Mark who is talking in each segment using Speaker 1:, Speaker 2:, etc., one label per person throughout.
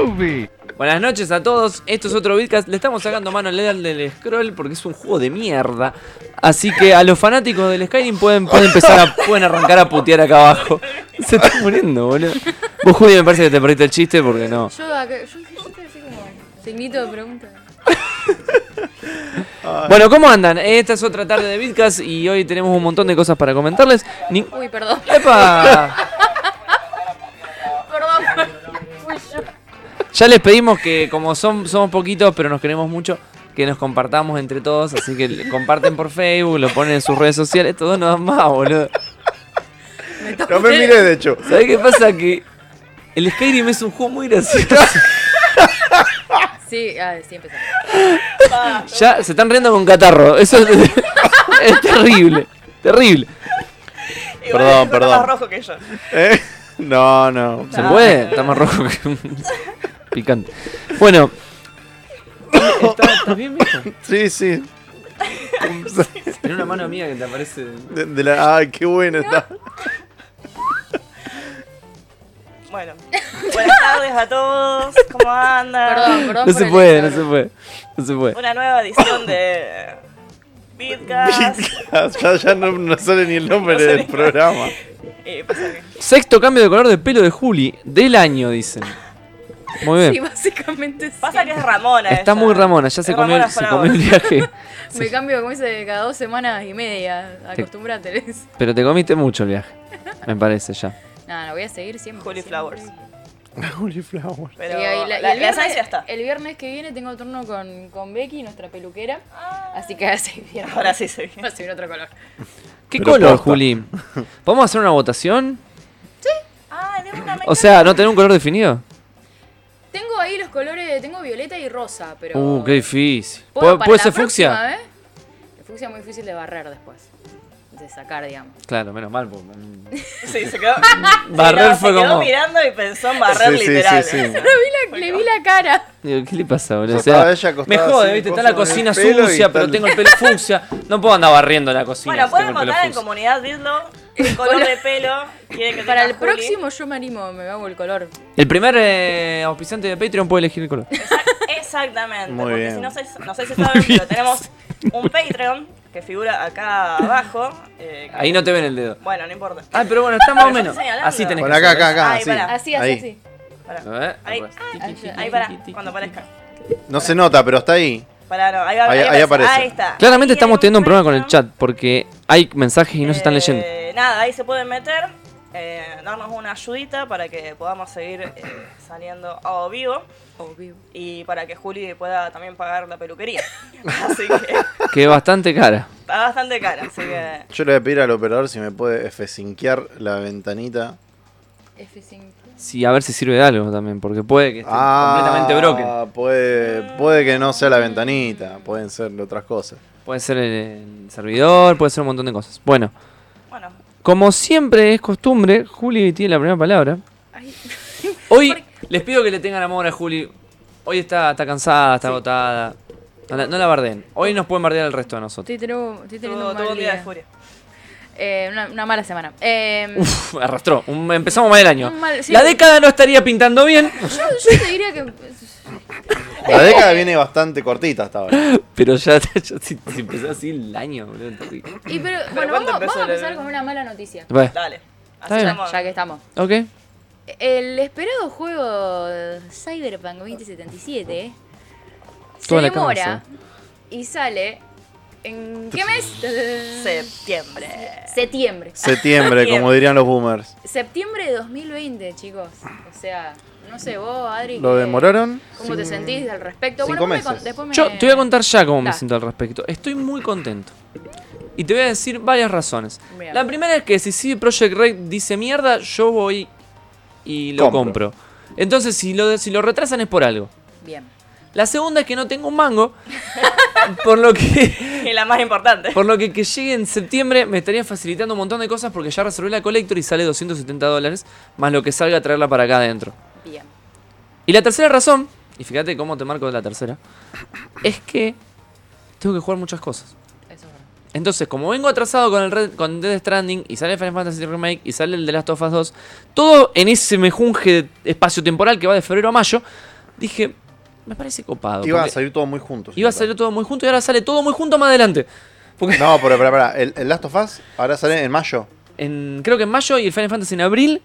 Speaker 1: movie.
Speaker 2: Buenas noches a todos. Esto es otro Bitcast. Le estamos sacando mano al Lethal del Scroll porque es un juego de mierda. Así que a los fanáticos del Skyrim pueden, pueden empezar a pueden arrancar a putear acá abajo. Se está muriendo, boludo. Vos, Juli, me parece que te perdiste el chiste porque no.
Speaker 3: Yo, acá- yo, yo estoy así como. Signito de pregunta.
Speaker 2: Bueno, ¿cómo andan? Esta es otra tarde de Bitcast y hoy tenemos un montón de cosas para comentarles. Ni-
Speaker 3: Uy, perdón.
Speaker 2: ¡Epa!
Speaker 3: Perdón. Fui yo.
Speaker 2: Ya les pedimos que, como son, somos poquitos, pero nos queremos mucho, que nos compartamos entre todos. Así que le- comparten por Facebook, lo ponen en sus redes sociales. Todos nos dan más, boludo.
Speaker 1: No
Speaker 3: Eh.
Speaker 1: me mires, de hecho.
Speaker 2: ¿Sabés qué pasa? Que el Skyrim es un juego muy gracioso.
Speaker 3: Sí, ah, sí, empezamos.
Speaker 2: Ya se están riendo con catarro. Eso es, es terrible. Terrible.
Speaker 4: Igual
Speaker 1: Perdón,
Speaker 4: está
Speaker 1: perdón.
Speaker 4: más rojo que yo.
Speaker 1: ¿Eh? No, no.
Speaker 2: ¿Se puede? Está más rojo que un picante. Bueno. ¿Está- ¿Estás bien, viejo?
Speaker 1: Sí, sí.
Speaker 2: Tiene una mano mía que te aparece.
Speaker 1: De, de la, ay, qué buena está.
Speaker 4: Bueno, buenas tardes a todos. ¿Cómo andan?
Speaker 3: Perdón, perdón.
Speaker 2: No
Speaker 3: por
Speaker 2: se
Speaker 3: el
Speaker 2: puede, no
Speaker 3: error.
Speaker 2: se puede. No se puede.
Speaker 4: Una nueva edición de Bitcast.
Speaker 1: ya ya no, no sale ni el nombre
Speaker 4: No sale
Speaker 1: del
Speaker 4: ni-
Speaker 1: programa.
Speaker 4: Y pasa que-
Speaker 2: Sexto cambio de color de pelo de Juli del año, dicen. Muy bien.
Speaker 3: Sí, básicamente sí.
Speaker 4: Pasa que es Ramona.
Speaker 2: Está
Speaker 4: ella.
Speaker 2: muy Ramona, ya
Speaker 4: Es
Speaker 2: se comió, el-
Speaker 4: Ramona
Speaker 2: se
Speaker 4: para
Speaker 2: comió el
Speaker 4: vos.
Speaker 2: viaje.
Speaker 3: Me cambio, como dice, cada dos semanas y media. Acostúmbrate. les.
Speaker 2: Pero te comiste mucho el viaje, me parece ya.
Speaker 3: No, no, voy a seguir siempre.
Speaker 4: Juli
Speaker 3: siempre.
Speaker 4: Flowers.
Speaker 1: Holy flower.
Speaker 3: Y
Speaker 4: Pero
Speaker 3: ahí
Speaker 4: la,
Speaker 3: la- y
Speaker 4: la
Speaker 3: el, viernes,
Speaker 4: esencia está.
Speaker 3: el viernes que viene tengo turno con, con Becky, nuestra peluquera.
Speaker 4: Ah.
Speaker 3: Así que así viernes.
Speaker 4: Ahora sí se
Speaker 3: Va
Speaker 4: viene.
Speaker 3: a ser otro color.
Speaker 2: ¿Qué
Speaker 1: Pero
Speaker 2: color,
Speaker 1: posta.
Speaker 2: Juli? ¿Podemos hacer una votación?
Speaker 4: Ah, de una me
Speaker 2: O sea, ¿no tener un color definido?
Speaker 3: Tengo ahí los colores, tengo violeta y rosa, pero.
Speaker 2: Uh, qué difícil.
Speaker 3: ¿Puedo
Speaker 2: ¿Puede,
Speaker 3: para
Speaker 2: puede
Speaker 3: la
Speaker 2: ser
Speaker 3: próxima
Speaker 2: fucsia?
Speaker 3: vez? La fucsia es muy difícil de barrer después. De sacar, digamos.
Speaker 2: Claro, menos mal. porque, mm.
Speaker 4: Sí, se quedó.
Speaker 2: Barrer
Speaker 4: no,
Speaker 2: fue
Speaker 4: se quedó
Speaker 2: como-
Speaker 4: mirando y pensó en barrer
Speaker 1: Sí, sí,
Speaker 4: literal.
Speaker 1: sí, sí.
Speaker 4: o sea.
Speaker 3: Le vi la, le vi la cara.
Speaker 2: Digo, ¿qué le pasa, boludo?
Speaker 1: Yo
Speaker 2: O sea,
Speaker 1: estaba ella acostada
Speaker 2: me
Speaker 1: así,
Speaker 2: jode, ¿viste? Está la
Speaker 1: coso en
Speaker 2: cocina
Speaker 1: el pelo y
Speaker 2: sucia, pero
Speaker 1: tal.
Speaker 2: tengo el pelo fucsia. No puedo andar barriendo la cocina.
Speaker 4: Bueno,
Speaker 2: si
Speaker 4: pueden
Speaker 2: tengo el pelo
Speaker 4: votar en
Speaker 2: fucsia.
Speaker 4: comunidad, Didlo. El color de pelo. Quiere que
Speaker 3: Para
Speaker 4: tenga
Speaker 3: el
Speaker 4: Juli.
Speaker 3: próximo yo me animo, me hago el color.
Speaker 2: El primer eh, auspiciante de Patreon puede elegir el color.
Speaker 4: Exactamente,
Speaker 1: Muy
Speaker 4: porque
Speaker 1: bien.
Speaker 4: si no sé, no sé si saben, pero tenemos un Patreon que figura acá abajo. eh, que-
Speaker 2: Ahí no te ven el dedo.
Speaker 4: Bueno, no importa.
Speaker 2: Ah, pero bueno, está más o
Speaker 4: Pero yo
Speaker 2: menos.
Speaker 4: estoy señalando.
Speaker 2: Así tenés
Speaker 1: Bueno,
Speaker 2: que ¿Eh?
Speaker 1: acá,
Speaker 2: hacer,
Speaker 1: acá, acá.
Speaker 4: Ay,
Speaker 1: así.
Speaker 4: pará.
Speaker 3: Así, así,
Speaker 1: Ahí.
Speaker 3: así.
Speaker 4: Pará.
Speaker 2: ¿Ves?
Speaker 4: Ahí, ah,
Speaker 2: Tiki,
Speaker 3: ahí,
Speaker 2: tiki,
Speaker 4: ahí
Speaker 2: tiki,
Speaker 4: para,
Speaker 2: tiki,
Speaker 4: cuando
Speaker 2: tiki.
Speaker 4: aparezca.
Speaker 1: No se nota, pero está ahí.
Speaker 4: Pará, no, ahí, va-
Speaker 1: Ahí-
Speaker 4: ahí
Speaker 1: ahí aparece.
Speaker 4: Ahí está.
Speaker 2: Claramente
Speaker 4: Ahí
Speaker 2: estamos
Speaker 4: hay
Speaker 2: teniendo un problema con el
Speaker 4: Patreon,
Speaker 2: chat porque hay mensajes y no se están leyendo.
Speaker 4: eh, Nada, ahí se pueden meter, eh, darnos una ayudita para que podamos seguir eh, saliendo a vivo
Speaker 3: Obvio.
Speaker 4: y para que Juli pueda también pagar la peluquería. Así que está
Speaker 2: Que es bastante cara.
Speaker 4: bastante cara, así que
Speaker 1: Yo le voy a pedir al operador si me puede f la ventanita.
Speaker 3: F5.
Speaker 2: Sí, a ver si sirve de algo también, porque puede que esté
Speaker 1: Ah.
Speaker 2: completamente broken.
Speaker 1: Puede, puede que no sea la ventanita, pueden ser otras cosas.
Speaker 2: Puede ser el servidor, puede ser un montón de cosas. Bueno,
Speaker 4: bueno,
Speaker 2: como siempre es costumbre, Juli tiene la primera palabra.
Speaker 3: Ay.
Speaker 2: Hoy les pido que le tengan amor a Juli. Hoy está, está cansada, está agotada. No la, no la barden. Hoy nos pueden bardear el resto de nosotros.
Speaker 3: Estoy, teniendo- estoy teniendo
Speaker 4: tuvo,
Speaker 3: un
Speaker 4: tuvo
Speaker 3: mal
Speaker 4: un día de
Speaker 3: día.
Speaker 4: furia.
Speaker 3: Eh, una, una mala semana. Eh,
Speaker 2: Uf, arrastró. Un- empezamos mal el año.
Speaker 3: Un mal- sí.
Speaker 2: La década no estaría pintando bien,
Speaker 3: yo, yo te diría que
Speaker 1: La década viene bastante cortita hasta ahora.
Speaker 2: pero ya, ya si, si empezó así el año, boludo. está horrible.
Speaker 3: Y pero, bueno,
Speaker 4: ¿cuándo
Speaker 3: vamos,
Speaker 4: empezó
Speaker 3: vamos a
Speaker 4: la-
Speaker 3: empezar con una mala noticia.
Speaker 2: Bueno,
Speaker 4: Dale. Así
Speaker 2: bien.
Speaker 4: estamos-
Speaker 3: Ya que estamos.
Speaker 2: ok.
Speaker 3: El esperado juego Cyberpunk 2077 se
Speaker 2: Toda la
Speaker 3: demora
Speaker 2: cabeza.
Speaker 3: y sale en ¿qué mes?
Speaker 4: septiembre.
Speaker 3: Septiembre.
Speaker 1: Septiembre, como dirían los boomers.
Speaker 3: Septiembre de 2020, chicos. O sea, no sé vos, Adri.
Speaker 1: ¿Lo
Speaker 3: que-
Speaker 1: demoraron?
Speaker 3: ¿Cómo te sentís al respecto?
Speaker 1: cinco
Speaker 3: después me
Speaker 1: meses.
Speaker 3: con- después me-
Speaker 2: Yo te voy a contar ya cómo me
Speaker 3: Da.
Speaker 2: siento al respecto. Estoy muy contento. Y te voy a decir varias razones.
Speaker 3: Bien.
Speaker 2: La primera es que si CD Projekt Red dice mierda, yo voy y lo compro.
Speaker 1: Compro.
Speaker 2: Entonces, si lo, si lo retrasan es por algo.
Speaker 3: Bien.
Speaker 2: La segunda es que no tengo un mango. por lo que
Speaker 4: Y la más importante.
Speaker 2: por lo que, que llegue en septiembre me estaría facilitando un montón de cosas porque ya reservé la Collector y sale 270 dólares, más lo que salga a traerla para acá adentro.
Speaker 3: Bien.
Speaker 2: Y la tercera razón, y fíjate cómo te marco la tercera, es que tengo que jugar muchas cosas.
Speaker 3: Eso es bueno.
Speaker 2: Entonces, como vengo atrasado con el Red- con Dead Stranding y sale Final Fantasy Remake y sale el de Last of Us 2, todo en ese mejunje espacio-temporal que va de febrero a mayo, dije, me parece copado.
Speaker 1: Iba a
Speaker 2: porque
Speaker 1: salir todo muy juntos.
Speaker 2: iba a salir todo muy junto y ahora sale todo muy junto más adelante. Porque
Speaker 1: No, pero pará, pará. El, el Last of Us ahora sale en mayo.
Speaker 2: en- creo que en mayo y el Final Fantasy en abril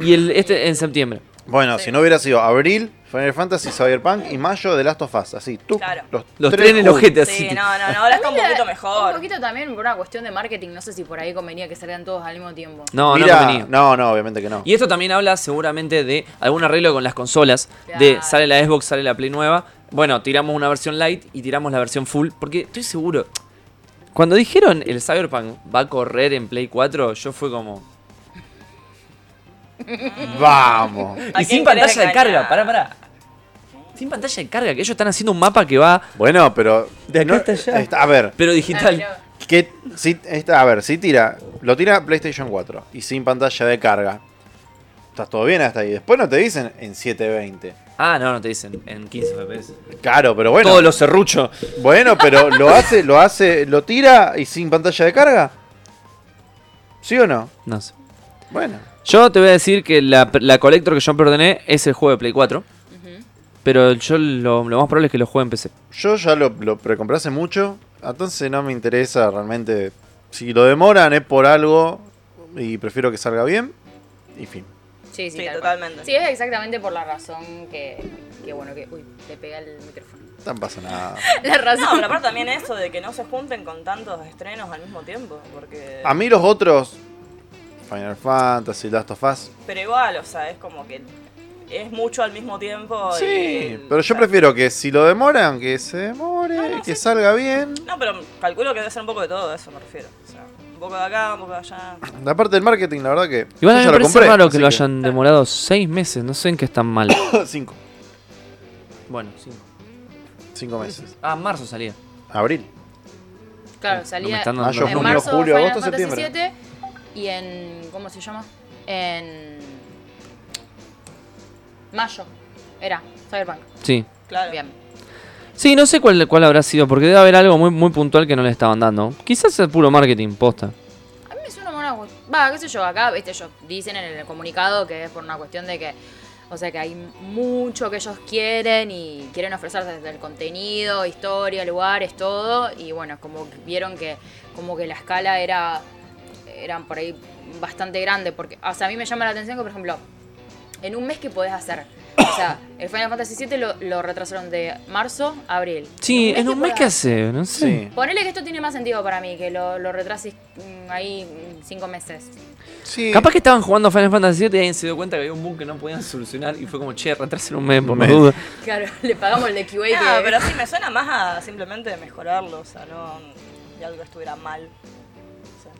Speaker 2: y el este en septiembre.
Speaker 1: Bueno, si no hubiera sido abril, Final Fantasy, Cyberpunk y mayo de Last of Us. Así, tú.
Speaker 4: Claro.
Speaker 2: Los tres en el
Speaker 1: juntos.
Speaker 2: ojete así.
Speaker 4: Sí, no, no, no, ahora está un
Speaker 3: Mira,
Speaker 4: poquito mejor.
Speaker 3: Un poquito también por una cuestión de marketing. No sé si por ahí convenía que salgan todos al mismo tiempo.
Speaker 2: No, no
Speaker 1: Mira,
Speaker 2: convenía.
Speaker 1: no, no, obviamente que no.
Speaker 2: Y esto también habla seguramente de algún arreglo con las consolas.
Speaker 3: Claro.
Speaker 2: De sale la Xbox, sale la Play nueva. Bueno, tiramos una versión light y tiramos la versión full. Porque estoy seguro. Cuando dijeron el Cyberpunk va a correr en Play 4, yo fue como.
Speaker 1: Vamos.
Speaker 4: ¿A
Speaker 2: Y sin
Speaker 4: quién
Speaker 2: pantalla de
Speaker 4: querés
Speaker 2: carga,
Speaker 4: engañar?
Speaker 2: pará, pará. Sin pantalla de carga, que ellos están haciendo un mapa que va.
Speaker 1: Bueno, pero.
Speaker 2: De acá hasta allá.
Speaker 1: está- a ver,
Speaker 2: Pero
Speaker 3: Ah,
Speaker 2: digital.
Speaker 3: mirá.
Speaker 1: que, si, esta- a ver, si tira. Lo tira PlayStation 4 y sin pantalla de carga. Estás todo bien hasta ahí. Después no te dicen en 720.
Speaker 2: Ah, no, no te dicen. En 15 FPS.
Speaker 1: Claro, pero bueno.
Speaker 2: Todos los serruchos.
Speaker 1: Bueno, pero lo hace, lo hace, lo tira y sin pantalla de carga. ¿Sí o no?
Speaker 2: No sé.
Speaker 1: Bueno.
Speaker 2: Yo te voy a decir que la, la Collector que yo me ordené es el juego de Play 4. Pero yo lo, lo más probable es que lo juegue en PC.
Speaker 1: Yo ya lo, lo precompré hace mucho, entonces no me interesa realmente. Si lo demoran es por algo y prefiero que salga bien. Y fin.
Speaker 3: Sí, sí,
Speaker 4: Sí,
Speaker 3: tal cual.
Speaker 4: totalmente.
Speaker 3: Sí, es exactamente por la razón que, que bueno, que... Uy, le pega el micrófono.
Speaker 1: Tan pasa nada.
Speaker 3: La
Speaker 4: No,
Speaker 3: razón.
Speaker 4: pero aparte también eso de que no se junten con tantos estrenos al mismo tiempo, porque...
Speaker 1: A mí los otros, Final Fantasy, Last of Us.
Speaker 4: Pero igual, o sea, es como que es mucho al mismo tiempo. y-
Speaker 1: Sí,
Speaker 4: y-
Speaker 1: pero yo prefiero que si lo demoran, que se demore, que salga bien.
Speaker 4: No, pero calculo que debe ser un poco de todo, a eso me refiero. O sea, un poco de acá, un poco de allá.
Speaker 1: La parte del marketing, la verdad que.
Speaker 2: Igual
Speaker 1: yo ya
Speaker 2: a mí me
Speaker 1: lo
Speaker 2: parece
Speaker 1: compré,
Speaker 2: raro
Speaker 1: así
Speaker 2: que lo hayan demorado seis meses. No sé en qué están mal.
Speaker 1: Cinco,
Speaker 2: bueno, cinco.
Speaker 1: cinco meses.
Speaker 2: Ah, marzo salía.
Speaker 1: Abril.
Speaker 3: Claro,
Speaker 2: No me
Speaker 3: salía
Speaker 2: están
Speaker 3: en
Speaker 2: dando
Speaker 1: Mayo, junio,
Speaker 2: números.
Speaker 3: marzo
Speaker 1: julio,
Speaker 3: Final
Speaker 1: agosto,
Speaker 3: Fantasy
Speaker 1: septiembre.
Speaker 3: VII, y en... ¿Cómo se llama? En... Mayo. Era, Cyberpunk.
Speaker 2: Sí.
Speaker 4: Claro.
Speaker 3: Bien.
Speaker 2: Sí, no sé cuál, cuál habrá sido, porque debe haber algo muy, muy puntual que no le estaban dando. Quizás sea puro marketing, posta.
Speaker 3: A mí me suena como una cuestión. Va, qué sé yo, acá, viste, ellos dicen en el comunicado que es por una cuestión de que. O sea, que hay mucho que ellos quieren y quieren ofrecerse desde el contenido, historia, lugares, todo. Y bueno, como que vieron que como que la escala era eran por ahí bastante grande. Porque, o sea, a mí me llama la atención que, por ejemplo, en un mes que podés hacer. O sea, el Final Fantasy VII lo, lo retrasaron de marzo a abril.
Speaker 2: Sí, en un mes
Speaker 3: podés
Speaker 2: que hace, no sé.
Speaker 1: Sí.
Speaker 3: Ponele que esto tiene más sentido para mí, que lo, lo retrases mm, ahí mm, cinco meses.
Speaker 1: Sí.
Speaker 2: Mm. Capaz que estaban jugando Final Fantasy VII y alguien se dio cuenta que había un bug que no podían solucionar y fue como, che, retrasen un mes, por
Speaker 1: Un
Speaker 2: más
Speaker 1: mes.
Speaker 2: duda.
Speaker 3: Claro, le pagamos el de QA.
Speaker 4: No,
Speaker 3: que-
Speaker 4: Ah, pero sí, me suena más a simplemente mejorarlo, o sea, no de algo que estuviera mal. O sea,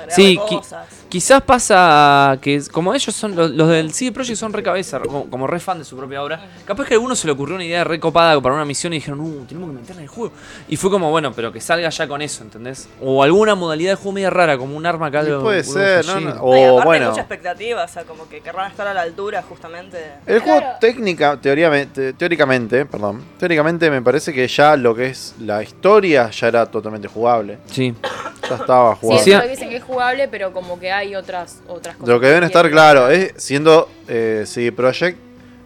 Speaker 4: agregarle
Speaker 2: Sí, qui-
Speaker 4: cosas.
Speaker 2: quizás pasa que es- como ellos son los, los del CD Projekt son re cabeza, como, como re fan de su propia obra. Capaz que a alguno se le ocurrió una idea recopada para una misión y dijeron, "Uh, tenemos que meterla en el juego." Y fue como, bueno, pero que salga ya con eso, ¿entendés? O alguna modalidad de juego media rara, como un arma acá
Speaker 1: Sí,
Speaker 2: de-
Speaker 1: puede
Speaker 2: de-
Speaker 1: ser,
Speaker 2: de-
Speaker 1: no, no.
Speaker 4: No, y
Speaker 1: O
Speaker 4: aparte
Speaker 1: bueno.
Speaker 4: mucha expectativa, o sea, como que querrán estar a la altura justamente.
Speaker 1: El juego
Speaker 3: Claro.
Speaker 1: técnica, teóricamente, teóricamente, perdón, teóricamente me parece que ya lo que es la historia ya era totalmente jugable.
Speaker 2: Sí.
Speaker 1: Ya estaba
Speaker 3: Sí,
Speaker 1: jugable.
Speaker 2: Sí,
Speaker 3: eso dicen que es jugable, pero como que hay otras, otras cosas.
Speaker 1: Lo que deben estar
Speaker 3: quieren.
Speaker 1: claro es, siendo eh, CD Projekt,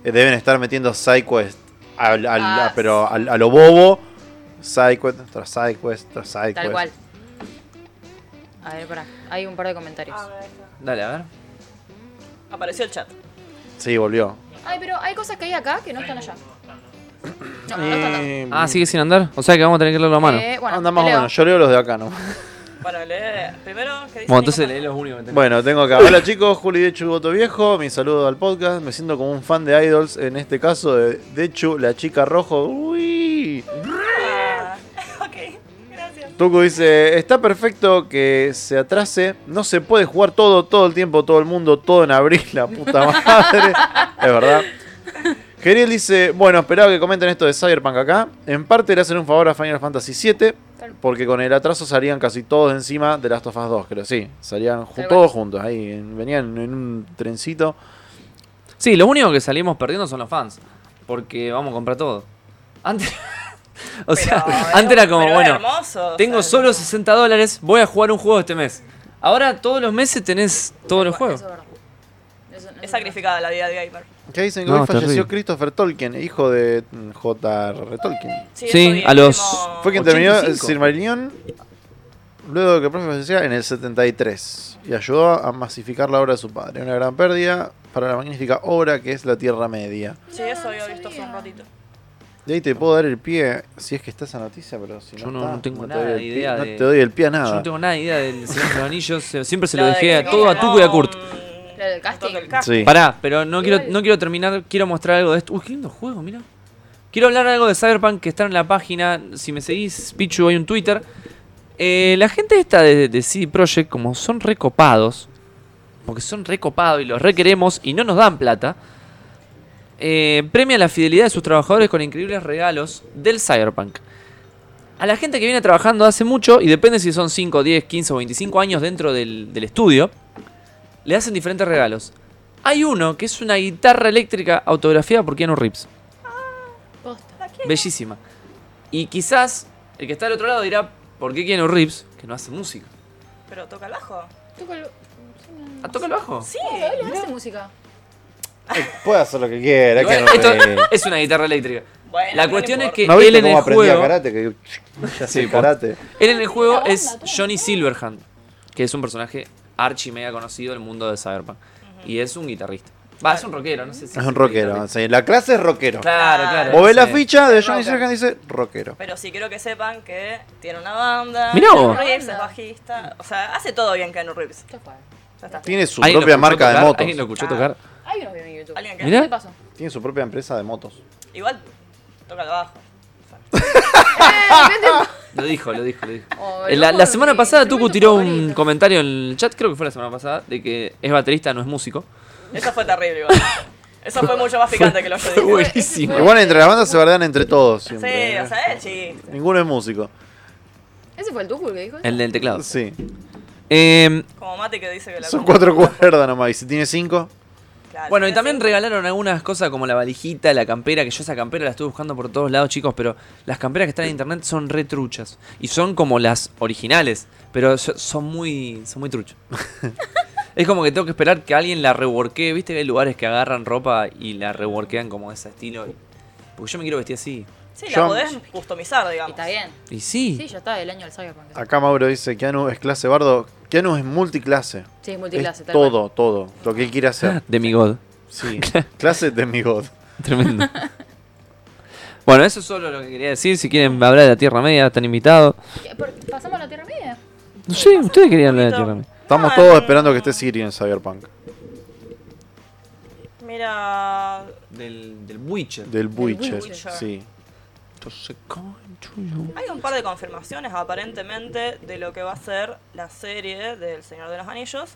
Speaker 1: eh, deben estar metiendo SideQuest, al, al-
Speaker 3: Ah,
Speaker 1: a- pero al- a lo bobo, SideQuest tras SideQuest tras SideQuest.
Speaker 3: Tal cual. A ver, pará, hay un par de comentarios.
Speaker 2: Dale, a ver.
Speaker 4: Apareció el chat.
Speaker 1: Sí, volvió.
Speaker 3: Ay, pero hay cosas que hay acá que no están allá. No, no están acá.
Speaker 1: Eh,
Speaker 2: Ah, sigue sin andar. O sea que vamos a tener que leerlo a mano.
Speaker 3: Eh, bueno,
Speaker 1: Anda más o
Speaker 3: te leo.
Speaker 1: menos, yo leo los de acá, ¿no?
Speaker 4: Bueno, lee primero, ¿qué dice?
Speaker 2: Bueno, entonces leí los únicos que tenemos.
Speaker 1: Bueno, tengo acá. Hola chicos, Juli Dechu Voto Viejo. Mi saludo al podcast. Me siento como un fan de Idols. En este caso, de Dechu, la chica rojo. Uy.
Speaker 4: Ah, ok, gracias.
Speaker 1: Tuku dice: Está perfecto que se atrase. No se puede jugar todo, todo el tiempo, todo el mundo, todo en abril. La puta madre. es verdad. Geriel dice: Bueno, esperaba que comenten esto de Cyberpunk acá. En parte le hacen un favor a Final Fantasy VII. Porque con el atraso salían casi todos encima de Last of Us 2, creo. Sí, salían ju-
Speaker 3: Tal cual.
Speaker 1: todos juntos. Ahí en- venían en un trencito.
Speaker 2: Sí, lo único que salimos perdiendo son los fans. Porque vamos a comprar todo. Antes. O sea,
Speaker 4: Pero era-
Speaker 2: antes era como,
Speaker 4: pero
Speaker 2: bueno,
Speaker 4: era hermoso, o
Speaker 2: tengo
Speaker 4: sea,
Speaker 2: solo
Speaker 4: no.
Speaker 2: 60 dólares, voy a jugar un juego este mes. Ahora todos los meses tenés todos los juegos.
Speaker 3: Eso es verdad. Eso- eso
Speaker 4: Es sacrificada la vida de gamer.
Speaker 1: ¿Qué dicen? Que
Speaker 2: No,
Speaker 1: hoy
Speaker 2: terrible.
Speaker 1: falleció Christopher Tolkien, hijo de mm, J.R.R. Tolkien.
Speaker 2: Sí,
Speaker 4: eso vi,
Speaker 2: a los-
Speaker 4: como-
Speaker 1: Fue quien
Speaker 2: 85.
Speaker 1: terminó Sir Marillion luego de que el profe falleciera en el 73 y ayudó a masificar la obra de su padre. Una gran pérdida para la magnífica obra que es la Tierra Media.
Speaker 4: Sí, eso había visto hace un ratito.
Speaker 1: De ahí te puedo dar el pie si es que está esa noticia, pero si no.
Speaker 2: Yo no-
Speaker 1: está,
Speaker 2: no tengo
Speaker 1: te doy
Speaker 2: nada
Speaker 1: el
Speaker 2: de
Speaker 1: pie-
Speaker 2: idea
Speaker 1: No
Speaker 2: de-
Speaker 1: te doy el pie a
Speaker 2: Yo
Speaker 1: nada.
Speaker 2: no tengo nada de idea del Señor de los Anillos, eh, siempre se
Speaker 4: Lo
Speaker 2: lo
Speaker 4: de
Speaker 2: dejé a-
Speaker 4: que
Speaker 2: todo a
Speaker 4: ganó,
Speaker 2: Tuco y a Kurt.
Speaker 4: mm,
Speaker 3: Lo del casting.
Speaker 4: todo el casting.
Speaker 1: Sí.
Speaker 2: Pará, pero no quiero,
Speaker 3: Igual.
Speaker 2: no quiero terminar, quiero mostrar algo de esto. Uy, qué lindo juego, mira. Quiero hablar algo de Cyberpunk que está en la página. Si me seguís, Pichu, hay un Twitter. Eh, la gente esta de, de CD Projekt, como son recopados, porque son recopados y los requeremos y no nos dan plata, eh, premia la fidelidad de sus trabajadores con increíbles regalos del Cyberpunk. A la gente que viene trabajando hace mucho, y depende si son 5, 10, 15 o 25 años dentro del, del estudio, le hacen diferentes regalos. Hay uno que es una guitarra eléctrica autografiada por Keanu Reeves.
Speaker 3: Posta.
Speaker 2: Bellísima. Y quizás el que está al otro lado dirá, ¿por qué Keanu Reeves? Que no hace música.
Speaker 4: Pero toca el bajo.
Speaker 3: Toca el-
Speaker 2: ¿Ah, toca el bajo?
Speaker 4: Sí.
Speaker 3: Él hace música.
Speaker 1: Puede hacer lo que quiera.
Speaker 2: Igual,
Speaker 1: que no
Speaker 2: esto
Speaker 1: me-
Speaker 2: es una guitarra eléctrica.
Speaker 4: Bueno,
Speaker 2: La
Speaker 4: no
Speaker 2: cuestión es
Speaker 4: importa.
Speaker 2: que
Speaker 1: ¿No
Speaker 2: él
Speaker 1: viste
Speaker 2: en
Speaker 1: cómo
Speaker 2: el
Speaker 1: aprendí a
Speaker 2: juego...
Speaker 1: karate? Que yo ya sé
Speaker 2: po.
Speaker 1: karate.
Speaker 2: Él en el juego es
Speaker 3: todo,
Speaker 2: Johnny Silverhand, que es un personaje archi mega conocido del mundo de Cyberpunk. Y es un guitarrista. Va, es un rockero, no sé si.
Speaker 1: Es un rockero. sí, La clase es rockero.
Speaker 2: Claro, claro.
Speaker 1: Vos ves la
Speaker 2: sí.
Speaker 1: ficha de Johnny
Speaker 4: Rocker.
Speaker 1: Serkan dice rockero.
Speaker 4: Pero sí quiero que sepan que tiene una banda.
Speaker 2: Mirá vos.
Speaker 4: Reeves es bajista. O sea, hace todo bien Keanu Reeves.
Speaker 3: Qué fuerte.
Speaker 4: Ya está.
Speaker 1: Tiene su
Speaker 2: ¿Alguien lo
Speaker 1: propia
Speaker 2: escuchó
Speaker 1: marca de
Speaker 2: tocar?
Speaker 1: motos.
Speaker 2: ¿Alguien lo escuchó tocar?
Speaker 3: Hay unos videos en YouTube.
Speaker 4: Alguien que-
Speaker 2: Mirá.
Speaker 3: ¿Qué pasó?
Speaker 1: Tiene su propia empresa de motos.
Speaker 4: Igual toca el bajo.
Speaker 3: Ah,
Speaker 2: Lo dijo, lo dijo, lo dijo.
Speaker 3: Oh,
Speaker 2: Eh, la,
Speaker 3: loco,
Speaker 2: la
Speaker 3: sí,
Speaker 2: semana pasada
Speaker 3: tremendo
Speaker 2: Tuku tiró un
Speaker 3: favorito.
Speaker 2: comentario en el chat, creo que fue la semana pasada, de que es baterista, no es músico.
Speaker 4: Eso fue terrible igual. Eso fue mucho más picante que lo que
Speaker 2: Fue
Speaker 4: yo dije.
Speaker 2: buenísimo.
Speaker 1: Igual entre las bandas se bardean entre todos
Speaker 4: Sí, o
Speaker 1: siempre. ¿eh?
Speaker 4: sea, es chiste.
Speaker 1: Ninguno es músico.
Speaker 3: ¿Ese fue el Tucu el que dijo eso?
Speaker 2: El del teclado.
Speaker 1: Sí.
Speaker 2: Eh,
Speaker 4: Como Mati que dice que la
Speaker 1: Son cuatro cuerdas nomás. Y si tiene cinco,
Speaker 4: Claro,
Speaker 2: bueno, y
Speaker 4: sí,
Speaker 2: también
Speaker 4: sí.
Speaker 2: regalaron algunas cosas como la valijita, la campera, que yo esa campera la estuve buscando por todos lados, chicos, pero las camperas que están en internet son re truchas. Y son como las originales, pero so- son muy, son muy truchas. es como que tengo que esperar que alguien la reworkee. Viste que hay lugares que agarran ropa y la reworkean como de ese estilo. Porque yo me quiero vestir así.
Speaker 4: Sí,
Speaker 1: Yo-
Speaker 4: la podés customizar, digamos.
Speaker 3: Está bien.
Speaker 2: Y sí.
Speaker 3: Sí, ya está, el año del Cyberpunk.
Speaker 1: acá Mauro dice: Keanu es clase bardo. Keanu es multiclase.
Speaker 3: Sí, es multiclase.
Speaker 1: Es
Speaker 3: tal cual.
Speaker 1: todo, todo. Lo que él quiere hacer.
Speaker 2: Ah, De mi God.
Speaker 1: Sí. clase de mi god.
Speaker 2: Tremendo. bueno, eso es solo lo que quería decir. Si quieren hablar de la Tierra Media, están invitados.
Speaker 3: ¿Qué? ¿Por- ¿Pasamos a la Tierra Media?
Speaker 2: No sé, ustedes querían hablar de la
Speaker 4: poquito.
Speaker 2: Tierra Media.
Speaker 1: Estamos
Speaker 4: No,
Speaker 1: todos
Speaker 4: Ah, no.
Speaker 1: esperando que esté Siri en Cyberpunk.
Speaker 4: Mira.
Speaker 2: Del, del Witcher.
Speaker 1: Del Witcher.
Speaker 4: Witcher.
Speaker 1: Sí.
Speaker 4: Hay un par de confirmaciones aparentemente de lo que va a ser la serie del Señor de los Anillos.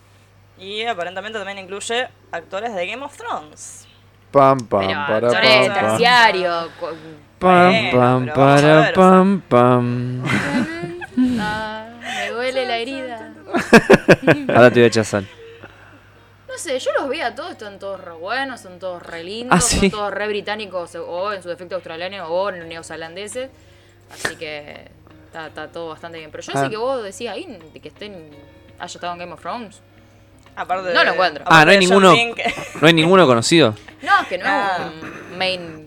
Speaker 4: Y aparentemente también incluye actores de Game of Thrones.
Speaker 1: Pam, pam,
Speaker 3: Pero
Speaker 1: para,
Speaker 3: actores
Speaker 1: pam, pam.
Speaker 3: terciario. cu-
Speaker 2: Pam,
Speaker 4: Bueno,
Speaker 2: pam,
Speaker 4: pero vamos a
Speaker 2: para,
Speaker 4: ver, o sea.
Speaker 2: pam, pam.
Speaker 3: Ah, me duele la herida.
Speaker 2: Ahora te voy a chazar.
Speaker 3: No sé, yo los vi a todos, están todos re buenos, son todos re lindos,
Speaker 2: Ah, sí.
Speaker 3: son todos re británicos, o en su defecto australianos, o neozelandeses. Así que está, está todo bastante bien. Pero yo
Speaker 1: Ah.
Speaker 3: sé que vos decís ahí de que estén, haya estado en Game of Thrones.
Speaker 4: Aparte
Speaker 3: No
Speaker 4: de-
Speaker 3: lo encuentro.
Speaker 4: aparte
Speaker 2: Ah, no hay
Speaker 4: de John
Speaker 2: ninguno.
Speaker 4: Link.
Speaker 2: No hay ninguno conocido.
Speaker 3: No, es que no
Speaker 4: Ah.
Speaker 3: es un main.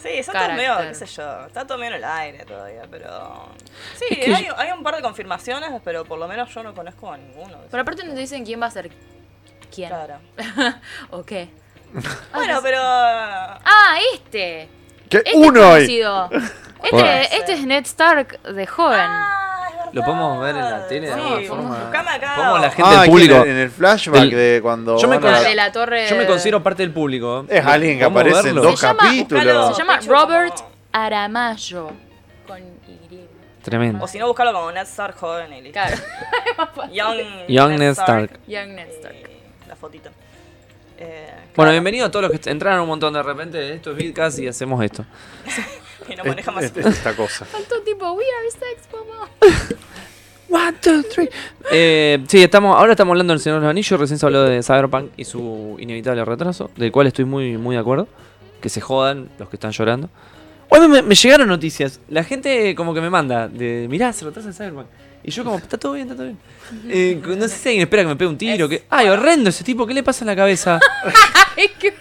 Speaker 4: Sí, está todo medio,
Speaker 3: Carácter.
Speaker 4: qué sé yo, está todo medio en el aire todavía, pero... Sí,
Speaker 2: Es que
Speaker 4: hay,
Speaker 2: yo-
Speaker 4: hay un par de confirmaciones, pero por lo menos yo no conozco a ninguno.
Speaker 3: Pero
Speaker 4: de esos.
Speaker 3: aparte no te dicen quién va a ser quién.
Speaker 4: Claro.
Speaker 3: ¿O qué?
Speaker 4: Bueno, pero... Ah,
Speaker 3: Ah, este.
Speaker 1: Que
Speaker 3: Este
Speaker 1: Eh, uno
Speaker 3: es
Speaker 1: hay.
Speaker 3: conocido.
Speaker 2: Bueno.
Speaker 3: Este, este es Ned Stark de joven.
Speaker 4: ah, es verdad.
Speaker 2: Lo podemos ver en la tele de
Speaker 4: Sí,
Speaker 2: alguna forma.
Speaker 4: buscame acá.
Speaker 2: Podemos la
Speaker 4: o-
Speaker 2: gente del
Speaker 1: aquí
Speaker 2: público.
Speaker 1: Ah, En el, en el flashback
Speaker 2: Del-
Speaker 1: de cuando.
Speaker 2: Yo
Speaker 1: van
Speaker 2: me
Speaker 1: a-
Speaker 2: considero-
Speaker 3: de la torre.
Speaker 4: Eh,
Speaker 2: Yo me considero parte del público.
Speaker 1: Es alguien que
Speaker 2: ¿Podemos
Speaker 1: aparece en
Speaker 2: verlo?
Speaker 1: dos
Speaker 3: Se llama-
Speaker 1: capítulos.
Speaker 4: búscalo.
Speaker 3: Se llama
Speaker 4: Pecho
Speaker 3: Robert
Speaker 4: como-
Speaker 3: Aramayo. Con Y.
Speaker 2: Tremendo.
Speaker 4: O si no, buscarlo como Ned Stark joven y listo.
Speaker 3: Claro.
Speaker 4: Young,
Speaker 2: Young Ned Stark.
Speaker 3: Young Ned Stark.
Speaker 4: Y Eh, La fotito. Eh,
Speaker 2: Bueno,
Speaker 4: claro,
Speaker 2: bienvenido a todos los que entraron un montón de repente. Esto es Vidcast y hacemos esto.
Speaker 4: Y no
Speaker 1: Es-
Speaker 4: maneja más...
Speaker 1: es- es esta cosa.
Speaker 3: Faltó tipo, we are sex, mamá.
Speaker 2: One, two, three. Eh, sí, estamos, ahora estamos hablando del Señor de los Anillos. Recién se habló de Cyberpunk y su inevitable retraso, del cual estoy muy, muy de acuerdo. Que se jodan los que están llorando. Hoy me, me llegaron noticias. La gente como que me manda de, mirá, se retrasa el Cyberpunk. Y yo como, está todo bien, está todo bien. Eh, no sé si alguien espera que me pegue un tiro. Que... Ay, horrendo ese tipo, ¿qué le pasa en la cabeza?
Speaker 3: Es que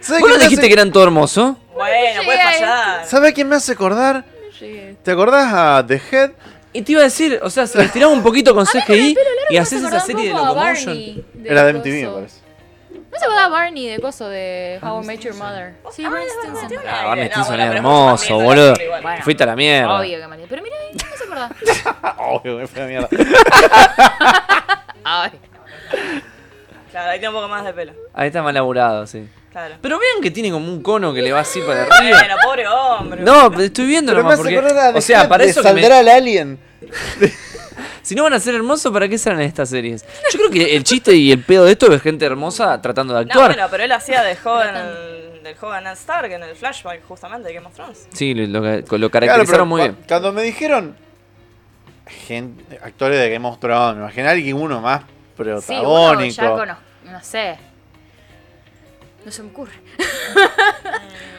Speaker 1: ¿Sabe quién
Speaker 2: ¿Vos no
Speaker 1: me
Speaker 2: dijiste
Speaker 1: hace-
Speaker 2: que eran todo hermoso?
Speaker 4: Bueno, puede
Speaker 3: llega a
Speaker 4: fallar.
Speaker 1: ¿Sabe quién me hace acordar?
Speaker 3: llegué.
Speaker 1: ¿Te acordás a The Head?
Speaker 2: Y te iba a decir, o sea, si les tiraba un poquito con CGI y haces esa serie de Locomotion.
Speaker 3: Barney,
Speaker 1: Era de MTV, me parece.
Speaker 3: No se acordaba Barney de coso de How I Met Your Mother. Ah, Sí, ah, Barney Stinson.
Speaker 2: Ah, Barney Stinson
Speaker 4: bueno,
Speaker 2: es
Speaker 4: pero
Speaker 2: hermoso,
Speaker 4: es
Speaker 2: boludo.
Speaker 4: igual.
Speaker 3: Bueno,
Speaker 2: Fuiste a la mierda.
Speaker 3: Obvio que María. Pero mira, no se acordaba.
Speaker 1: Ah, Obvio, me fue a mierda.
Speaker 3: Ay.
Speaker 4: Claro, ahí tiene un poco más de pelo.
Speaker 2: Ahí está mal laburado, sí.
Speaker 4: Claro.
Speaker 2: Pero vean que tiene como un cono que le va así para
Speaker 4: Bueno,
Speaker 2: arriba.
Speaker 4: pobre hombre.
Speaker 2: No, pero estoy viendo
Speaker 1: Pero me
Speaker 2: nomás
Speaker 1: hace
Speaker 2: porque,
Speaker 1: acordar a The
Speaker 2: O sea,
Speaker 1: Head
Speaker 2: para
Speaker 1: de
Speaker 2: eso que me-
Speaker 1: saldrá el alien.
Speaker 2: Si no van a ser hermosos, ¿para qué serán estas series? Yo creo que el chiste y el pedo de esto es gente hermosa tratando de
Speaker 4: No,
Speaker 2: actuar.
Speaker 4: bueno, pero él hacía de joven, del joven Ned Stark en el flashback justamente de Game of Thrones.
Speaker 2: Sí, lo, lo- lo
Speaker 1: Claro,
Speaker 2: caracterizaron
Speaker 1: pero
Speaker 2: muy
Speaker 1: cua-
Speaker 2: bien.
Speaker 1: Cuando me dijeron gente, actores de Game of Thrones, me imaginé alguien uno más
Speaker 3: Sí, uno
Speaker 1: protagónico.
Speaker 3: ya cono... No sé. No se me ocurre.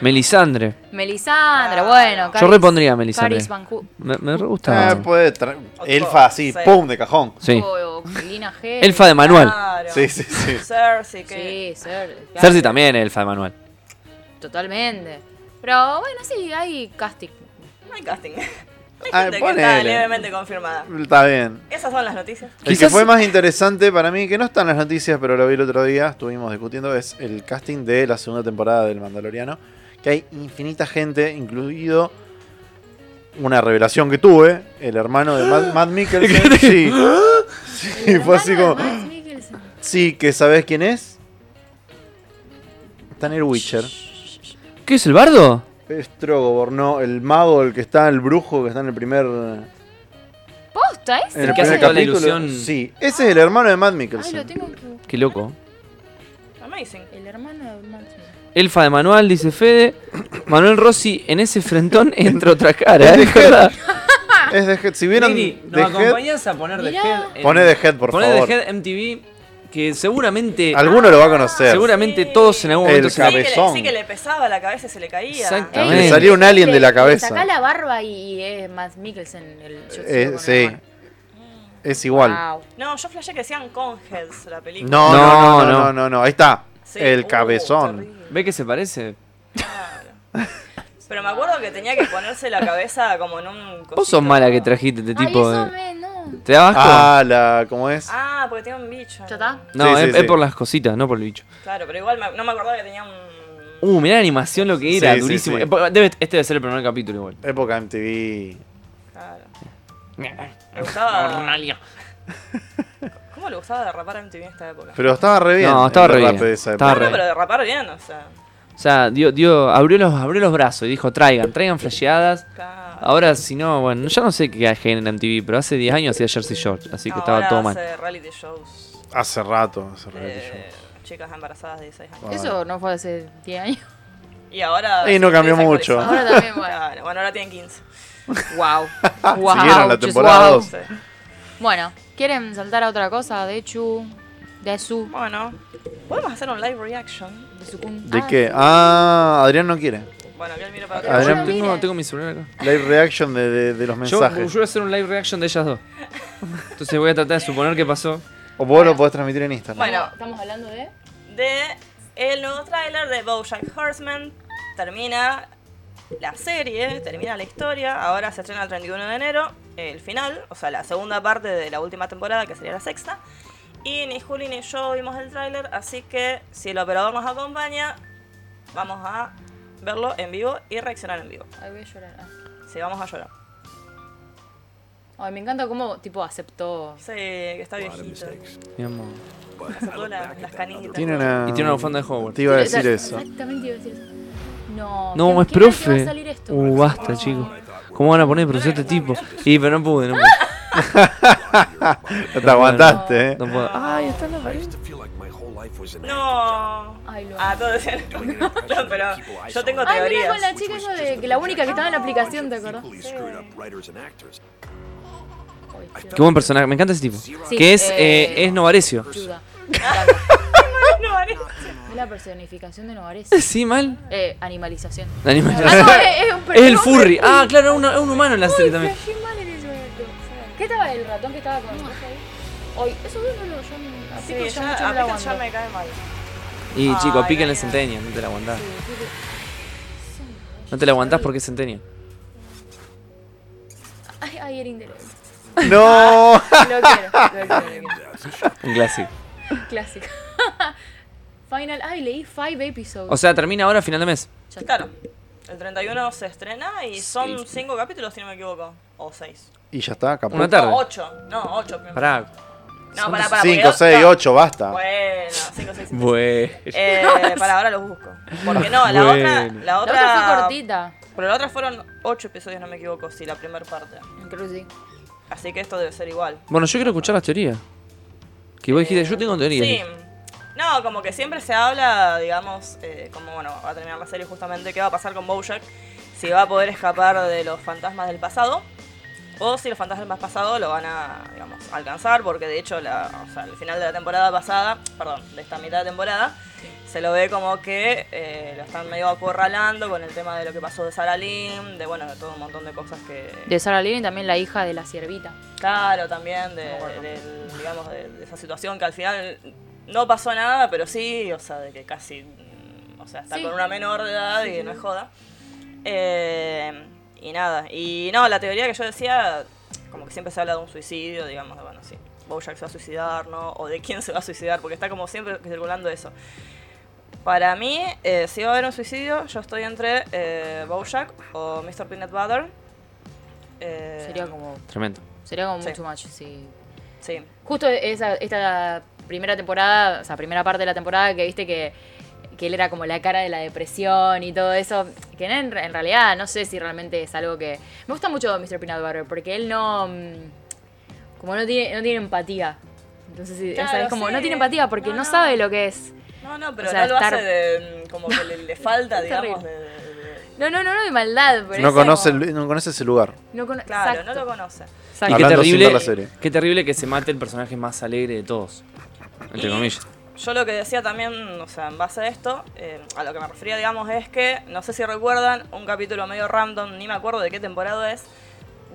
Speaker 2: Melisandre.
Speaker 3: Melisandre, bueno.
Speaker 2: Yo repondría a Melisandre.
Speaker 3: Caris Van Hook.
Speaker 2: Me, me re gustaba.
Speaker 1: Ah, puede tra- elfa así,
Speaker 4: Sí.
Speaker 1: pum, de cajón.
Speaker 2: sí.
Speaker 3: O Lina G.
Speaker 2: Elfa de manual.
Speaker 4: Claro.
Speaker 1: Sí, sí, sí.
Speaker 4: Cersei, que.
Speaker 3: Sí, Cersei. claro.
Speaker 2: Cersei también es elfa de manual.
Speaker 3: Totalmente. Pero bueno, sí, hay casting.
Speaker 4: No hay casting. Hay
Speaker 1: Ah,
Speaker 4: gente que está
Speaker 1: ponele.
Speaker 4: levemente confirmada.
Speaker 1: Está bien.
Speaker 4: Esas son las noticias.
Speaker 1: El que
Speaker 2: Quizás-
Speaker 1: fue más interesante para mí, que no está en las noticias, pero lo vi el otro día, estuvimos discutiendo, es el casting de la segunda temporada del Mandaloriano. Que hay infinita gente, incluido una revelación que tuve, el hermano de Matt, Matt Mikkelsen. Sí. Sí, fue así como. Sí, que sabes quién es. Está en el Witcher.
Speaker 2: ¿Qué es el bardo?
Speaker 1: Es Trogobor, no, el mago, el que está, el brujo que está en el primer. En
Speaker 3: ¿Posta ese?
Speaker 1: el
Speaker 2: que hace
Speaker 1: primer
Speaker 2: toda la
Speaker 1: capítulo.
Speaker 2: ilusión.
Speaker 1: Sí, ese es el hermano de Matt
Speaker 3: Ay, lo
Speaker 1: Mikkelsen.
Speaker 3: tengo que...
Speaker 2: Qué loco.
Speaker 4: Amazing.
Speaker 3: El hermano de Matt Smith.
Speaker 2: Elfa de manual, dice Fede. Manuel Rossi, en ese frentón entra otra cara. ¿eh?
Speaker 1: Es de Head. Si vieron
Speaker 2: Nini,
Speaker 1: The
Speaker 2: ¿nos
Speaker 1: Head,
Speaker 2: acompañás a poner de
Speaker 3: Mirá.
Speaker 2: head? en-
Speaker 1: poné de Head, por
Speaker 2: poné
Speaker 1: favor.
Speaker 2: The Head Ah, MTV, que seguramente,
Speaker 1: Alguno lo va a conocer.
Speaker 2: seguramente
Speaker 4: Sí.
Speaker 2: todos en algún
Speaker 1: El
Speaker 2: momento se
Speaker 4: Sí que, le,
Speaker 1: Cabezón.
Speaker 4: sí que le pesaba la cabeza y se le caía.
Speaker 2: Exacto.
Speaker 1: Le
Speaker 2: Ey,
Speaker 1: salió un alien
Speaker 3: Le-
Speaker 1: de la
Speaker 3: le Sacá
Speaker 1: cabeza.
Speaker 3: la barba y, y es Matt Mikkelsen. El, yo
Speaker 1: Eh,
Speaker 3: sigo con
Speaker 1: sí,
Speaker 3: el
Speaker 1: es igual.
Speaker 3: hermano. Wow.
Speaker 4: No, yo flashé que decían Conheads la película.
Speaker 1: No,
Speaker 2: No,
Speaker 1: no, no,
Speaker 2: no.
Speaker 1: no, no, no. Ahí está.
Speaker 4: Sí.
Speaker 1: El
Speaker 4: Uh,
Speaker 1: cabezón.
Speaker 4: terrible.
Speaker 2: ¿Ve que se parece?
Speaker 4: Pero me acuerdo que tenía que ponerse la cabeza como en un.
Speaker 2: Vos
Speaker 4: cosito.
Speaker 2: sos mala que trajiste este
Speaker 3: Ay,
Speaker 2: tipo
Speaker 3: eso
Speaker 2: de...
Speaker 3: me- no.
Speaker 2: ¿Te da asco?
Speaker 1: Ah, la. ¿Cómo es?
Speaker 4: Ah, porque tiene un bicho.
Speaker 3: ¿Ya está?
Speaker 2: no,
Speaker 1: sí,
Speaker 2: es,
Speaker 1: sí,
Speaker 2: es
Speaker 1: sí.
Speaker 2: por las cositas, no por el bicho.
Speaker 4: Claro, pero igual me- no me acordaba que tenía un.
Speaker 2: Uh, mirá la animación lo que era,
Speaker 1: Sí, sí,
Speaker 2: durísimo.
Speaker 1: sí.
Speaker 2: Eh, po- debe- este debe ser el primer capítulo igual.
Speaker 1: Época MTV.
Speaker 4: Claro. Le gustaba. ¿Cómo le gustaba derrapar a MTV en esta época?
Speaker 1: Pero estaba re bien.
Speaker 2: No, estaba
Speaker 1: el
Speaker 2: re
Speaker 1: rap
Speaker 2: bien.
Speaker 1: de esa
Speaker 2: Estaba
Speaker 1: época.
Speaker 2: re-
Speaker 4: No, pero derrapar bien, o sea.
Speaker 2: O sea, dio, dio, abrió, los, abrió los brazos y dijo, traigan, traigan flasheadas.
Speaker 4: Claro.
Speaker 2: Ahora, si no, bueno, ya no sé qué hay en MTV, pero hace 10 años hacía Jersey Shore, así
Speaker 3: Ah,
Speaker 2: que estaba
Speaker 4: Ahora
Speaker 2: todo mal.
Speaker 4: hace reality shows
Speaker 1: Hace rato, hace rato.
Speaker 4: de chicas embarazadas de 16 años.
Speaker 1: Ah.
Speaker 3: Eso no fue hace 10 años.
Speaker 4: Y ahora.
Speaker 1: Y no
Speaker 4: se
Speaker 1: cambió
Speaker 4: desactualizó.
Speaker 1: mucho.
Speaker 3: Ahora también, bueno.
Speaker 4: Claro, bueno, ahora tienen 15.
Speaker 3: Wow. wow.
Speaker 1: Siguieron la
Speaker 3: just
Speaker 1: temporada
Speaker 3: wow.
Speaker 1: dos.
Speaker 4: Sí.
Speaker 3: Bueno, ¿quieren saltar a otra cosa? De Chu, de Su,
Speaker 4: Bueno, podemos hacer un live reaction.
Speaker 3: de Sukun.
Speaker 1: ¿De
Speaker 3: Ah,
Speaker 1: qué? Ah, Adrián no quiere.
Speaker 4: Bueno, que él mira para
Speaker 1: Ah,
Speaker 4: acá.
Speaker 1: Adrián-
Speaker 2: Yo tengo, tengo mi celular acá.
Speaker 1: Live reaction de, de- de los
Speaker 2: Yo, yo
Speaker 1: mensajes.
Speaker 2: voy a hacer un live reaction de ellas dos. Entonces voy a tratar de suponer qué pasó.
Speaker 1: O vos lo podés transmitir en Instagram.
Speaker 4: Bueno,
Speaker 3: Estamos hablando de.
Speaker 4: de el nuevo tráiler de BoJack Horseman. Termina la serie, termina la historia. Ahora se estrena el 31 de enero, el final, o sea, la segunda parte de la última temporada, que sería la sexta. Y ni Juli ni yo vimos el tráiler, así que si el operador nos acompaña, vamos a verlo en vivo y reaccionar en vivo.
Speaker 3: Ay, voy a llorar. ah.
Speaker 4: Sí, vamos a llorar.
Speaker 3: Ay, me encanta cómo, tipo, aceptó.
Speaker 4: Sí, que está viejito.
Speaker 2: Mi amor.
Speaker 4: Aceptó la- las canitas.
Speaker 1: Tiene una.
Speaker 2: Y tiene una bufanda de Hogwarts.
Speaker 1: Te iba a decir eso.
Speaker 3: Exactamente iba a decir eso. No.
Speaker 2: No, es
Speaker 3: ¿qué- qué mal que va a
Speaker 2: profe.
Speaker 3: salir esto?
Speaker 2: Uh, basta, chicos. ¿Cómo van a poner profesor a este tipo? Y pero no pude, no pude.
Speaker 1: No te aguantaste, eh.
Speaker 2: No puedo. Ah, Ay, está en la
Speaker 5: I
Speaker 2: pared.
Speaker 5: used to feel like my whole life was an
Speaker 4: No.
Speaker 3: Ay, lo
Speaker 4: Ah,
Speaker 3: amo.
Speaker 4: todo decían. No, pero yo tengo
Speaker 3: Ay, mira con
Speaker 4: teorías.
Speaker 3: la chica esa de que la única que estaba en la aplicación, ¿te acordás?
Speaker 5: equally screwed up writers and actors.
Speaker 2: Qué buen personaje, me encanta ese tipo.
Speaker 3: Sí,
Speaker 2: que es,
Speaker 3: eh,
Speaker 2: eh, es Novarecio.
Speaker 3: Ayuda.
Speaker 4: No, Vanessa.
Speaker 3: Es la personificación de Novares.
Speaker 2: Sí, mal.
Speaker 3: Eh, animalización.
Speaker 2: El animal-
Speaker 3: Ah, no, es, es un
Speaker 2: es el
Speaker 3: perro.
Speaker 2: furry. Ah, claro, era una- era un humano en la serie también.
Speaker 6: Flashé mal en ese momento. o sea,
Speaker 3: ¿Qué estaba el ratón que estaba con nosotros ahí? Hoy, eso no lo yo no- a
Speaker 4: Sí,
Speaker 3: Pico yo mucho
Speaker 4: ya, a
Speaker 3: no lo
Speaker 4: Pickle ya
Speaker 3: aguanto.
Speaker 4: me cae mal.
Speaker 2: Y chico,
Speaker 4: Ay,
Speaker 2: piquen el
Speaker 4: no.
Speaker 2: centenio, no te la aguantás. No te la aguantás porque es centenio.
Speaker 3: Ay, ay, era indeleble.
Speaker 1: No.
Speaker 3: Lo quiero, lo quiero, lo quiero.
Speaker 2: Un clásico.
Speaker 3: Clásico. Final, ay, leí five episodes.
Speaker 2: O sea, termina ahora a final de mes.
Speaker 3: Ya está.
Speaker 4: Claro. El 31 se estrena y son 5 capítulos, si no me equivoco. O 6.
Speaker 1: Y ya está, capaz.
Speaker 2: Una tarde.
Speaker 4: No, 8. No, 8.
Speaker 2: Pará.
Speaker 4: No, pará, pará.
Speaker 1: 5, 6, 8, basta.
Speaker 4: Bueno, 5, 6.
Speaker 2: Bueno.
Speaker 4: Eh, para ahora los busco. Porque no, la otra.
Speaker 2: Bueno.
Speaker 4: La
Speaker 3: La
Speaker 4: otra,
Speaker 3: otra fue cortita.
Speaker 4: Pero la otra fueron 8 episodios, no me equivoco, sí, la primera parte.
Speaker 3: Creo que sí.
Speaker 4: Así que esto debe ser igual.
Speaker 2: Bueno, yo quiero escuchar las teorías. Que vos dijiste, yo tengo teorías.
Speaker 4: Sí. No, como que siempre se habla, digamos, eh, como bueno, va a terminar la serie justamente, qué va a pasar con Bojack, si va a poder escapar de los fantasmas del pasado, o si los fantasmas del pasado lo van a, digamos, alcanzar, porque de hecho, la, o sea, al final de la temporada pasada, perdón, de esta mitad de temporada, se lo ve como que eh, lo están medio acorralando con el tema de lo que pasó de Sarah Lynn, de bueno, de todo un montón de cosas que,
Speaker 3: De Sarah Lynn y también la hija de la siervita.
Speaker 4: Claro, también de, del- digamos, de, de esa situación que al final no pasó nada, pero sí, o sea, de que casi, mm, o sea, está
Speaker 3: Sí.
Speaker 4: con una menor de edad y no es joda. Eh, y nada, y no, la teoría que yo decía, como que siempre se habla de un suicidio, digamos, de bueno, sí, Bojack se va a suicidar, ¿no? O de quién se va a suicidar, porque está como siempre circulando eso. Para mí, eh, si va a haber un suicidio, yo estoy entre eh, Bojack o Mr. Peanut Butter. Eh,
Speaker 3: Sería como,
Speaker 2: Tremendo.
Speaker 3: sería como
Speaker 4: Sí.
Speaker 3: mucho más, sí.
Speaker 4: Sí.
Speaker 3: Justo esa, esta primera temporada, o sea, primera parte de la temporada que viste que, que él era como la cara de la depresión y todo eso, que en, en realidad no sé si realmente es algo que... Me gusta mucho Mr. Peanut Butter porque él no... mm, Como no tiene, no tiene empatía. Entonces, sí, o sea,
Speaker 4: Claro,
Speaker 3: es como,
Speaker 4: sí.
Speaker 3: no tiene empatía porque
Speaker 4: No,
Speaker 3: no,
Speaker 4: no.
Speaker 3: sabe lo que es.
Speaker 4: No, no, pero
Speaker 3: O sea,
Speaker 4: no lo
Speaker 3: estar-
Speaker 4: hace de, mm, como que le, le falta,
Speaker 3: Es
Speaker 4: digamos,
Speaker 3: terrible.
Speaker 4: de, de- de-
Speaker 3: No, no, no, no de maldad. Pero
Speaker 1: No
Speaker 3: es
Speaker 1: conoce,
Speaker 3: como-
Speaker 1: el- no conoce ese lugar.
Speaker 3: No cono-
Speaker 4: Claro,
Speaker 3: exacto.
Speaker 4: no lo conoce.
Speaker 2: Y
Speaker 3: exacto.
Speaker 2: qué
Speaker 1: Hablando sin
Speaker 2: terrible,
Speaker 1: ver la serie.
Speaker 2: qué terrible que se mate el personaje más alegre de todos. Entre
Speaker 4: Y-
Speaker 2: comillas.
Speaker 4: Yo lo que decía también, o sea, en base a esto, eh, a lo que me refería, digamos, es que, no sé si recuerdan, un capítulo medio random, ni me acuerdo de qué temporada es,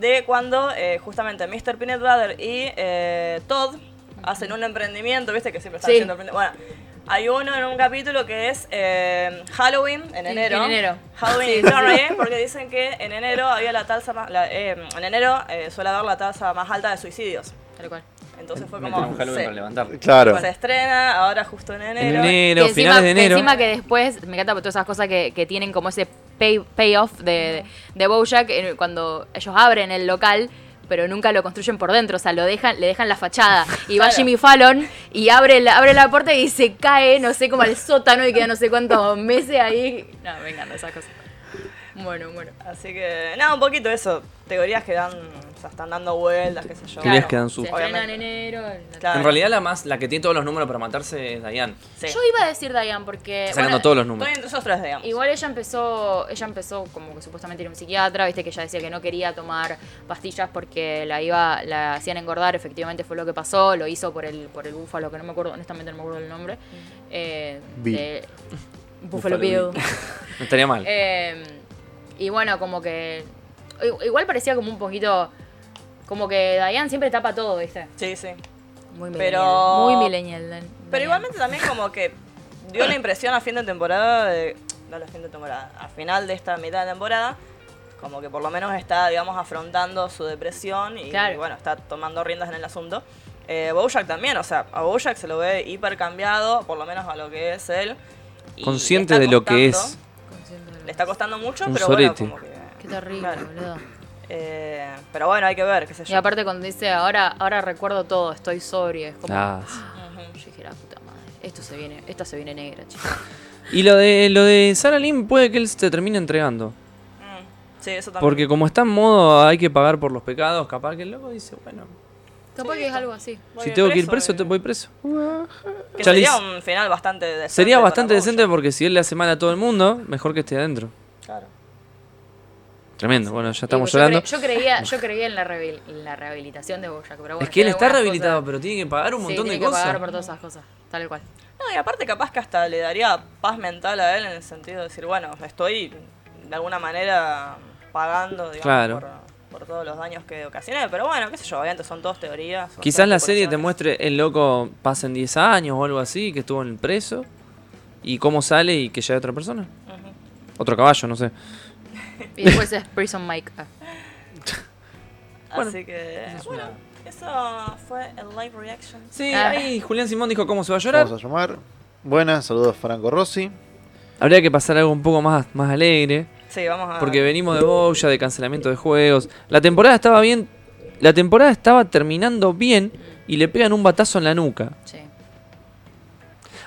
Speaker 4: de cuando eh, justamente Mr. Peanut Butter y eh, Todd hacen un emprendimiento, viste que siempre están
Speaker 3: Sí.
Speaker 4: haciendo emprendimiento. Bueno, hay uno en un capítulo que es eh, Halloween, en
Speaker 3: Sí,
Speaker 4: enero.
Speaker 3: en enero.
Speaker 4: Halloween in Norway, porque dicen que en enero había la tasa más, la- eh, en enero eh, suele haber la tasa más alta de suicidios.
Speaker 3: Tal cual.
Speaker 4: Entonces fue
Speaker 2: Me
Speaker 4: como...
Speaker 2: tengo un Halloween
Speaker 4: se-
Speaker 2: para levantar.
Speaker 1: Claro.
Speaker 4: se estrena ahora justo en
Speaker 2: En
Speaker 4: enero.
Speaker 2: enero,
Speaker 3: que encima,
Speaker 2: finales de
Speaker 3: que
Speaker 2: enero.
Speaker 3: encima que después, me encanta por todas esas cosas que, que tienen como ese pay- payoff de, de Bojack eh, cuando ellos abren el local, pero nunca lo construyen por dentro, o sea, lo dejan, le dejan la fachada. Y va
Speaker 4: Claro.
Speaker 3: Jimmy Fallon y abre la, abre la puerta y se cae, no sé, como al sótano y queda no sé cuántos meses ahí. No, me encantan esas cosas. Bueno, bueno.
Speaker 4: Así que, nada, un poquito eso. Teorías que dan, o sea, están dando vueltas, qué sé yo.
Speaker 2: Teorías
Speaker 4: Claro.
Speaker 2: que dan
Speaker 3: Se
Speaker 2: su.
Speaker 4: Sí.
Speaker 3: estrena en
Speaker 4: Obviamente.
Speaker 3: enero.
Speaker 4: Claro.
Speaker 2: En realidad la más, la que tiene todos los números para matarse es Diane.
Speaker 4: Sí.
Speaker 3: Yo iba a decir Diane porque...
Speaker 2: Está sacando
Speaker 3: bueno,
Speaker 2: todos los
Speaker 4: Eh, Estoy
Speaker 2: números.
Speaker 4: entre esos tres, digamos.
Speaker 3: Igual ella empezó, ella empezó como que supuestamente era un psiquiatra, viste que ella decía que no quería tomar pastillas porque la iba, la hacían engordar, efectivamente fue lo que pasó, lo hizo por el, por el búfalo, que no me acuerdo, honestamente no me acuerdo el nombre. Eh,
Speaker 1: Bill.
Speaker 3: de- Búfalo
Speaker 2: Bill.
Speaker 3: Bill.
Speaker 2: No estaría mal.
Speaker 3: Eh, y bueno, como que. i- Igual parecía como un poquito. Como que Diane siempre tapa todo, viste.
Speaker 4: Sí, sí.
Speaker 3: Muy millennial,
Speaker 4: Pero-
Speaker 3: Muy millennial. Dan- Diane.
Speaker 4: Pero igualmente también como que dio la impresión a fin de temporada de... No, a fin de temporada. A final de esta mitad de temporada, como que por lo menos está, digamos, afrontando su depresión y,
Speaker 3: Claro.
Speaker 4: bueno, está tomando riendas en el asunto. Eh, Bojack también, o sea, a Bojack se lo ve hiper cambiado, por lo menos a lo que es él. y
Speaker 2: Consciente
Speaker 4: le
Speaker 2: de
Speaker 4: está
Speaker 2: lo que
Speaker 4: costando-
Speaker 2: es.
Speaker 4: Le está costando mucho,
Speaker 2: Un
Speaker 4: pero
Speaker 2: sorete.
Speaker 4: bueno, como que...
Speaker 3: Qué terrible,
Speaker 4: Claro.
Speaker 3: boludo.
Speaker 4: Eh, pero bueno, hay que ver, qué sé
Speaker 3: Y
Speaker 4: yo.
Speaker 3: aparte cuando dice, ahora, ahora recuerdo todo, estoy sobria, es como.
Speaker 2: Ah, sí.
Speaker 3: Yo dije, la puta madre, esto se viene, esta se viene negra, chicos.
Speaker 2: Y lo de lo de Sarah Lynn puede que él se termine entregando.
Speaker 4: Mm, Sí, eso también.
Speaker 2: Porque como está en modo hay que pagar por los pecados, capaz que el loco dice, bueno,
Speaker 3: Capaz que es algo así.
Speaker 4: Voy
Speaker 2: si tengo que ir preso,
Speaker 4: eh,
Speaker 2: te- voy preso.
Speaker 4: que
Speaker 2: Chalice.
Speaker 4: sería un final bastante decente.
Speaker 2: Sería
Speaker 4: para
Speaker 2: bastante
Speaker 4: Bojack.
Speaker 2: decente porque si él le hace mal a todo el mundo, mejor que esté adentro.
Speaker 4: Claro.
Speaker 2: Tremendo, bueno, ya estamos
Speaker 3: Y, pues,
Speaker 2: llorando.
Speaker 3: Yo, cre- yo creía, yo creía en la, rehabil- en la rehabilitación de Bojack, pero bueno.
Speaker 2: es que él
Speaker 3: tiene
Speaker 2: está
Speaker 3: algunas
Speaker 2: rehabilitado,
Speaker 3: cosas-
Speaker 2: pero tiene que pagar un
Speaker 3: Sí,
Speaker 2: montón de
Speaker 3: tiene que
Speaker 2: cosas.
Speaker 3: pagar por todas esas cosas, tal cual.
Speaker 4: No, y aparte capaz que hasta le daría paz mental a él en el sentido de decir, bueno, estoy de alguna manera pagando, digamos,
Speaker 2: Claro.
Speaker 4: por, por todos los daños que ocasioné. Pero bueno, qué sé yo, obviamente son todas teorías. son
Speaker 2: Quizás
Speaker 4: todas
Speaker 2: la serie te
Speaker 4: especulaciones.
Speaker 2: muestre el loco pasa en 10 años o algo así, que estuvo en el preso, y cómo sale y que llega otra persona. Otro caballo, no sé.
Speaker 3: Y después es Prison Mike. Ah.
Speaker 2: Bueno,
Speaker 4: Así que,
Speaker 2: es
Speaker 4: bueno, eso fue el live reaction.
Speaker 2: Sí,
Speaker 3: Ah.
Speaker 2: ahí Julián Simón dijo cómo se va a llorar.
Speaker 1: Vamos a llamar. Buenas, saludos Franco Rossi.
Speaker 2: Habría que pasar algo un poco más, más alegre,
Speaker 4: Sí, vamos a...
Speaker 2: porque venimos de Boya, de cancelamiento de juegos. La temporada estaba bien, la temporada estaba terminando bien y le pegan un batazo en la nuca.
Speaker 3: Sí.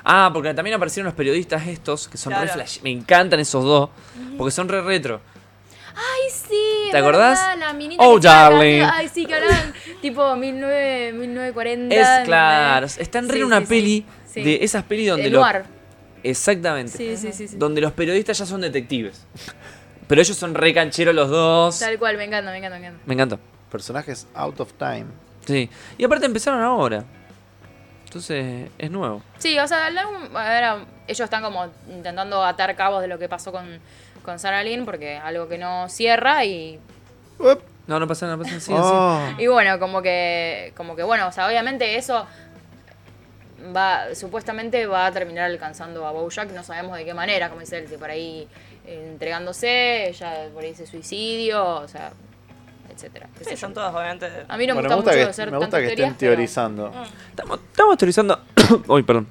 Speaker 2: Ah, porque también aparecieron los periodistas estos, que son re
Speaker 4: Claro.
Speaker 2: flash. Me encantan esos dos, porque son re retro.
Speaker 3: Ay, sí.
Speaker 2: ¿Te
Speaker 3: es
Speaker 2: acordás?
Speaker 3: verdad, La minita
Speaker 2: Oh,
Speaker 3: que estaba
Speaker 2: darling.
Speaker 3: hablando- Ay, sí, que hablaban tipo 19, 1940.
Speaker 2: Es
Speaker 3: 19.
Speaker 2: claro, están re
Speaker 3: Sí,
Speaker 2: en una
Speaker 3: sí,
Speaker 2: peli
Speaker 3: sí, sí.
Speaker 2: de esas pelis donde
Speaker 3: eh, El
Speaker 2: lo-
Speaker 3: noir.
Speaker 2: exactamente,
Speaker 3: Sí, sí, sí, sí.
Speaker 2: donde los periodistas ya son detectives. Pero ellos son re cancheros los dos.
Speaker 3: Tal cual, me encanta, me encanta, me encanta.
Speaker 2: Me encantó.
Speaker 1: Personajes out of time.
Speaker 2: Sí. Y aparte empezaron ahora. Entonces, es nuevo.
Speaker 3: Sí, o sea, de algún- a ver, a- ellos están como intentando atar cabos de lo que pasó con, con Sarah Lynn, porque algo que no cierra y
Speaker 1: Uep.
Speaker 2: No, no pasa nada, no pasa nada. Sí,
Speaker 1: Oh.
Speaker 3: Y bueno, como que, como que bueno, o sea, obviamente eso va, supuestamente va a terminar alcanzando a Bojack, no sabemos de qué manera, como dice él, si por ahí eh, entregándose, ella por ahí se suicidio, o sea, etcétera. qué sé
Speaker 4: Sí,
Speaker 3: yo.
Speaker 4: son todas, obviamente...
Speaker 3: A mí no
Speaker 1: Bueno,
Speaker 3: me gusta, mucho
Speaker 1: que,
Speaker 3: hacer
Speaker 1: me gusta
Speaker 3: tantas
Speaker 1: que estén
Speaker 3: teorías, pero-
Speaker 1: teorizando.
Speaker 2: Estamos, estamos teorizando. Uy, perdón.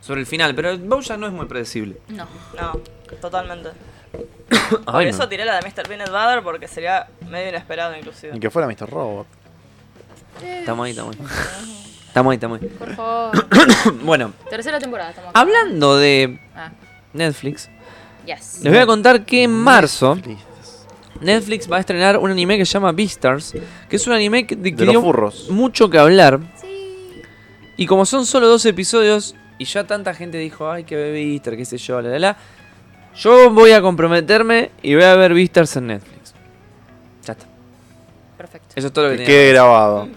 Speaker 2: Sobre el final, pero Bowser no es muy predecible.
Speaker 3: No,
Speaker 4: No, totalmente. Por
Speaker 2: Ay,
Speaker 4: eso
Speaker 2: no.
Speaker 4: tiré la de Mr. Peanut Butter porque sería medio inesperado inclusive.
Speaker 1: Ni que fuera Mr. Robot.
Speaker 2: Estamos ahí, estamos ahí. Estamos ahí, estamos ahí.
Speaker 3: por favor.
Speaker 2: Bueno,
Speaker 3: Tercera temporada estamos. acá.
Speaker 2: hablando de
Speaker 3: Ah,
Speaker 2: Netflix,
Speaker 3: yes.
Speaker 2: les voy a contar que en marzo
Speaker 1: Listas.
Speaker 2: Netflix va a estrenar un anime que se llama Beastars, que es un anime que, de que
Speaker 1: los
Speaker 2: dio
Speaker 1: furros.
Speaker 2: mucho que hablar.
Speaker 3: Sí.
Speaker 2: Y como son solo dos episodios, y ya tanta gente dijo, ay, que ve Beastars, qué sé yo, la la la. Yo voy a comprometerme y voy a ver Beastars en Netflix. Ya está.
Speaker 3: Perfecto.
Speaker 2: Eso es todo lo que
Speaker 1: Que
Speaker 2: tenía.
Speaker 1: quede grabado.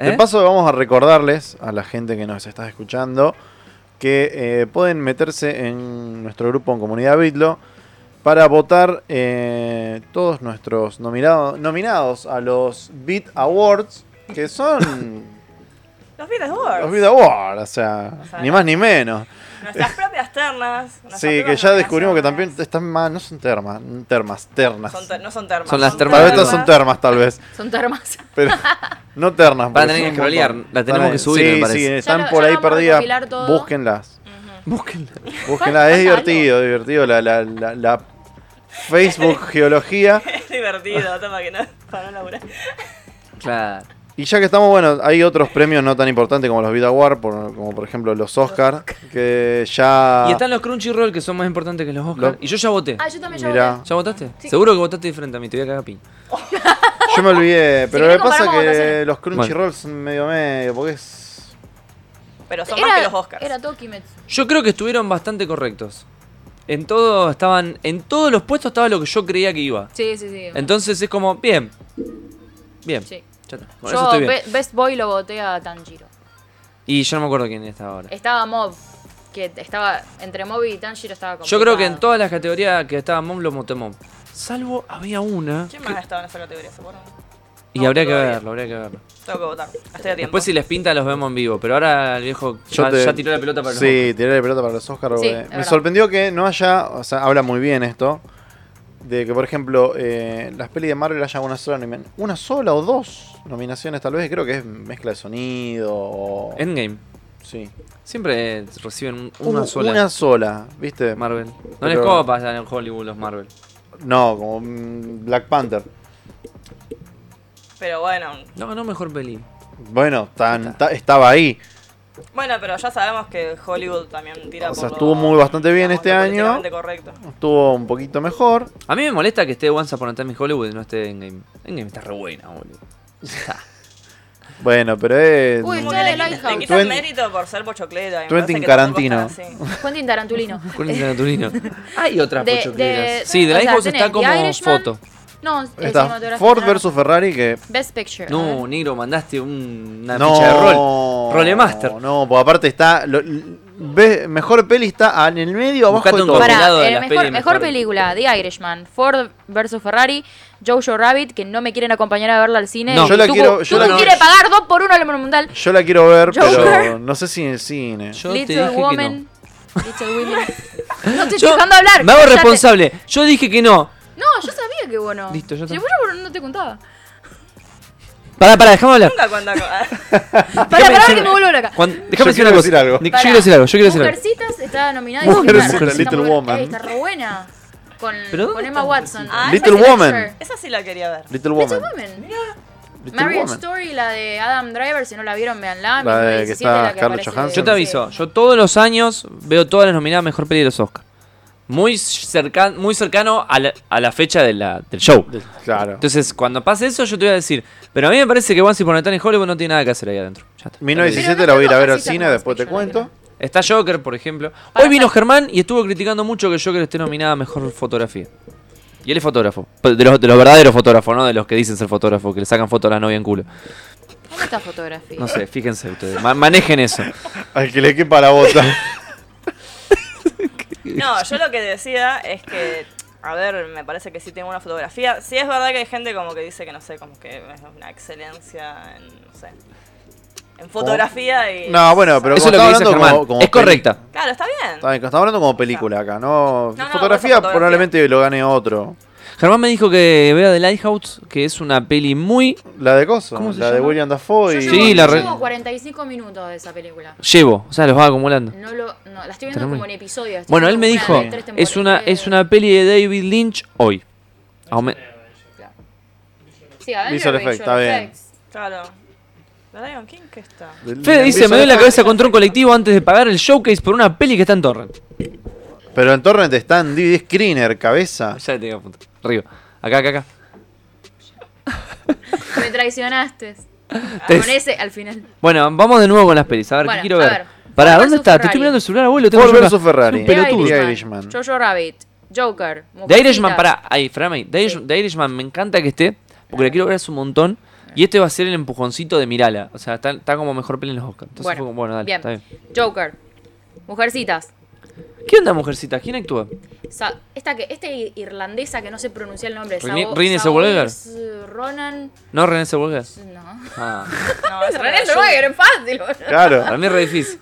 Speaker 2: ¿Eh?
Speaker 1: De paso, vamos a recordarles a la gente que nos está escuchando que eh, pueden meterse en nuestro grupo en Comunidad Bitlo para votar eh, todos nuestros nominado- nominados a los Beat Awards, que son
Speaker 4: Los Beatles Wars.
Speaker 1: los Beat Awards, o sea,
Speaker 4: sea,
Speaker 1: ni más ni menos.
Speaker 4: Nuestras propias ternas. nuestras
Speaker 1: Sí, que
Speaker 4: propias
Speaker 1: ya descubrimos que también
Speaker 4: nominaciones.
Speaker 1: están más, no son termas, termas, ternas.
Speaker 4: Son ter- no son termas.
Speaker 2: Son las
Speaker 1: Tal vez
Speaker 2: termas.
Speaker 1: estas son termas, tal vez.
Speaker 3: Son termas.
Speaker 1: Pero no ternas.
Speaker 2: Van a
Speaker 1: porque
Speaker 2: tener
Speaker 1: son
Speaker 2: que
Speaker 1: un
Speaker 2: scrollear,
Speaker 1: montón.
Speaker 2: la tenemos
Speaker 1: Van a-
Speaker 2: que subir,
Speaker 1: Sí,
Speaker 2: me parece.
Speaker 1: sí,
Speaker 2: Ya
Speaker 1: están
Speaker 3: lo-
Speaker 1: por
Speaker 3: ya
Speaker 1: ahí
Speaker 3: lo vamos a
Speaker 1: perdidas.
Speaker 3: recopilar todo.
Speaker 1: Búsquenlas.
Speaker 2: Búsquenla.
Speaker 1: Búsquenla. Es
Speaker 3: Falta algo.
Speaker 1: divertido, divertido. La, la, la, la Facebook Geología.
Speaker 4: Es divertido, toma que no. Para no laburar.
Speaker 2: Claro.
Speaker 1: Y ya que estamos, bueno, hay otros premios no tan importantes como los Vida Award, por- como por ejemplo los Oscar, que ya.
Speaker 2: Y están los Crunchyroll que son más importantes que los Oscars.
Speaker 1: Ah. Lo-
Speaker 2: Y yo ya voté.
Speaker 3: Ah, yo también ya
Speaker 1: Mirá.
Speaker 3: voté.
Speaker 2: ¿Ya votaste? Seguro que votaste diferente a mí, te voy a cagar piña.
Speaker 1: Yo me olvidé, pero me
Speaker 3: querés
Speaker 1: pasa
Speaker 3: comparamos
Speaker 1: que
Speaker 3: votaciones.
Speaker 1: los Crunchyroll son medio medio, porque es.
Speaker 4: Pero son
Speaker 3: Era,
Speaker 4: más que los Oscars.
Speaker 3: era todo Kimetsu.
Speaker 2: Yo creo que estuvieron bastante correctos. En todo estaban. En todos los puestos estaba lo que yo creía que iba.
Speaker 3: Sí, sí, sí.
Speaker 2: Entonces es como, bien. Bien.
Speaker 3: Sí.
Speaker 2: Ya está. Con eso
Speaker 3: Yo
Speaker 2: estoy bien.
Speaker 3: Be- Best Boy lo voté a Tanjiro.
Speaker 2: Y yo no me acuerdo quién está ahora.
Speaker 3: Estaba Mob, que estaba entre Mob y Tanjiro estaba
Speaker 2: Yo
Speaker 3: complicado.
Speaker 2: creo que en todas las categorías que estaba Mom lo voté Mom. Salvo había una.
Speaker 4: ¿Quién más ha estado en esa categoría? ¿Se acuerdan?
Speaker 2: Y
Speaker 4: No,
Speaker 2: habría que
Speaker 4: todavía.
Speaker 2: verlo, habría que verlo.
Speaker 4: Tengo que votar. Estoy a tiempo.
Speaker 2: Después si les pinta los vemos en vivo. Pero ahora el viejo ya,
Speaker 1: te-
Speaker 2: ya tiró la pelota para los
Speaker 1: Sí, tiré la pelota para los Oscar.
Speaker 3: Sí,
Speaker 1: eh.
Speaker 3: es
Speaker 1: me
Speaker 3: verdad.
Speaker 1: sorprendió que no haya. O sea, habla muy bien esto. De que, por ejemplo, eh, las pelis de Marvel haya una sola nominación. Una sola o dos nominaciones, tal vez. Creo que es mezcla de sonido. o-
Speaker 2: Endgame.
Speaker 1: Sí.
Speaker 2: Siempre reciben un- una
Speaker 1: Un-
Speaker 2: sola
Speaker 1: Una sola, ¿viste?
Speaker 2: Marvel. No
Speaker 1: Pero-
Speaker 2: les copas en Hollywood los Marvel.
Speaker 1: No, como mm, Black Panther.
Speaker 4: Pero bueno.
Speaker 2: No, no mejor peli.
Speaker 1: Bueno, tan- ta- estaba ahí.
Speaker 4: Bueno, pero ya sabemos que Hollywood también tira
Speaker 1: O
Speaker 4: por
Speaker 1: sea,
Speaker 4: lo-
Speaker 1: estuvo muy bastante bien
Speaker 4: digamos,
Speaker 1: este
Speaker 4: lo
Speaker 1: año.
Speaker 4: políticamente correcto.
Speaker 1: Estuvo un poquito mejor.
Speaker 2: A mí me molesta que esté Once Upon a Time in Hollywood y no esté Endgame. Endgame está re buena, boludo.
Speaker 1: Bueno, pero es.
Speaker 3: Uy,
Speaker 4: Como
Speaker 3: Ya de
Speaker 4: que le, le
Speaker 3: Lighthouse.
Speaker 4: quitan
Speaker 1: Twenty-
Speaker 4: mérito por ser pochocleta. y me
Speaker 1: Twenty
Speaker 4: parece que tampoco
Speaker 1: Tarantino.
Speaker 4: están así.
Speaker 3: Quentin Tarantulino.
Speaker 2: Con el Tarantulino. Hay otras
Speaker 3: De-
Speaker 2: pochocleras.
Speaker 3: de-
Speaker 2: Sí, The
Speaker 3: o sea,
Speaker 2: Lighthouse
Speaker 3: tenés
Speaker 2: está
Speaker 3: The
Speaker 2: como
Speaker 3: Irishman,
Speaker 2: foto.
Speaker 3: No,
Speaker 1: Ahí
Speaker 3: eh,
Speaker 1: Está
Speaker 3: cinematografía,
Speaker 1: Ford
Speaker 3: no.
Speaker 1: versus Ferrari que...
Speaker 3: Best Picture. a
Speaker 2: No,
Speaker 3: ver.
Speaker 2: negro, mandaste un- una ficha de rol. Rolemaster.
Speaker 1: No, porque aparte está... lo- ve- mejor peli está en el medio, abajo
Speaker 2: Buscate
Speaker 1: de
Speaker 2: un
Speaker 1: todo.
Speaker 2: compilado. lado
Speaker 3: Pará,
Speaker 2: de
Speaker 3: el
Speaker 2: las
Speaker 3: mejor,
Speaker 2: pelis
Speaker 3: mejor
Speaker 2: mejor.
Speaker 3: película, The Irishman, Ford vs Ferrari, Jojo Rabbit, que no me quieren acompañar a verla al cine.
Speaker 2: No.
Speaker 3: y
Speaker 1: Yo la
Speaker 3: Tucu-
Speaker 1: quiero- yo
Speaker 3: Tucu
Speaker 1: la-
Speaker 3: quiere pagar dos por uno al mundial.
Speaker 1: Yo la quiero ver, pero
Speaker 3: Joker.
Speaker 1: no sé si en el cine.
Speaker 2: Yo te
Speaker 3: Little
Speaker 2: dije que no.
Speaker 3: Woman. Little Women. No te estoy
Speaker 2: Yo
Speaker 3: dejando hablar.
Speaker 2: Me hago
Speaker 3: cállate.
Speaker 2: responsable. Yo dije que no.
Speaker 3: No, yo sabía que bueno.
Speaker 2: Listo, ya
Speaker 3: Si
Speaker 2: está.
Speaker 3: vos no- no te contaba.
Speaker 2: Pará, pará, déjame hablar.
Speaker 4: Nunca cuando
Speaker 3: Para,
Speaker 2: Déjame
Speaker 3: para
Speaker 2: decir-
Speaker 3: que me vuelvo acá.
Speaker 2: Juan, déjame decir
Speaker 1: quiero
Speaker 2: una cosa.
Speaker 1: decir algo.
Speaker 2: Nick, Yo
Speaker 3: Pará.
Speaker 2: quiero decir algo, yo quiero decir algo.
Speaker 3: Mujercitas está nominada y
Speaker 1: Mujercitas,
Speaker 3: está- está
Speaker 1: Little
Speaker 3: muy buena.
Speaker 1: Woman.
Speaker 3: Ey, está re buena. Con,
Speaker 2: ¿Pero dónde
Speaker 3: con
Speaker 2: está
Speaker 3: Emma Watson.
Speaker 4: Ah,
Speaker 1: Little
Speaker 3: Best
Speaker 1: Woman.
Speaker 3: Picture.
Speaker 4: Esa sí la quería ver.
Speaker 1: Little
Speaker 3: Little
Speaker 1: Woman.
Speaker 3: Woman.
Speaker 1: Little
Speaker 3: Marriage
Speaker 1: Woman.
Speaker 3: Story, la de Adam Driver, si no la vieron, veanla.
Speaker 1: La de que
Speaker 3: 1917,
Speaker 1: está
Speaker 3: la que
Speaker 1: Scarlett
Speaker 3: aparece-
Speaker 1: Johansson.
Speaker 2: Yo te aviso, yo todos los años veo todas las nominadas a mejor peli de los Oscars. Muy cercano, muy cercano a la, a la fecha de la- del show.
Speaker 1: Claro.
Speaker 2: Entonces, cuando pase eso, yo te voy a decir. Pero a mí me parece que Once Upon a Time in Hollywood no tiene nada que hacer ahí adentro. Ya está.
Speaker 1: 1917
Speaker 3: Pero
Speaker 1: la voy a ir a
Speaker 3: no
Speaker 1: ver al
Speaker 3: necesitas
Speaker 1: cine,
Speaker 3: más
Speaker 1: después te
Speaker 3: que yo la
Speaker 1: cuento.
Speaker 2: Está Joker, por ejemplo. Hoy
Speaker 1: Ah,
Speaker 3: Parasite.
Speaker 2: vino Germán y estuvo criticando mucho que Joker esté nominada a mejor fotografía. Y él es fotógrafo. Pero De los, de los verdaderos fotógrafos, no de los que dicen ser fotógrafos, que le sacan fotos a la novia en culo.
Speaker 3: ¿Dónde está fotografía?
Speaker 2: No sé, fíjense ustedes. ma- manejen eso.
Speaker 1: Al que le quepa la bota.
Speaker 4: No, yo lo que decía es que, a ver, me parece que sí tengo una fotografía. Sí es verdad que hay gente como que dice que, no sé, como que es una excelencia en, no sé, en fotografía y...
Speaker 1: No, bueno, pero
Speaker 2: Eso es
Speaker 1: como
Speaker 2: lo que
Speaker 1: está
Speaker 2: dice
Speaker 1: hablando
Speaker 2: Germán.
Speaker 1: como- como
Speaker 2: es
Speaker 1: peli-
Speaker 2: correcta.
Speaker 4: Claro, está bien.
Speaker 1: Está bien, Estamos hablando como película acá, ¿no? fotografía,
Speaker 4: no, vos a fotografía.
Speaker 1: probablemente lo gane otro.
Speaker 2: Germán me dijo que vea The Lighthouse, que es una peli muy
Speaker 1: La de Coso,
Speaker 2: ¿Cómo se
Speaker 1: la de
Speaker 2: llama?
Speaker 1: William Dafoe.
Speaker 3: Yo
Speaker 1: y-
Speaker 3: llevo,
Speaker 2: Sí, la
Speaker 3: yo
Speaker 2: re-
Speaker 3: llevo 45 minutos de esa película.
Speaker 2: llevo, o sea, los va acumulando.
Speaker 3: No lo, no, la estoy viendo
Speaker 2: Tremendo.
Speaker 3: como en episodios. estoy
Speaker 2: Bueno, él
Speaker 3: viendo
Speaker 2: me
Speaker 3: como
Speaker 2: dijo,
Speaker 3: una de tres temporadas.
Speaker 2: es una es una peli de David Lynch hoy. Aume-
Speaker 3: Sí, a ver,
Speaker 1: Visual
Speaker 3: Visual
Speaker 1: Effects, está bien.
Speaker 3: Effects.
Speaker 4: Claro. ¿La Lion King qué está?
Speaker 2: Fede dice, me doy la cabeza contra un colectivo antes de pagar el showcase por una peli que está en torrent.
Speaker 1: Pero en Torrent está en DVD Screener, cabeza.
Speaker 2: Ah, Ya te digo, punto. Arriba. Acá, acá, acá.
Speaker 3: Me traicionaste.
Speaker 2: Te-
Speaker 3: Con ese al final.
Speaker 2: Bueno, vamos de nuevo con las pelis. A ver,
Speaker 3: Bueno,
Speaker 2: ¿qué quiero
Speaker 3: a
Speaker 2: ver?
Speaker 3: ver.
Speaker 2: Pará, ¿dónde
Speaker 3: Ford versus
Speaker 2: está? Te
Speaker 3: Ferrari.
Speaker 2: estoy mirando el celular, abuelo.
Speaker 1: Ford
Speaker 2: yo acá.
Speaker 1: versus Ferrari.
Speaker 2: Es un pelotudo.
Speaker 1: The
Speaker 3: The
Speaker 1: Irishman.
Speaker 3: Irishman. Jojo Rabbit. Joker.
Speaker 2: The
Speaker 3: Mujercitas.
Speaker 2: Irishman, pará. Ahí, Framay. The, Irish- The Irishman me encanta que esté, porque la quiero ver hace un montón. Y este va a ser el empujoncito de Mirala. O sea, está, está como mejor peli en los Oscars. Entonces
Speaker 3: Bueno,
Speaker 2: fue como, bueno, dale,
Speaker 3: bien.
Speaker 2: está bien.
Speaker 3: Joker. Mujercitas.
Speaker 2: ¿Qué onda, mujercita? ¿Quién actúa?
Speaker 3: Sa- esta que esta i- irlandesa que no sé pronunciar el nombre.
Speaker 2: Renée-
Speaker 3: Sao-
Speaker 2: Renée
Speaker 3: Sao-
Speaker 2: Zellweger.
Speaker 3: es, eh, Ronan.
Speaker 2: ¿No René Zellweger?
Speaker 3: No.
Speaker 2: Ah,
Speaker 4: No, esa
Speaker 3: René
Speaker 4: era la
Speaker 3: Zellweger, es fácil. boludo.
Speaker 1: Claro.
Speaker 2: para mí es re difícil.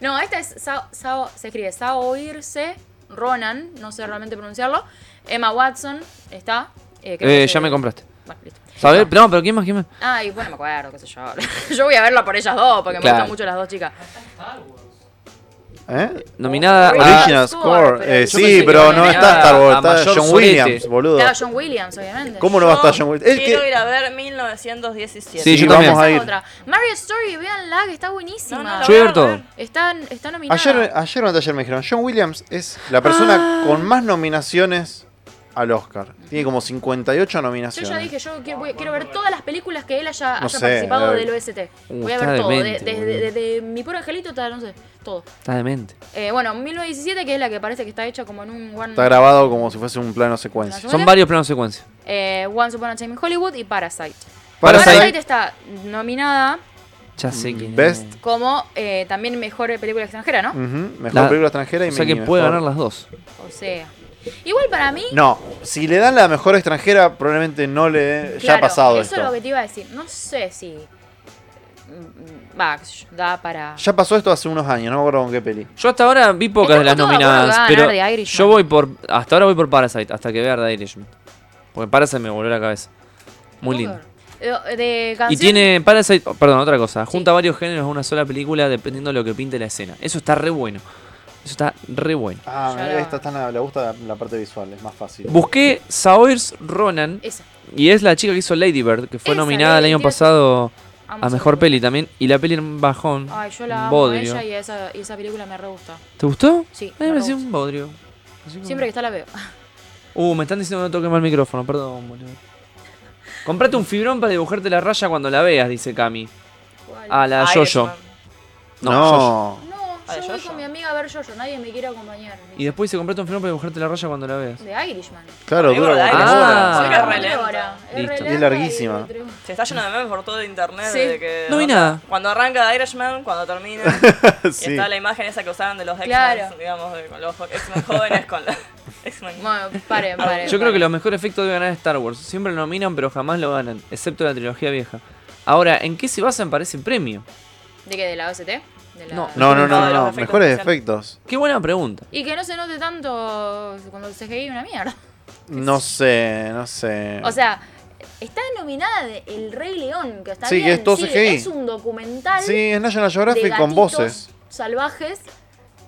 Speaker 3: No, esta es Sao, Sao- se escribe Sao Irse Ronan, no sé realmente pronunciarlo. Emma Watson está. eh, creo
Speaker 2: Eh,
Speaker 3: que-
Speaker 2: ya me compraste.
Speaker 3: Bueno, listo.
Speaker 2: ¿Sabes? No, pero ¿quién más? ¿Quién más?
Speaker 3: Ah, y bueno, me acuerdo, qué sé yo. yo voy a verla por ellas dos, porque me
Speaker 2: Claro.
Speaker 3: gustan mucho las dos chicas.
Speaker 1: ¿Eh?
Speaker 2: Nominada a...
Speaker 3: Origin.
Speaker 1: Original Score. Eh,
Speaker 3: Score, pero-
Speaker 2: Yo pensé
Speaker 1: sí,
Speaker 2: que
Speaker 1: pero
Speaker 2: iban a
Speaker 1: no
Speaker 2: ganar
Speaker 1: está Star Wars,
Speaker 2: a
Speaker 1: está
Speaker 2: mayor
Speaker 1: John
Speaker 2: sorete.
Speaker 1: Williams, boludo.
Speaker 3: Claro, John Williams, obviamente.
Speaker 1: ¿Cómo no va a
Speaker 4: Yo
Speaker 1: estar John Williams? Es
Speaker 4: Quiero
Speaker 1: que-
Speaker 4: ir a ver 1917.
Speaker 2: Sí, yo
Speaker 1: vamos
Speaker 2: también.
Speaker 1: a
Speaker 3: Esa es
Speaker 1: ir.
Speaker 3: otra. Marriott Story, véanla, que está
Speaker 4: No,
Speaker 3: buenísima.
Speaker 4: no, la
Speaker 2: Yo voy a ver
Speaker 4: voy a
Speaker 2: todo.
Speaker 4: ver.
Speaker 3: Está, está nominada.
Speaker 1: Ayer, ayer o antes ayer me dijeron, John Williams es la
Speaker 3: Ah.
Speaker 1: persona con más nominaciones al Oscar. Tiene como 58
Speaker 3: Yo
Speaker 1: nominaciones.
Speaker 3: ya dije, yo quiero, voy- quiero ver todas las películas que él haya,
Speaker 1: No
Speaker 3: haya
Speaker 1: sé,
Speaker 3: participado
Speaker 1: dale.
Speaker 3: del OST.
Speaker 2: Uh,
Speaker 3: Voy a
Speaker 2: está
Speaker 3: ver todo, de-
Speaker 2: demente,
Speaker 3: desde
Speaker 2: boludo.
Speaker 3: desde Mi Puro Angelito hasta, no sé, todo.
Speaker 2: Está demente.
Speaker 3: Eh, bueno, 1917, que es la que parece que está hecha como en un one,
Speaker 1: Está grabado como si fuese un plano secuencia.
Speaker 2: Son varios planos secuencia.
Speaker 3: eh, Once Upon a Time in Hollywood y Parasite.
Speaker 2: Parasite.
Speaker 3: Parasite, está nominada
Speaker 2: Ya sé quién es.
Speaker 1: Best.
Speaker 3: como eh, también mejor película extranjera, ¿no?
Speaker 1: Ujú, Mejor
Speaker 2: La-
Speaker 1: película extranjera y
Speaker 2: O sea que
Speaker 1: mini
Speaker 2: puede
Speaker 1: mejor.
Speaker 2: ganar las dos.
Speaker 3: O sea. Igual para mí.
Speaker 1: No, si le dan la mejor extranjera, probablemente no le den. ya ha
Speaker 3: claro,
Speaker 1: pasado
Speaker 3: Eso es
Speaker 1: esto.
Speaker 3: lo que te iba a decir. No sé si. mm, Va, qué sé yo, da para.
Speaker 1: Ya pasó esto hace unos años, no me acuerdo con qué peli.
Speaker 2: Yo hasta ahora vi pocas de las
Speaker 3: Estamos todos de acuerdo que
Speaker 2: nominadas,
Speaker 3: va a
Speaker 2: pero
Speaker 3: ganar The Irishman.
Speaker 2: yo voy por hasta ahora voy por Parasite, hasta que vea The Irishman. Porque Parasite me voló la cabeza. Muy lindo.
Speaker 3: Eh, De
Speaker 2: Y
Speaker 3: canción,
Speaker 2: tiene Parasite, oh, perdón, otra cosa, junta varios géneros en una sola película dependiendo de lo que pinte la escena. Eso está re bueno. Eso está re bueno.
Speaker 1: Ah,
Speaker 3: Ya la-
Speaker 1: esta está en la, le gusta la, la parte visual, es más fácil.
Speaker 2: Busqué Saoirse Ronan
Speaker 3: Esa.
Speaker 2: y es la chica que hizo Lady Bird, que fue
Speaker 3: Esa,
Speaker 2: nominada el
Speaker 3: Lady
Speaker 2: año
Speaker 3: Bird.
Speaker 2: pasado
Speaker 3: Amo
Speaker 2: a
Speaker 3: esa
Speaker 2: mejor
Speaker 3: película.
Speaker 2: peli también y la peli en un bajón.
Speaker 3: Ay, yo
Speaker 2: un
Speaker 3: la amo a
Speaker 2: bodrio.
Speaker 3: ella y esa, y esa película me re gusta.
Speaker 2: ¿Te gustó?
Speaker 3: Sí,
Speaker 2: A mí
Speaker 3: me
Speaker 2: me pareció
Speaker 3: gusta.
Speaker 2: un bodrio. Así como-
Speaker 3: Siempre que está la veo.
Speaker 2: Uh, me están diciendo que no toque mal el micrófono, perdón, boludo. Comprate un fibrón para dibujarte la Ah, raya cuando la veas, dice Cami. A la Jojo.
Speaker 4: Irishman.
Speaker 1: no,
Speaker 2: Jojo.
Speaker 3: No,
Speaker 4: Ah, de
Speaker 3: Yo voy
Speaker 4: Jojo.
Speaker 3: con mi amiga a ver Jojo, nadie me quiere acompañar.
Speaker 2: Y después se compró un filón para dibujarte la raya cuando la veas.
Speaker 3: De Irishman.
Speaker 1: Claro,
Speaker 4: Amigo,
Speaker 1: dura
Speaker 4: la
Speaker 1: como
Speaker 4: Irishman.
Speaker 1: una hora.
Speaker 2: Ah.
Speaker 3: Son
Speaker 4: es
Speaker 3: como
Speaker 4: re
Speaker 3: una
Speaker 4: lenta.
Speaker 3: hora, es re
Speaker 2: Listo. Y es
Speaker 3: lenta y
Speaker 1: larguísima.
Speaker 3: dura tres-
Speaker 4: Se está lleno de memes por todo internet.
Speaker 3: Sí.
Speaker 4: de que-
Speaker 2: No vi nada.
Speaker 4: Cuando arranca Irishman, cuando termina. Y
Speaker 1: Sí.
Speaker 4: está la imagen esa que usaban de los X-Men,
Speaker 3: Claro.
Speaker 4: digamos, de, con los X-Men jóvenes con los X-Men.
Speaker 3: Bueno, paren, paren.
Speaker 2: Ah, Yo creo
Speaker 3: paren.
Speaker 2: que los mejores efectos debe ganar Star Wars. Siempre lo nominan, pero jamás lo ganan, excepto la trilogía vieja. Ahora, ¿en qué se basan para ese premio?
Speaker 3: ¿De qué? ¿De la OST? De la-
Speaker 2: No.
Speaker 1: No, no, no, no,
Speaker 4: de los
Speaker 1: no.
Speaker 4: efectos
Speaker 1: Mejores
Speaker 4: especiales.
Speaker 1: efectos.
Speaker 2: Qué buena pregunta.
Speaker 3: Y que no se note tanto cuando el CGI es una mierda.
Speaker 1: No sé, no sé.
Speaker 3: O sea, está nominada de El Rey León, que está
Speaker 1: Sí, que
Speaker 3: bien,
Speaker 1: es todo CGI.
Speaker 3: es un documental
Speaker 1: sí, es National
Speaker 3: de
Speaker 1: Geographic con
Speaker 3: gatitos
Speaker 1: voces.
Speaker 3: salvajes,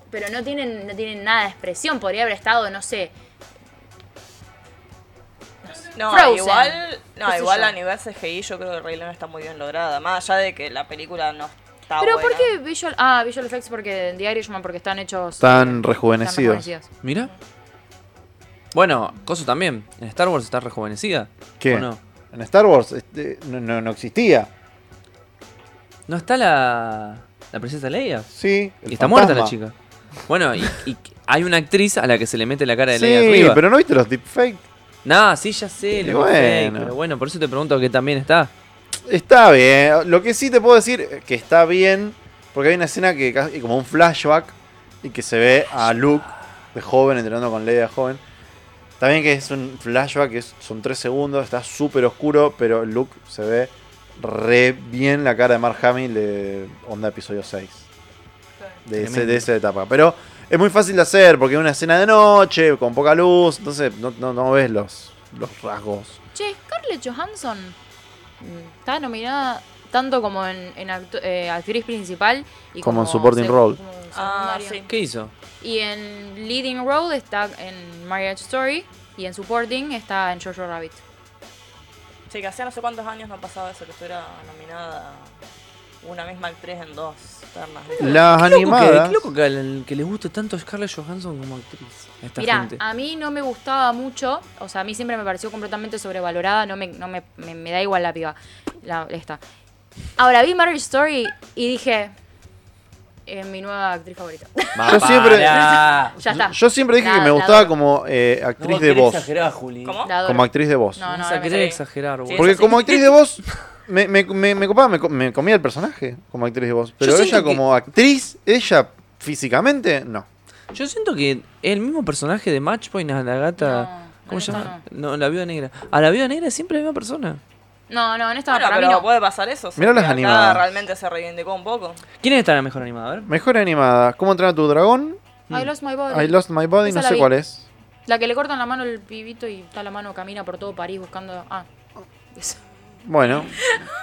Speaker 3: pero no tienen, no tienen nada de expresión. Podría haber estado, no sé,
Speaker 4: No,
Speaker 3: Frozen.
Speaker 4: igual,
Speaker 3: Qué
Speaker 4: no,
Speaker 3: sé
Speaker 4: igual
Speaker 3: yo.
Speaker 4: a nivel CGI yo creo que Rey León está muy bien lograda. Más allá de que la película no está
Speaker 3: Pero
Speaker 4: buena.
Speaker 3: ¿por qué Visual Ah, Visual Effects porque en The Irishman porque están hechos
Speaker 1: Están
Speaker 3: están
Speaker 1: rejuvenecidos.
Speaker 2: Mira. Bueno, Coso también. En Star Wars está rejuvenecida.
Speaker 1: ¿Qué?
Speaker 2: ¿O no?
Speaker 1: En Star Wars este, no, no- no existía.
Speaker 2: ¿No está la, la princesa Leia?
Speaker 1: Sí. el
Speaker 2: Y
Speaker 1: fantasma.
Speaker 2: está muerta la chica. Bueno, y, y hay una actriz a la que se le mete la cara de Leia
Speaker 1: Sí,
Speaker 2: arriba.
Speaker 1: pero no viste los deepfakes.
Speaker 2: No, sí, ya sé.
Speaker 1: Y
Speaker 2: Lo sé,
Speaker 1: bueno.
Speaker 2: pero bueno, por eso te pregunto que también está.
Speaker 1: Está bien. Lo que sí te puedo decir eh, que está bien, porque hay una escena que casi como un flashback y que se ve a Luke de joven entrenando con Leia de joven. Está bien que es un flashback, que es- son tres segundos, está súper oscuro, pero Luke se ve re bien la cara de Mark Hamill de Onda Episodio 6. De, ese- de esa etapa. Pero es muy fácil de hacer porque es una escena de noche, con poca luz, entonces no, no- no ves los, los rasgos.
Speaker 3: Che, Scarlett Johansson mm, está nominada tanto como en, en actu- eh, actriz principal y
Speaker 1: Como en supporting role.
Speaker 3: como
Speaker 4: Ah,
Speaker 3: secundaria.
Speaker 4: sí.
Speaker 2: ¿Qué hizo?
Speaker 3: Y en leading role está en Marriage Story y en supporting está en Jojo Rabbit.
Speaker 4: Sí, que hacía no sé cuántos años no pasaba eso, que estuviera nominada una misma actriz en dos ternas.
Speaker 1: Las
Speaker 2: Qué loco que-
Speaker 1: animadas.
Speaker 2: qué loco que, al- que les guste tanto Scarlett Johansson como actriz. a Esta
Speaker 3: Mirá, ah,
Speaker 2: gente.
Speaker 3: a mí no me gustaba mucho, o sea, a mí siempre me pareció completamente sobrevalorada, no me, no me, me- me da igual la piba, la, esta. Ahora vi Marriage Story y dije, es mi nueva actriz favorita.
Speaker 1: Yo siempre-
Speaker 2: Pará.
Speaker 3: ya está.
Speaker 1: Yo siempre dije
Speaker 3: La-
Speaker 1: que me
Speaker 3: la
Speaker 1: gustaba
Speaker 3: adoro.
Speaker 1: como eh,
Speaker 2: No
Speaker 1: actriz
Speaker 2: vas a
Speaker 1: de
Speaker 2: querer
Speaker 1: voz.
Speaker 2: exagerar, Juli.
Speaker 4: ¿Cómo?
Speaker 3: La adoro.
Speaker 1: Como actriz de voz.
Speaker 3: No,
Speaker 2: No,
Speaker 3: no,
Speaker 2: vas
Speaker 3: no
Speaker 2: a
Speaker 3: me
Speaker 2: querer
Speaker 3: sé.
Speaker 2: exagerar, boludo.
Speaker 1: Porque
Speaker 4: eso sí.
Speaker 1: como actriz de voz me, me, me, me copaba, me, co- me comía el personaje como actriz de voz. Pero
Speaker 2: Yo siento
Speaker 1: ella como actriz, ella físicamente, no.
Speaker 2: Yo siento que el mismo personaje de Matchpoint a la gata.
Speaker 3: No,
Speaker 2: ¿Cómo se
Speaker 3: no,
Speaker 2: llama? No, la viuda negra. A la viuda negra es siempre la misma persona.
Speaker 3: No, no, en esta
Speaker 4: Bueno,
Speaker 3: para
Speaker 4: pero
Speaker 3: mí no.
Speaker 4: puede pasar eso. o sea,
Speaker 1: Mirá las
Speaker 4: que acá
Speaker 1: animadas.
Speaker 4: realmente se reivindicó un poco.
Speaker 2: ¿Quién está la mejor animada? A ver.
Speaker 1: Mejor animada. ¿Cómo entrenar tu dragón?
Speaker 3: I lost my body.
Speaker 1: I lost my body,
Speaker 3: Esa
Speaker 1: no
Speaker 3: la
Speaker 1: sé
Speaker 3: vi.
Speaker 1: cuál es.
Speaker 3: La que le cortan la mano al pibito y está la mano camina por todo París buscando. Ah, eso.
Speaker 1: Bueno.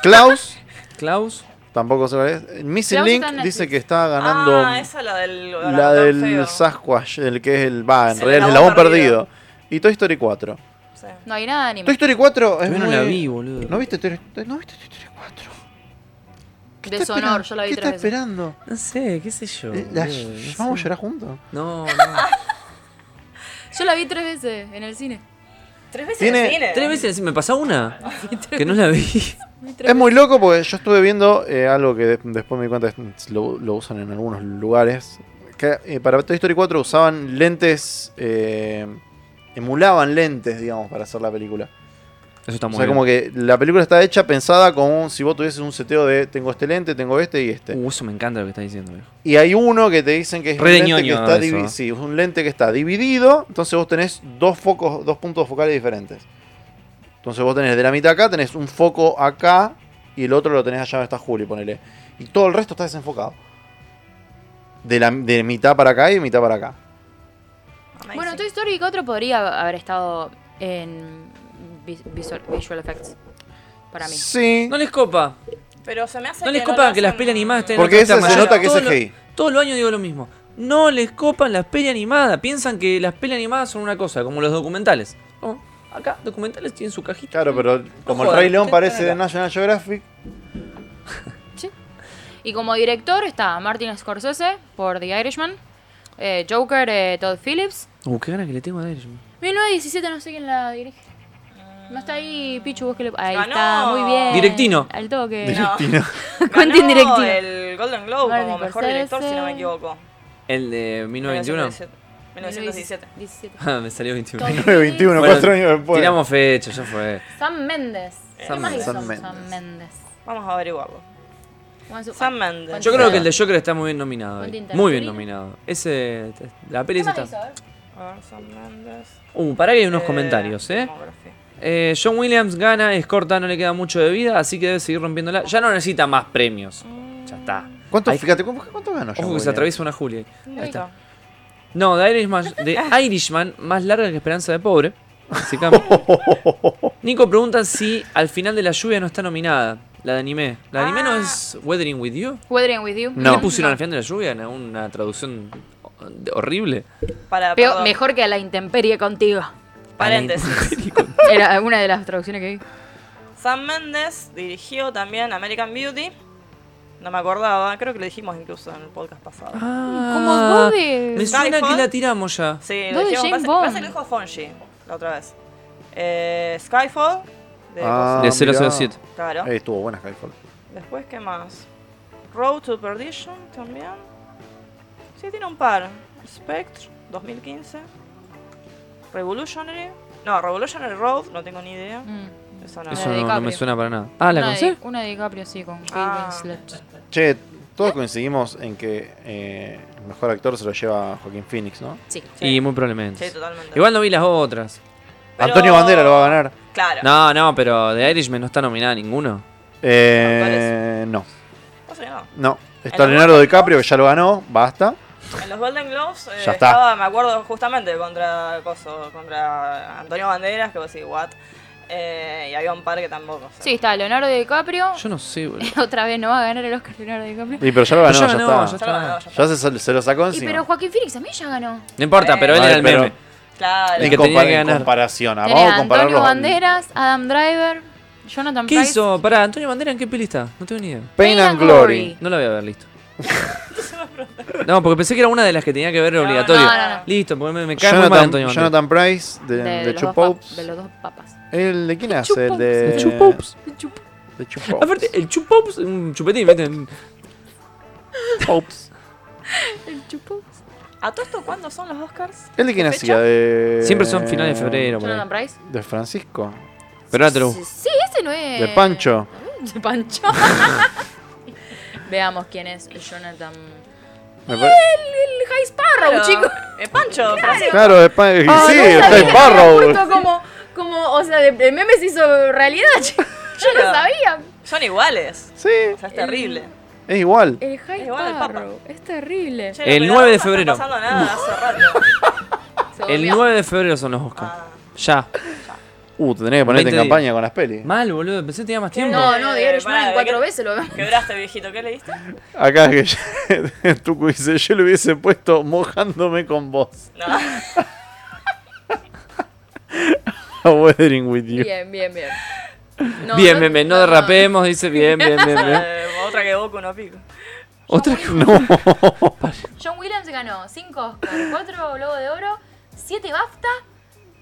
Speaker 1: Klaus,
Speaker 2: Klaus.
Speaker 1: tampoco sé cuál es. Missing
Speaker 3: Klaus
Speaker 1: Link
Speaker 3: está en
Speaker 1: dice
Speaker 3: Netflix.
Speaker 1: que está ganando
Speaker 4: Ah, esa la del.
Speaker 1: la
Speaker 4: orangután
Speaker 1: del
Speaker 4: feo.
Speaker 1: Sasquatch, el que es el. Va, en
Speaker 4: Sí, el
Speaker 1: realidad es el
Speaker 4: dragón
Speaker 1: labón perdido. Y Toy Story 4.
Speaker 4: Sí.
Speaker 3: No hay nada de anime.
Speaker 1: Toy Story 4 es
Speaker 2: Yo no
Speaker 1: muy-
Speaker 2: la vi, boludo.
Speaker 1: ¿No viste Toy Story, ¿no viste Toy Story 4?
Speaker 3: Deshonor, yo la vi
Speaker 1: ¿Qué
Speaker 3: tres
Speaker 1: está
Speaker 3: veces.
Speaker 1: esperando?
Speaker 2: No sé, qué sé yo.
Speaker 1: Eh, la-
Speaker 2: boludo, no sé.
Speaker 1: ¿Vamos a llorar juntos?
Speaker 2: No, no.
Speaker 3: Yo la vi tres veces en el cine.
Speaker 4: Tres veces
Speaker 1: Tiene-
Speaker 4: en cine.
Speaker 2: Tres veces me pasó una. que no la vi.
Speaker 1: Es muy loco porque yo estuve viendo eh, algo que de- después me di cuenta es- lo, lo usan en algunos lugares. Que, eh, para Toy Story 4 usaban lentes, eh, emulaban lentes, digamos, para hacer la película.
Speaker 2: Eso está
Speaker 1: O
Speaker 2: muy
Speaker 1: sea,
Speaker 2: bien.
Speaker 1: como que la película está hecha pensada como si vos tuvieses un seteo de tengo este lente, tengo este y este.
Speaker 2: Uh, eso me encanta lo que estás diciendo, viejo.
Speaker 1: Y hay uno que te dicen que es
Speaker 2: Re de
Speaker 1: un lente que
Speaker 2: ñoño
Speaker 1: está
Speaker 2: eso.
Speaker 1: divi- sí, es un lente que está dividido, entonces vos tenés dos focos, dos puntos focales diferentes. Entonces vos tenés de la mitad acá, tenés un foco acá y el otro lo tenés allá donde está Juli, ponele. Y todo el resto está desenfocado. De, la, de mitad para acá y mitad para acá.
Speaker 4: Amazing.
Speaker 3: Bueno, Toy Story, ¿qué otro podría haber estado en vi- visual, visual effects? Para mí.
Speaker 1: Sí.
Speaker 2: No les copa.
Speaker 4: Pero se me hace.
Speaker 2: No les
Speaker 4: que
Speaker 2: copa
Speaker 4: lo
Speaker 2: que las
Speaker 4: hacen-
Speaker 2: pelis animadas estén
Speaker 1: Porque
Speaker 2: en otra
Speaker 1: esa se
Speaker 2: malla.
Speaker 1: nota que es
Speaker 2: Todos los-
Speaker 1: CGI.
Speaker 2: Todos los años digo lo mismo. No les copan las pelis animadas. Piensan que las pelis animadas son una cosa, como los documentales. No, acá, documentales tienen su cajita.
Speaker 1: Claro, pero como el
Speaker 2: jodas,
Speaker 1: Rey León
Speaker 2: ¿qué
Speaker 1: parece
Speaker 2: están
Speaker 1: de
Speaker 2: acá?
Speaker 1: National Geographic,
Speaker 3: Y como director está Martin Scorsese por The Irishman, eh, Joker, eh, Todd Phillips.
Speaker 2: Uh, qué ganas que le tengo a Irishman.
Speaker 3: 1917, no sé quién la dirige. No está ahí Pichu, vos que le... Ahí
Speaker 4: Ganó.
Speaker 3: está, muy bien.
Speaker 2: Directino.
Speaker 3: Al toque.
Speaker 4: No.
Speaker 1: Tino,
Speaker 4: Ganó
Speaker 3: Quentin Directino.
Speaker 4: el Golden Globe
Speaker 3: Martin
Speaker 4: como mejor
Speaker 2: pues
Speaker 3: Scorsese.
Speaker 4: director, si no me equivoco.
Speaker 2: El de 1921.
Speaker 4: 1917.
Speaker 3: 17.
Speaker 2: Ah, me salió 21.
Speaker 6: Todo.
Speaker 1: 921,
Speaker 2: Bueno,
Speaker 1: cuatro años después.
Speaker 2: Tiramos fecha, ya fue.
Speaker 3: Sam Méndez.
Speaker 4: Eh,
Speaker 3: ¿Qué
Speaker 2: Sam
Speaker 3: más
Speaker 2: Mendes.
Speaker 3: hizo
Speaker 1: Sam
Speaker 3: Sam
Speaker 1: Mendes.
Speaker 3: Méndez?
Speaker 4: Vamos a averiguarlo.
Speaker 3: Juan Su- Ah,
Speaker 4: Sam Mendes.
Speaker 2: Yo creo que el de Joker está muy bien nominado.
Speaker 3: Quentin
Speaker 2: ahí. Muy bien
Speaker 3: Tarantino.
Speaker 2: nominado. Ese. La peli
Speaker 3: ¿Qué
Speaker 2: esa
Speaker 3: más
Speaker 2: está.
Speaker 3: hizo? A ver.
Speaker 4: A ver, Sam Mendes.
Speaker 2: Uh, pará que hay unos
Speaker 4: Eh,
Speaker 2: comentarios, eh.
Speaker 4: filmografía.
Speaker 2: Eh, John Williams gana, es corta, no le queda mucho de vida, así que debe seguir rompiéndola. Ya no necesita más premios.
Speaker 3: Mm.
Speaker 2: Ya está.
Speaker 1: ¿Cuánto,
Speaker 2: Ay.
Speaker 1: fíjate, ¿cu- ¿cuánto ganó John
Speaker 2: Ojo que
Speaker 1: Williams?
Speaker 2: se atraviesa una Julia.
Speaker 4: Ahí
Speaker 2: Ahí está.
Speaker 4: está.
Speaker 2: No, The Irishman, The Irishman, más larga que Esperanza de Pobre. Así cambia. Nico pregunta si al final de la lluvia no está nominada. La de anime. ¿La de anime
Speaker 3: Ah.
Speaker 2: no es Weathering with You?
Speaker 3: Weathering with you.
Speaker 2: ¿No le pusieron al final de la lluvia en una traducción horrible?
Speaker 4: Para,
Speaker 3: Peor-
Speaker 4: perdón,
Speaker 3: mejor que a la intemperie contigo.
Speaker 4: paréntesis.
Speaker 3: Era una de las traducciones que vi.
Speaker 4: Sam Mendes dirigió también American Beauty. No me acordaba, creo que lo dijimos incluso en el podcast pasado.
Speaker 3: Como
Speaker 2: Ah,
Speaker 3: dos de-
Speaker 2: Me suena que
Speaker 4: Skyfall.
Speaker 2: la tiramos ya.
Speaker 4: Sí,
Speaker 3: No,
Speaker 4: lo
Speaker 3: de
Speaker 4: dijimos.
Speaker 3: James
Speaker 4: Parece,
Speaker 3: Bond.
Speaker 4: parece que lo dijo Fonji la otra vez. Eh, Skyfall. De
Speaker 1: Ah,
Speaker 2: De
Speaker 1: mirá.
Speaker 2: 007.
Speaker 4: Gosling, Claro.
Speaker 1: Eh, estuvo buena Skyfall.
Speaker 4: Después, ¿qué más? Road to Perdition también. Sí, tiene un par. Spectre, 2015. Revolutionary. No, Revolutionary Road, no tengo ni idea.
Speaker 3: Mm.
Speaker 4: Esa no.
Speaker 3: Es
Speaker 2: Eso
Speaker 3: de
Speaker 2: no, no me
Speaker 3: DiCaprio.
Speaker 2: suena para nada. Ah, ¿la
Speaker 3: una, de,
Speaker 2: conocí?
Speaker 3: una de DiCaprio, sí, con Kate
Speaker 4: Ah.
Speaker 3: Winslet.
Speaker 1: Che, todos coincidimos en que eh, el mejor actor se lo lleva Joaquín Phoenix, ¿no?
Speaker 3: Sí.
Speaker 4: Sí.
Speaker 2: Y muy probablemente.
Speaker 4: Sí, totalmente.
Speaker 2: Igual no vi las otras.
Speaker 4: Pero-
Speaker 1: Antonio Bandera lo va a ganar.
Speaker 4: Claro.
Speaker 2: No, no, pero The Irishman no está nominada a ninguno.
Speaker 1: Eh, no,
Speaker 4: No sé, no.
Speaker 1: no.
Speaker 4: ¿En
Speaker 1: Está
Speaker 4: los
Speaker 1: Leonardo
Speaker 4: Golden
Speaker 1: DiCaprio, que ya lo ganó, basta.
Speaker 4: En los Golden Globes eh,
Speaker 1: Ya está.
Speaker 4: estaba, me acuerdo justamente contra coso, contra Antonio Banderas, que vos decís, what? Eh, y había un par que tampoco. o sea.
Speaker 3: Sí, está Leonardo DiCaprio.
Speaker 2: Yo no sé, boludo.
Speaker 3: Otra vez no va a ganar el Oscar Leonardo DiCaprio.
Speaker 1: Y pero ya lo
Speaker 2: Pero
Speaker 1: ganó,
Speaker 2: ya
Speaker 1: ya,
Speaker 2: ganó, ya
Speaker 1: está.
Speaker 4: Ya lo ganó, ya está.
Speaker 1: Ya se, sal- se lo sacó
Speaker 3: Y
Speaker 1: encima.
Speaker 3: pero Joaquín Phoenix también ya ganó.
Speaker 2: No importa, pero él
Speaker 1: Ay,
Speaker 2: era el
Speaker 1: pero-
Speaker 2: meme.
Speaker 4: Claro.
Speaker 2: El que
Speaker 1: en,
Speaker 2: tenía
Speaker 1: compa-
Speaker 2: que
Speaker 1: en
Speaker 2: ganar.
Speaker 1: comparación, ah,
Speaker 3: Tenés
Speaker 1: vamos a
Speaker 3: a
Speaker 1: compararlos.
Speaker 3: Antonio
Speaker 1: a-
Speaker 3: Banderas, Adam Driver, Jonathan
Speaker 2: ¿Qué
Speaker 3: Price.
Speaker 2: hizo? Pará, Antonio Bandera en qué peli está? No tengo ni idea.
Speaker 1: Pain and Glory.
Speaker 2: No la voy a ver, listo. No, porque pensé que era una de las que tenía que ver obligatorio.
Speaker 3: no, no, no.
Speaker 2: Listo, porque me, me cae muy mal
Speaker 1: Jonathan,
Speaker 2: Antonio Banderas.
Speaker 1: Jonathan Price de, de,
Speaker 3: los dos pa-
Speaker 1: Chupops.
Speaker 3: de los dos papas.
Speaker 1: ¿El de quién hace? El de.
Speaker 2: El Chupops.
Speaker 1: De Chupops.
Speaker 2: Aparte, eh, el Chupops, un chupetín, ¿viste?
Speaker 1: Pops.
Speaker 4: ¿A todo esto cuándo son los Oscars?
Speaker 1: ¿El de quién
Speaker 4: ¿Qué
Speaker 1: hacía?
Speaker 4: fecha?
Speaker 1: De...
Speaker 2: Siempre son finales de febrero, por ahí.
Speaker 3: Jonathan Price.
Speaker 1: De Francisco.
Speaker 2: Pero ahora te lo
Speaker 3: Ah, Sí, sí, ese no es.
Speaker 1: De Pancho.
Speaker 3: De Pancho. Veamos quién es Jonathan.
Speaker 1: Me pare-
Speaker 3: El, el High Sparrow,
Speaker 4: Claro.
Speaker 3: chico.
Speaker 4: Eh, Pancho, Francisco.
Speaker 1: Claro, de Pan-
Speaker 3: Ah,
Speaker 1: Sí,
Speaker 3: no
Speaker 1: está
Speaker 3: sabía
Speaker 1: en
Speaker 3: que
Speaker 1: Barrow.
Speaker 3: había puesto como, como, o sea, de, de meme se hizo realidad. chico. Yo no
Speaker 4: Claro.
Speaker 3: sabía.
Speaker 4: Son iguales.
Speaker 1: Sí,
Speaker 4: O sea, es terrible.
Speaker 1: es igual.
Speaker 3: El High
Speaker 4: Es igual al Papa.
Speaker 3: Sparrow. Es terrible.
Speaker 4: Che,
Speaker 2: El
Speaker 4: pero
Speaker 2: 9 de
Speaker 4: no
Speaker 2: febrero.
Speaker 4: está pasando nada hace rato.
Speaker 2: El 9 de febrero son los Oscars.
Speaker 4: Ah,
Speaker 2: Ya.
Speaker 1: Uh, te tenés que ponerte
Speaker 2: 20
Speaker 1: en
Speaker 2: días.
Speaker 1: campaña con las pelis.
Speaker 2: Mal, boludo. Pensé que tenía más tiempo.
Speaker 3: No, no, de
Speaker 4: Pará,
Speaker 3: Irishman
Speaker 4: ¿de
Speaker 3: cuatro
Speaker 4: qué-
Speaker 3: veces lo vemos.
Speaker 4: quebraste, viejito. ¿Qué leíste?
Speaker 1: Acá que yo- Tucu dice, yo le hubiese puesto mojándome con vos.
Speaker 4: No.
Speaker 1: A Weathering with you.
Speaker 3: Bien, bien, bien. No,
Speaker 2: bien, bien, bien. No derrapemos, dice. Bien, bien, bien. bien.
Speaker 4: Eh, otra que Boku no pico.
Speaker 2: Otra
Speaker 3: John Williams ganó 5 Oscars, 4 Globo de Oro, 7 BAFTA,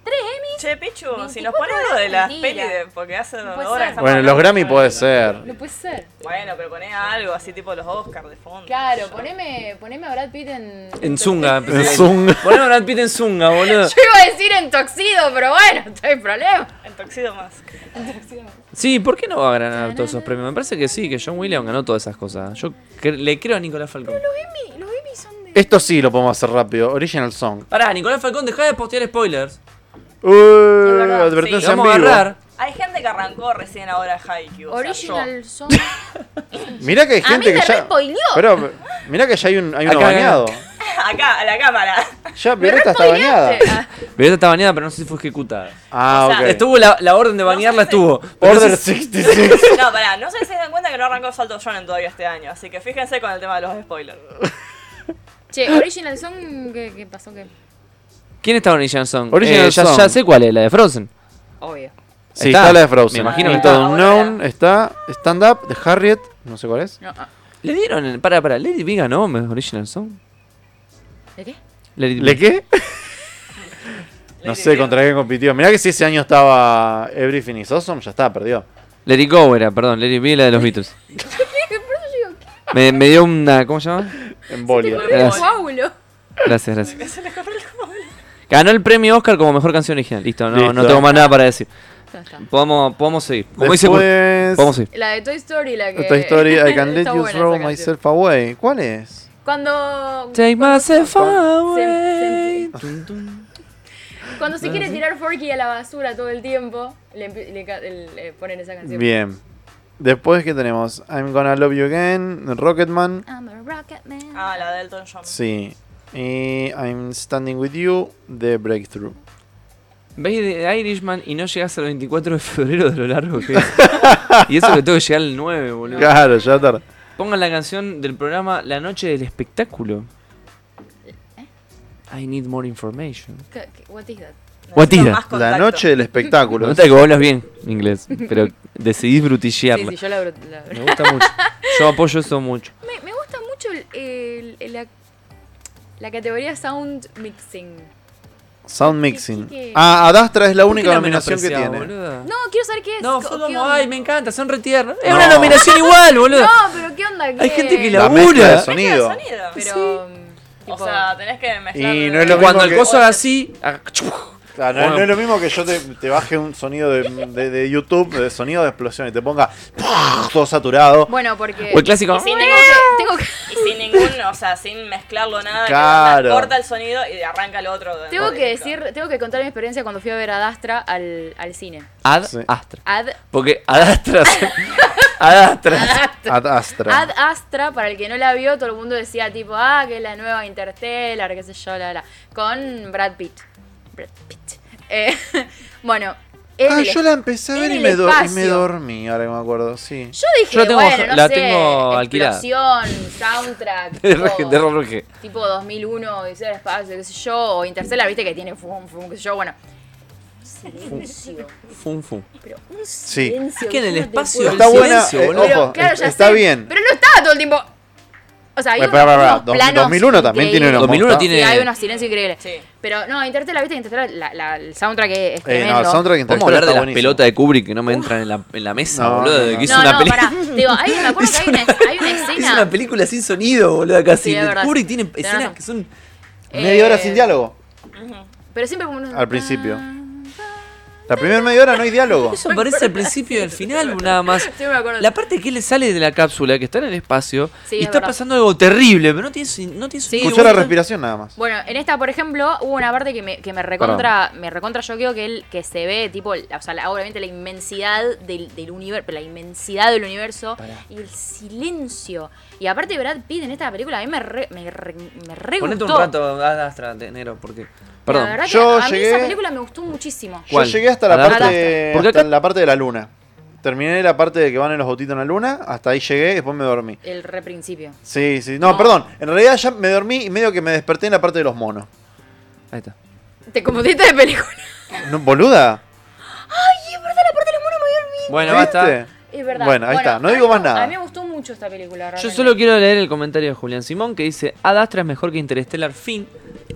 Speaker 3: 3 Emmy.
Speaker 4: Che, Pichu,
Speaker 3: 24
Speaker 4: si nos pones algo de
Speaker 3: horas
Speaker 4: las
Speaker 3: mentira.
Speaker 4: pelis, de, porque hace
Speaker 3: No
Speaker 4: dos
Speaker 3: puede
Speaker 4: horas.
Speaker 3: ser.
Speaker 4: estamos
Speaker 1: Bueno, los
Speaker 4: hablando
Speaker 1: Grammy
Speaker 4: de-
Speaker 1: puede ser.
Speaker 3: No puede ser.
Speaker 4: Bueno, pero poné algo así tipo los Oscars de fondo.
Speaker 3: Claro, poneme, poneme a Brad Pitt en.
Speaker 2: En Zunga.
Speaker 1: En
Speaker 2: pensé.
Speaker 1: Zunga.
Speaker 2: Poneme a Brad Pitt en Zunga, boludo.
Speaker 3: Yo iba a decir en Toxido, pero bueno, no hay problema.
Speaker 4: El Tuxedo Mask.
Speaker 2: Sí, ¿por qué no va a ganar todos esos premios? Me parece que sí, que John Williams ganó todas esas cosas. Yo cre- le creo a Nicolás Falcón.
Speaker 6: Los Emmy son de.
Speaker 1: Esto sí lo podemos hacer rápido. Original Song.
Speaker 2: Pará, Nicolás Falcón, dejá de postear spoilers.
Speaker 1: Uh,
Speaker 4: verdad,
Speaker 1: advertencia
Speaker 4: sí.
Speaker 1: en
Speaker 2: Vamos a
Speaker 1: vivo.
Speaker 2: agarrar.
Speaker 4: Hay gente que arrancó recién ahora Haikyuu. o sea,
Speaker 3: Original Song.
Speaker 1: Mirá que hay
Speaker 3: A mí
Speaker 1: gente
Speaker 3: me
Speaker 1: que ya.
Speaker 3: respoileó.
Speaker 1: Pero mirá que ya hay, un, hay uno
Speaker 2: Acá, acá.
Speaker 1: bañado.
Speaker 4: yo. Acá, a la cámara.
Speaker 1: Ya
Speaker 3: Me
Speaker 1: Violeta está bañada.
Speaker 3: respoileaste. Ah,
Speaker 2: Violeta está baneada, pero no sé si fue ejecutada.
Speaker 1: Ah,
Speaker 4: O sea,
Speaker 1: ok.
Speaker 2: Estuvo la, la orden de banearla,
Speaker 4: sé si-
Speaker 2: estuvo. Pero no
Speaker 1: Order
Speaker 2: sé si-
Speaker 1: 66.
Speaker 4: No, pará, no sé si se dan cuenta que no arrancó Salto Shonen todavía este año, así que fíjense con el tema de los spoilers.
Speaker 3: Che, Original Song, ¿qué, qué pasó? ¿Qué?
Speaker 2: ¿Quién está Original Song?
Speaker 1: Original
Speaker 2: Eh, ya,
Speaker 1: Song.
Speaker 2: ya sé cuál es, la de Frozen.
Speaker 3: Obvio.
Speaker 1: Sí,
Speaker 2: Está.
Speaker 1: está, la de Frozen.
Speaker 2: Me imagino
Speaker 4: que
Speaker 1: está.
Speaker 4: está.
Speaker 1: Unknown, está Stand Up de Harriet. No sé cuál es.
Speaker 3: No, ah,
Speaker 2: Le dieron. el- Pará, pará. Lady B ganó ¿me- Original Song.
Speaker 3: ¿De qué?
Speaker 2: Let It Be.
Speaker 1: ¿Le qué? no sé contra qué compitió. Mirá que si ese año estaba Everything is Awesome, ya está, perdió.
Speaker 2: Let It Go era, perdón. Let It Be, la de los Beatles.
Speaker 3: Por eso yo digo, ¿qué?
Speaker 2: Me, me dio una. ¿Cómo se llama?
Speaker 1: Embolia.
Speaker 2: Gracias.
Speaker 6: Coágulo.
Speaker 2: Gracias, gracias. Ganó el premio Oscar como mejor canción original. Listo, no, no
Speaker 1: Listo.
Speaker 2: tengo más nada para decir.
Speaker 3: Ya está.
Speaker 2: Podemos, podemos seguir. Como dice,
Speaker 1: Después,
Speaker 2: podemos seguir.
Speaker 3: La de Toy Story, la que.
Speaker 1: Esta historia, I can let
Speaker 3: Eh, Está
Speaker 1: you
Speaker 3: buena esa
Speaker 1: throw
Speaker 3: canción.
Speaker 1: myself away. ¿Cuál es?
Speaker 3: Cuando.
Speaker 2: Take myself away.
Speaker 3: away. Cuando
Speaker 2: Ah,
Speaker 3: se quiere tirar Forky a la basura todo el tiempo, le, empie- le ca- el- le ponen esa canción.
Speaker 1: Bien. Después, ¿qué tenemos? I'm gonna love you again, Rocketman.
Speaker 6: I'm a rocket man.
Speaker 4: Ah, la de Elton John.
Speaker 1: Sí. Y I'm standing with you, The Breakthrough.
Speaker 2: Veis de Irishman y no llegás al 24 de febrero de lo largo que es. y eso que tengo que llegar al 9, boludo.
Speaker 1: Claro, ya tarde.
Speaker 2: Pongan la canción del programa La Noche del Espectáculo. I need more information.
Speaker 3: ¿Qué- qué- What is that?
Speaker 4: Necesito
Speaker 2: Guatira.
Speaker 4: más
Speaker 1: La
Speaker 4: contacto.
Speaker 1: noche del
Speaker 2: Me
Speaker 1: espectáculo.
Speaker 2: nota que vos hablas bien inglés, pero decidís
Speaker 3: Sí,
Speaker 2: brutillearla.
Speaker 3: sí, yo la. la-
Speaker 2: Me gusta mucho. Yo apoyo eso mucho.
Speaker 3: Me, me gusta mucho el- el- el- la, la categoría Sound Mixing.
Speaker 1: Sound Mixing.
Speaker 3: ¿Qué- qué- qué?
Speaker 1: Ah, Adastra es la
Speaker 2: ¿Por qué
Speaker 1: única
Speaker 2: la
Speaker 1: nominación que
Speaker 2: menospreciás,
Speaker 1: tiene.
Speaker 2: boluda?
Speaker 3: No, quiero saber qué es.
Speaker 2: No,
Speaker 3: co-
Speaker 2: fue
Speaker 3: qué
Speaker 2: como,
Speaker 3: onda.
Speaker 2: ay, me encanta, son retierra. Es
Speaker 1: No.
Speaker 2: una nominación igual, boludo.
Speaker 3: No, eh. pero qué onda.
Speaker 2: Hay
Speaker 3: ¿Qué?
Speaker 2: gente que
Speaker 1: La
Speaker 2: labura.
Speaker 1: mezcla de
Speaker 4: Mezcla de
Speaker 1: sonido.
Speaker 4: sonido.
Speaker 3: Pero. um,
Speaker 4: o sea, tenés que mezclar.
Speaker 1: Y no es lo
Speaker 2: Cuando
Speaker 1: mismo
Speaker 2: el
Speaker 1: que-
Speaker 2: coso haga así, haga
Speaker 1: Claro, no,
Speaker 2: Bueno.
Speaker 1: no es lo mismo que yo te, te baje un sonido de, de- de YouTube, de sonido de explosión, y te ponga todo saturado.
Speaker 3: bueno, porque.
Speaker 2: o el clásico.
Speaker 4: Y sin,
Speaker 3: Tengo
Speaker 4: ningún,
Speaker 3: que. Tengo que...
Speaker 4: y sin ningún, o sea, sin mezclarlo nada. que
Speaker 1: Claro.
Speaker 4: onda, Corta el sonido y arranca el otro. de-
Speaker 3: Tengo que
Speaker 4: de-
Speaker 3: decir, tengo que contar mi experiencia cuando fui a ver a Dastra al, al cine.
Speaker 2: Ad
Speaker 1: Sí.
Speaker 2: Astra.
Speaker 3: Ad,
Speaker 2: Porque Adastra. se- Adastra.
Speaker 1: Ad Astra.
Speaker 3: Ad Astra, para el que no la vio, todo el mundo decía tipo, ah, que es la nueva Interstellar, qué sé yo, la, la, con Brad Pitt. Brad Pitt. Eh, bueno, en
Speaker 1: ah,
Speaker 3: el-
Speaker 1: yo la empecé a
Speaker 3: en
Speaker 1: ver y
Speaker 3: el
Speaker 1: me, do- y me
Speaker 3: espacio.
Speaker 1: dormí, ahora que me acuerdo, sí.
Speaker 3: yo dije,
Speaker 2: yo la tengo-
Speaker 3: bueno, no
Speaker 2: la
Speaker 3: sé,
Speaker 2: tengo alquilada.
Speaker 3: explosión, soundtrack,
Speaker 2: De
Speaker 3: todo.
Speaker 2: Roque- de Roque.
Speaker 3: tipo 2001, Odisea del Espacio, qué sé yo, o Interstellar, viste que tiene fum, fum, qué sé yo, bueno. Silencio,
Speaker 2: Fum, fum.
Speaker 3: pero un
Speaker 1: Sí. Eh,
Speaker 3: silencio.
Speaker 2: Es que en el
Speaker 3: yo no te
Speaker 2: espacio
Speaker 3: puedo
Speaker 2: El
Speaker 1: Está buena,
Speaker 2: silencio,
Speaker 1: eh,
Speaker 2: boludo.
Speaker 1: ojo,
Speaker 3: claro,
Speaker 1: es-
Speaker 3: ya
Speaker 1: está
Speaker 3: sé,
Speaker 1: bien.
Speaker 3: Pero no estaba todo el tiempo. O sea, hay
Speaker 1: Bueno,
Speaker 3: unos,
Speaker 1: pará, pará, pará,
Speaker 3: unos
Speaker 1: dos-
Speaker 3: planos
Speaker 1: 2001 también tiene Eh,
Speaker 3: increíbles.
Speaker 1: unos
Speaker 2: 2001 tiene-
Speaker 3: Sí, hay unos silencios increíbles.
Speaker 4: Sí.
Speaker 3: Pero no, Interstellar, viste, Interstellar, la, la, el soundtrack es
Speaker 1: Eh,
Speaker 3: tremendo.
Speaker 1: no, el soundtrack
Speaker 2: Vamos a
Speaker 1: interestelar
Speaker 2: hablar de
Speaker 1: está
Speaker 2: las
Speaker 1: buenísimo.
Speaker 2: pelotas de Kubrick que no me entran en la, en la mesa,
Speaker 1: No, no,
Speaker 2: boludo. de
Speaker 1: no.
Speaker 2: Que hizo
Speaker 3: no,
Speaker 2: una
Speaker 3: no,
Speaker 2: peli-
Speaker 3: pará. Digo, hay, me acuerdo que hay una, hay una
Speaker 2: que
Speaker 3: escena.
Speaker 2: hizo una película sin sonido, boludo, casi.
Speaker 3: Sí, es verdad.
Speaker 2: Kubrick tiene
Speaker 3: Tenés
Speaker 2: escenas
Speaker 3: razón.
Speaker 2: que son.
Speaker 1: Media hora
Speaker 3: eh,
Speaker 1: sin diálogo.
Speaker 3: Pero siempre como unos-
Speaker 1: Al principio. La primera media hora no hay diálogo.
Speaker 2: Eso aparece al principio y al final, nada más.
Speaker 3: Sí, me acuerdo.
Speaker 2: La parte que le sale de la cápsula, que está en el espacio,
Speaker 3: Sí,
Speaker 2: y
Speaker 3: es
Speaker 2: está
Speaker 3: verdad.
Speaker 2: pasando algo terrible, pero no tiene, sin- no tiene
Speaker 3: Sí,
Speaker 2: sonido.
Speaker 1: Escuchar la
Speaker 2: boludo.
Speaker 1: respiración nada más.
Speaker 3: Bueno, en esta, por ejemplo, hubo una parte que me, que me recontra, me recontra yo creo que él, que se ve, tipo, la- o sea, la- obviamente la inmensidad del, del universo, la inmensidad del universo y el silencio. Y aparte Brad Pitt en esta película a mí me re, me, re- me re
Speaker 2: Ponete
Speaker 3: gustó.
Speaker 2: un rato, Adastra, de negro, porque.
Speaker 3: La
Speaker 2: Perdón.
Speaker 3: verdad
Speaker 1: Yo
Speaker 3: que a mí
Speaker 1: llegué-
Speaker 3: esa película me gustó muchísimo.
Speaker 2: ¿Cuál?
Speaker 1: Yo llegué hasta la
Speaker 2: Adapta.
Speaker 1: parte
Speaker 2: Porque
Speaker 1: hasta
Speaker 2: acá-
Speaker 1: la parte de la luna. Terminé la parte de que van en los botitos en la luna, hasta ahí llegué y después me dormí.
Speaker 3: El re principio.
Speaker 1: Sí, sí, no, perdón. En realidad ya me dormí y medio que me desperté en la parte de los monos.
Speaker 2: Ahí está.
Speaker 3: Te confundiste de película.
Speaker 1: No, boluda.
Speaker 3: Y es verdad, la parte de los monos me dormí.
Speaker 2: Bueno,
Speaker 1: ¿Viste?
Speaker 2: basta.
Speaker 3: Es verdad.
Speaker 1: Bueno, ahí está, no
Speaker 3: a mí
Speaker 1: digo
Speaker 3: me-
Speaker 1: más nada.
Speaker 3: A mí me gustó mucho esta película,
Speaker 2: Yo
Speaker 3: realmente.
Speaker 2: solo quiero leer el comentario de Julián Simón que dice: Adastra es mejor que Interstellar Fin.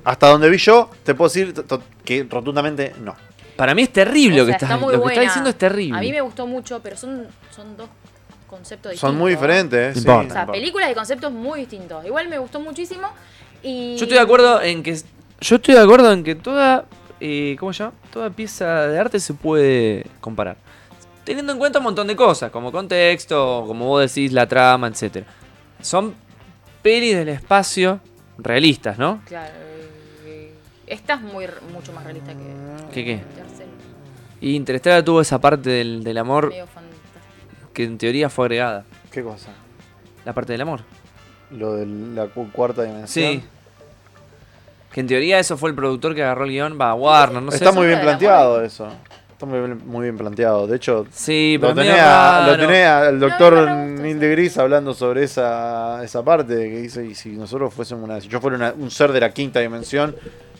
Speaker 1: Hasta donde vi yo, te puedo decir to- to- que rotundamente no.
Speaker 2: Para mí es terrible
Speaker 3: O
Speaker 2: lo que
Speaker 3: sea,
Speaker 2: estás
Speaker 3: está muy
Speaker 2: lo que estás
Speaker 3: buena.
Speaker 2: diciendo es terrible.
Speaker 3: A mí me gustó mucho, pero son, son dos conceptos distintos.
Speaker 1: Son muy diferentes.
Speaker 2: No
Speaker 1: sí.
Speaker 2: importa.
Speaker 3: O sea, películas y conceptos muy distintos. Igual me gustó muchísimo y...
Speaker 2: Yo estoy de acuerdo en que yo estoy de acuerdo en que toda eh, ¿cómo se llama? Toda pieza de arte se puede comparar. Teniendo en cuenta un montón de cosas, como contexto, como vos decís, la trama, etcétera. Son pelis del espacio realistas, ¿no?
Speaker 3: Claro. eh, Esta es muy, mucho más realista que...
Speaker 2: ¿Qué, qué?
Speaker 3: Tercero,
Speaker 2: Y Interstellar tuvo esa parte del, del amor
Speaker 3: medio fantástico.
Speaker 2: que en teoría fue agregada.
Speaker 1: ¿Qué cosa?
Speaker 2: La parte del amor.
Speaker 1: Lo de la cu- cuarta dimensión.
Speaker 2: Sí. Que en teoría eso fue el productor que agarró el guión, va a Warner, no sé.
Speaker 1: Está muy
Speaker 3: eso
Speaker 1: bien
Speaker 3: de la
Speaker 1: planteado eso. Está muy bien, muy bien planteado. De hecho,
Speaker 2: Sí, pero
Speaker 1: lo
Speaker 2: es medio
Speaker 1: tenés, a- lo
Speaker 2: raro.
Speaker 1: tenés al
Speaker 3: No,
Speaker 1: doctor
Speaker 3: no me gusta
Speaker 1: Neil
Speaker 3: eso.
Speaker 1: de Gris hablando sobre esa, esa parte que dice, y si nosotros fuésemos una, si yo fuera una- un ser de la quinta dimensión,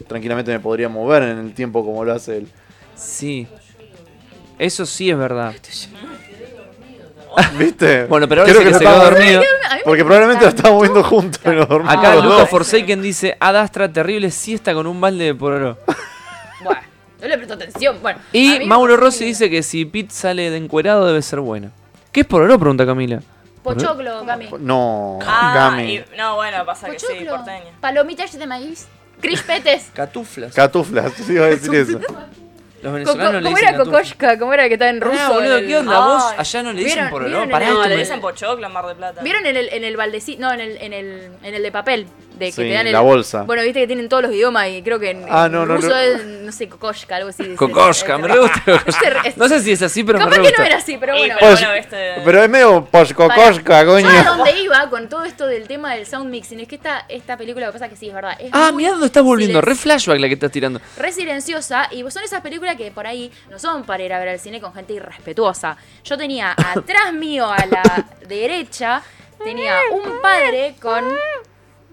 Speaker 1: tranquilamente me podría mover en el tiempo como lo hace él.
Speaker 2: Sí. Eso sí es verdad.
Speaker 1: ¿Viste?
Speaker 2: Bueno, pero ahora
Speaker 1: Creo
Speaker 2: sí que
Speaker 1: lo
Speaker 2: se quedó
Speaker 1: estaba-
Speaker 2: dormido.
Speaker 3: A mí me
Speaker 1: Porque probablemente lo
Speaker 3: encanta.
Speaker 1: estamos viendo juntos y lo dormimos
Speaker 2: Acá
Speaker 1: los
Speaker 2: Lucas
Speaker 1: dos.
Speaker 2: Forsaken dice, Adastra terrible siesta con un balde de pororo.
Speaker 3: Bueno, no le presto atención. Bueno, a
Speaker 2: Y
Speaker 3: mí me
Speaker 2: Mauro
Speaker 3: gustó
Speaker 2: Rossi
Speaker 3: mucho.
Speaker 2: dice que si Pete sale de encuerado debe ser buena. ¿Qué es pororo? Pregunta Camila.
Speaker 3: Pochoclo, Cami.
Speaker 1: No,
Speaker 4: Ah,
Speaker 1: Gami.
Speaker 4: y- no, bueno, pasa que sí,
Speaker 3: Pochoclo.
Speaker 4: porteña.
Speaker 3: Palomitas de maíz. Crispetes.
Speaker 2: Catuflas.
Speaker 1: Catuflas, sí iba a decir eso.
Speaker 2: Los
Speaker 3: Coco-
Speaker 2: venezolanos le
Speaker 3: ¿Cómo
Speaker 2: dicen
Speaker 3: era
Speaker 2: catuflas.
Speaker 3: Kokoshka? ¿Cómo era que estaba en ruso?
Speaker 2: Pará, boludo,
Speaker 3: en el-
Speaker 2: ¿qué onda? Vos
Speaker 4: Ay.
Speaker 2: allá no le dicen
Speaker 3: ¿Vieron-
Speaker 2: por
Speaker 3: vieron
Speaker 2: olor.
Speaker 3: el-
Speaker 2: Pará,
Speaker 4: No,
Speaker 2: esto
Speaker 4: le
Speaker 2: me-
Speaker 4: dicen pochoclo en Mar del Plata.
Speaker 3: ¿Vieron en el, en el baldecito? No, en el, en, el, en el de papel. De que
Speaker 1: Sí,
Speaker 3: te dan el-
Speaker 1: la bolsa.
Speaker 3: Bueno, viste que tienen todos los idiomas y creo que en,
Speaker 1: Ah,
Speaker 3: en
Speaker 1: no, no,
Speaker 3: ruso
Speaker 1: no.
Speaker 3: es, no sé, Kokoshka, algo así. dice.
Speaker 2: Kokoshka, me re gusta.
Speaker 3: Este-
Speaker 2: No sé si es así, pero me
Speaker 3: Capaz
Speaker 2: re
Speaker 3: que no
Speaker 2: gusta.
Speaker 3: era así, pero
Speaker 4: Y,
Speaker 3: bueno.
Speaker 4: pero-
Speaker 1: Pues-
Speaker 4: bueno, este-
Speaker 1: Pero es medio poscocosca,
Speaker 3: Yo a
Speaker 1: coño.
Speaker 3: dónde iba con todo esto del tema del sound mixing. Es que esta, esta película, lo que pasa es que sí, es verdad. es
Speaker 2: Ah,
Speaker 3: muy
Speaker 2: mirá dónde estás volviendo.
Speaker 3: silen-
Speaker 2: Re flashback la que estás tirando.
Speaker 3: re silenciosa y son esas películas que por ahí no son para ir a ver al cine con gente irrespetuosa. Yo tenía atrás mío a la derecha tenía un padre con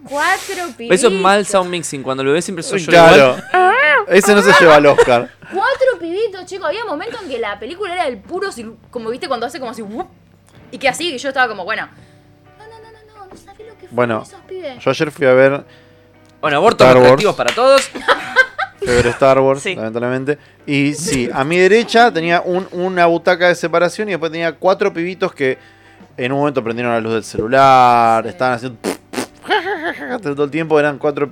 Speaker 3: cuatro pibitos.
Speaker 2: Eso es mal sound mixing. Cuando lo ves siempre soy yo
Speaker 1: Claro.
Speaker 2: igual.
Speaker 1: Ese no se lleva al Oscar.
Speaker 3: Cuatro pibitos, chicos. Había momentos en que la película era el puro sil- como viste cuando hace como así ¡wup! y que así y yo estaba como, bueno, no, no, no, no, no, no sabés lo que fueron
Speaker 1: Bueno,
Speaker 3: esos pibes.
Speaker 1: Yo ayer fui a ver,
Speaker 2: Bueno, abortos
Speaker 1: Star Wars.
Speaker 2: respectivos para todos.
Speaker 1: fui a ver Star Wars,
Speaker 4: Sí.
Speaker 1: lamentablemente. Y sí, a mi derecha tenía un- una butaca de separación y después tenía cuatro pibitos que en un momento prendieron la luz del celular, estaban haciendo todo el tiempo, eran cuatro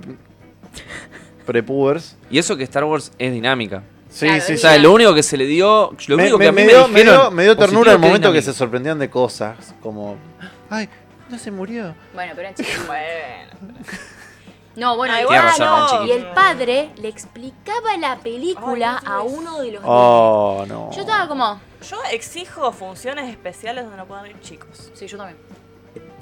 Speaker 1: prepubers.
Speaker 2: Y eso que Star Wars es dinámica.
Speaker 1: Sí,
Speaker 3: Claro,
Speaker 1: sí,
Speaker 2: O
Speaker 1: sí.
Speaker 3: es
Speaker 2: sea, lo único que se le dio. Lo
Speaker 1: me,
Speaker 2: único que
Speaker 1: me-
Speaker 2: a mí
Speaker 1: me
Speaker 2: me
Speaker 1: dio, me
Speaker 2: dijeron
Speaker 1: dio- me dio
Speaker 2: positivo
Speaker 1: ternura el
Speaker 2: es que es
Speaker 1: momento que se
Speaker 2: dinámica.
Speaker 1: sorprendían de cosas, como, ay, no se murió.
Speaker 3: Bueno, pero eran chiquitos.
Speaker 4: Bueno.
Speaker 3: No, bueno,
Speaker 4: Ah,
Speaker 3: y-
Speaker 4: igual
Speaker 2: Tiene razón,
Speaker 3: ah,
Speaker 2: eran
Speaker 3: no, y
Speaker 2: chiquitos.
Speaker 3: el padre le explicaba la película
Speaker 4: Ay, no
Speaker 3: a
Speaker 4: sabes.
Speaker 3: uno de los
Speaker 1: Oh, no.
Speaker 3: niños. Yo estaba como,
Speaker 4: Yo exijo funciones especiales donde no puedan ir chicos.
Speaker 3: Sí, yo también.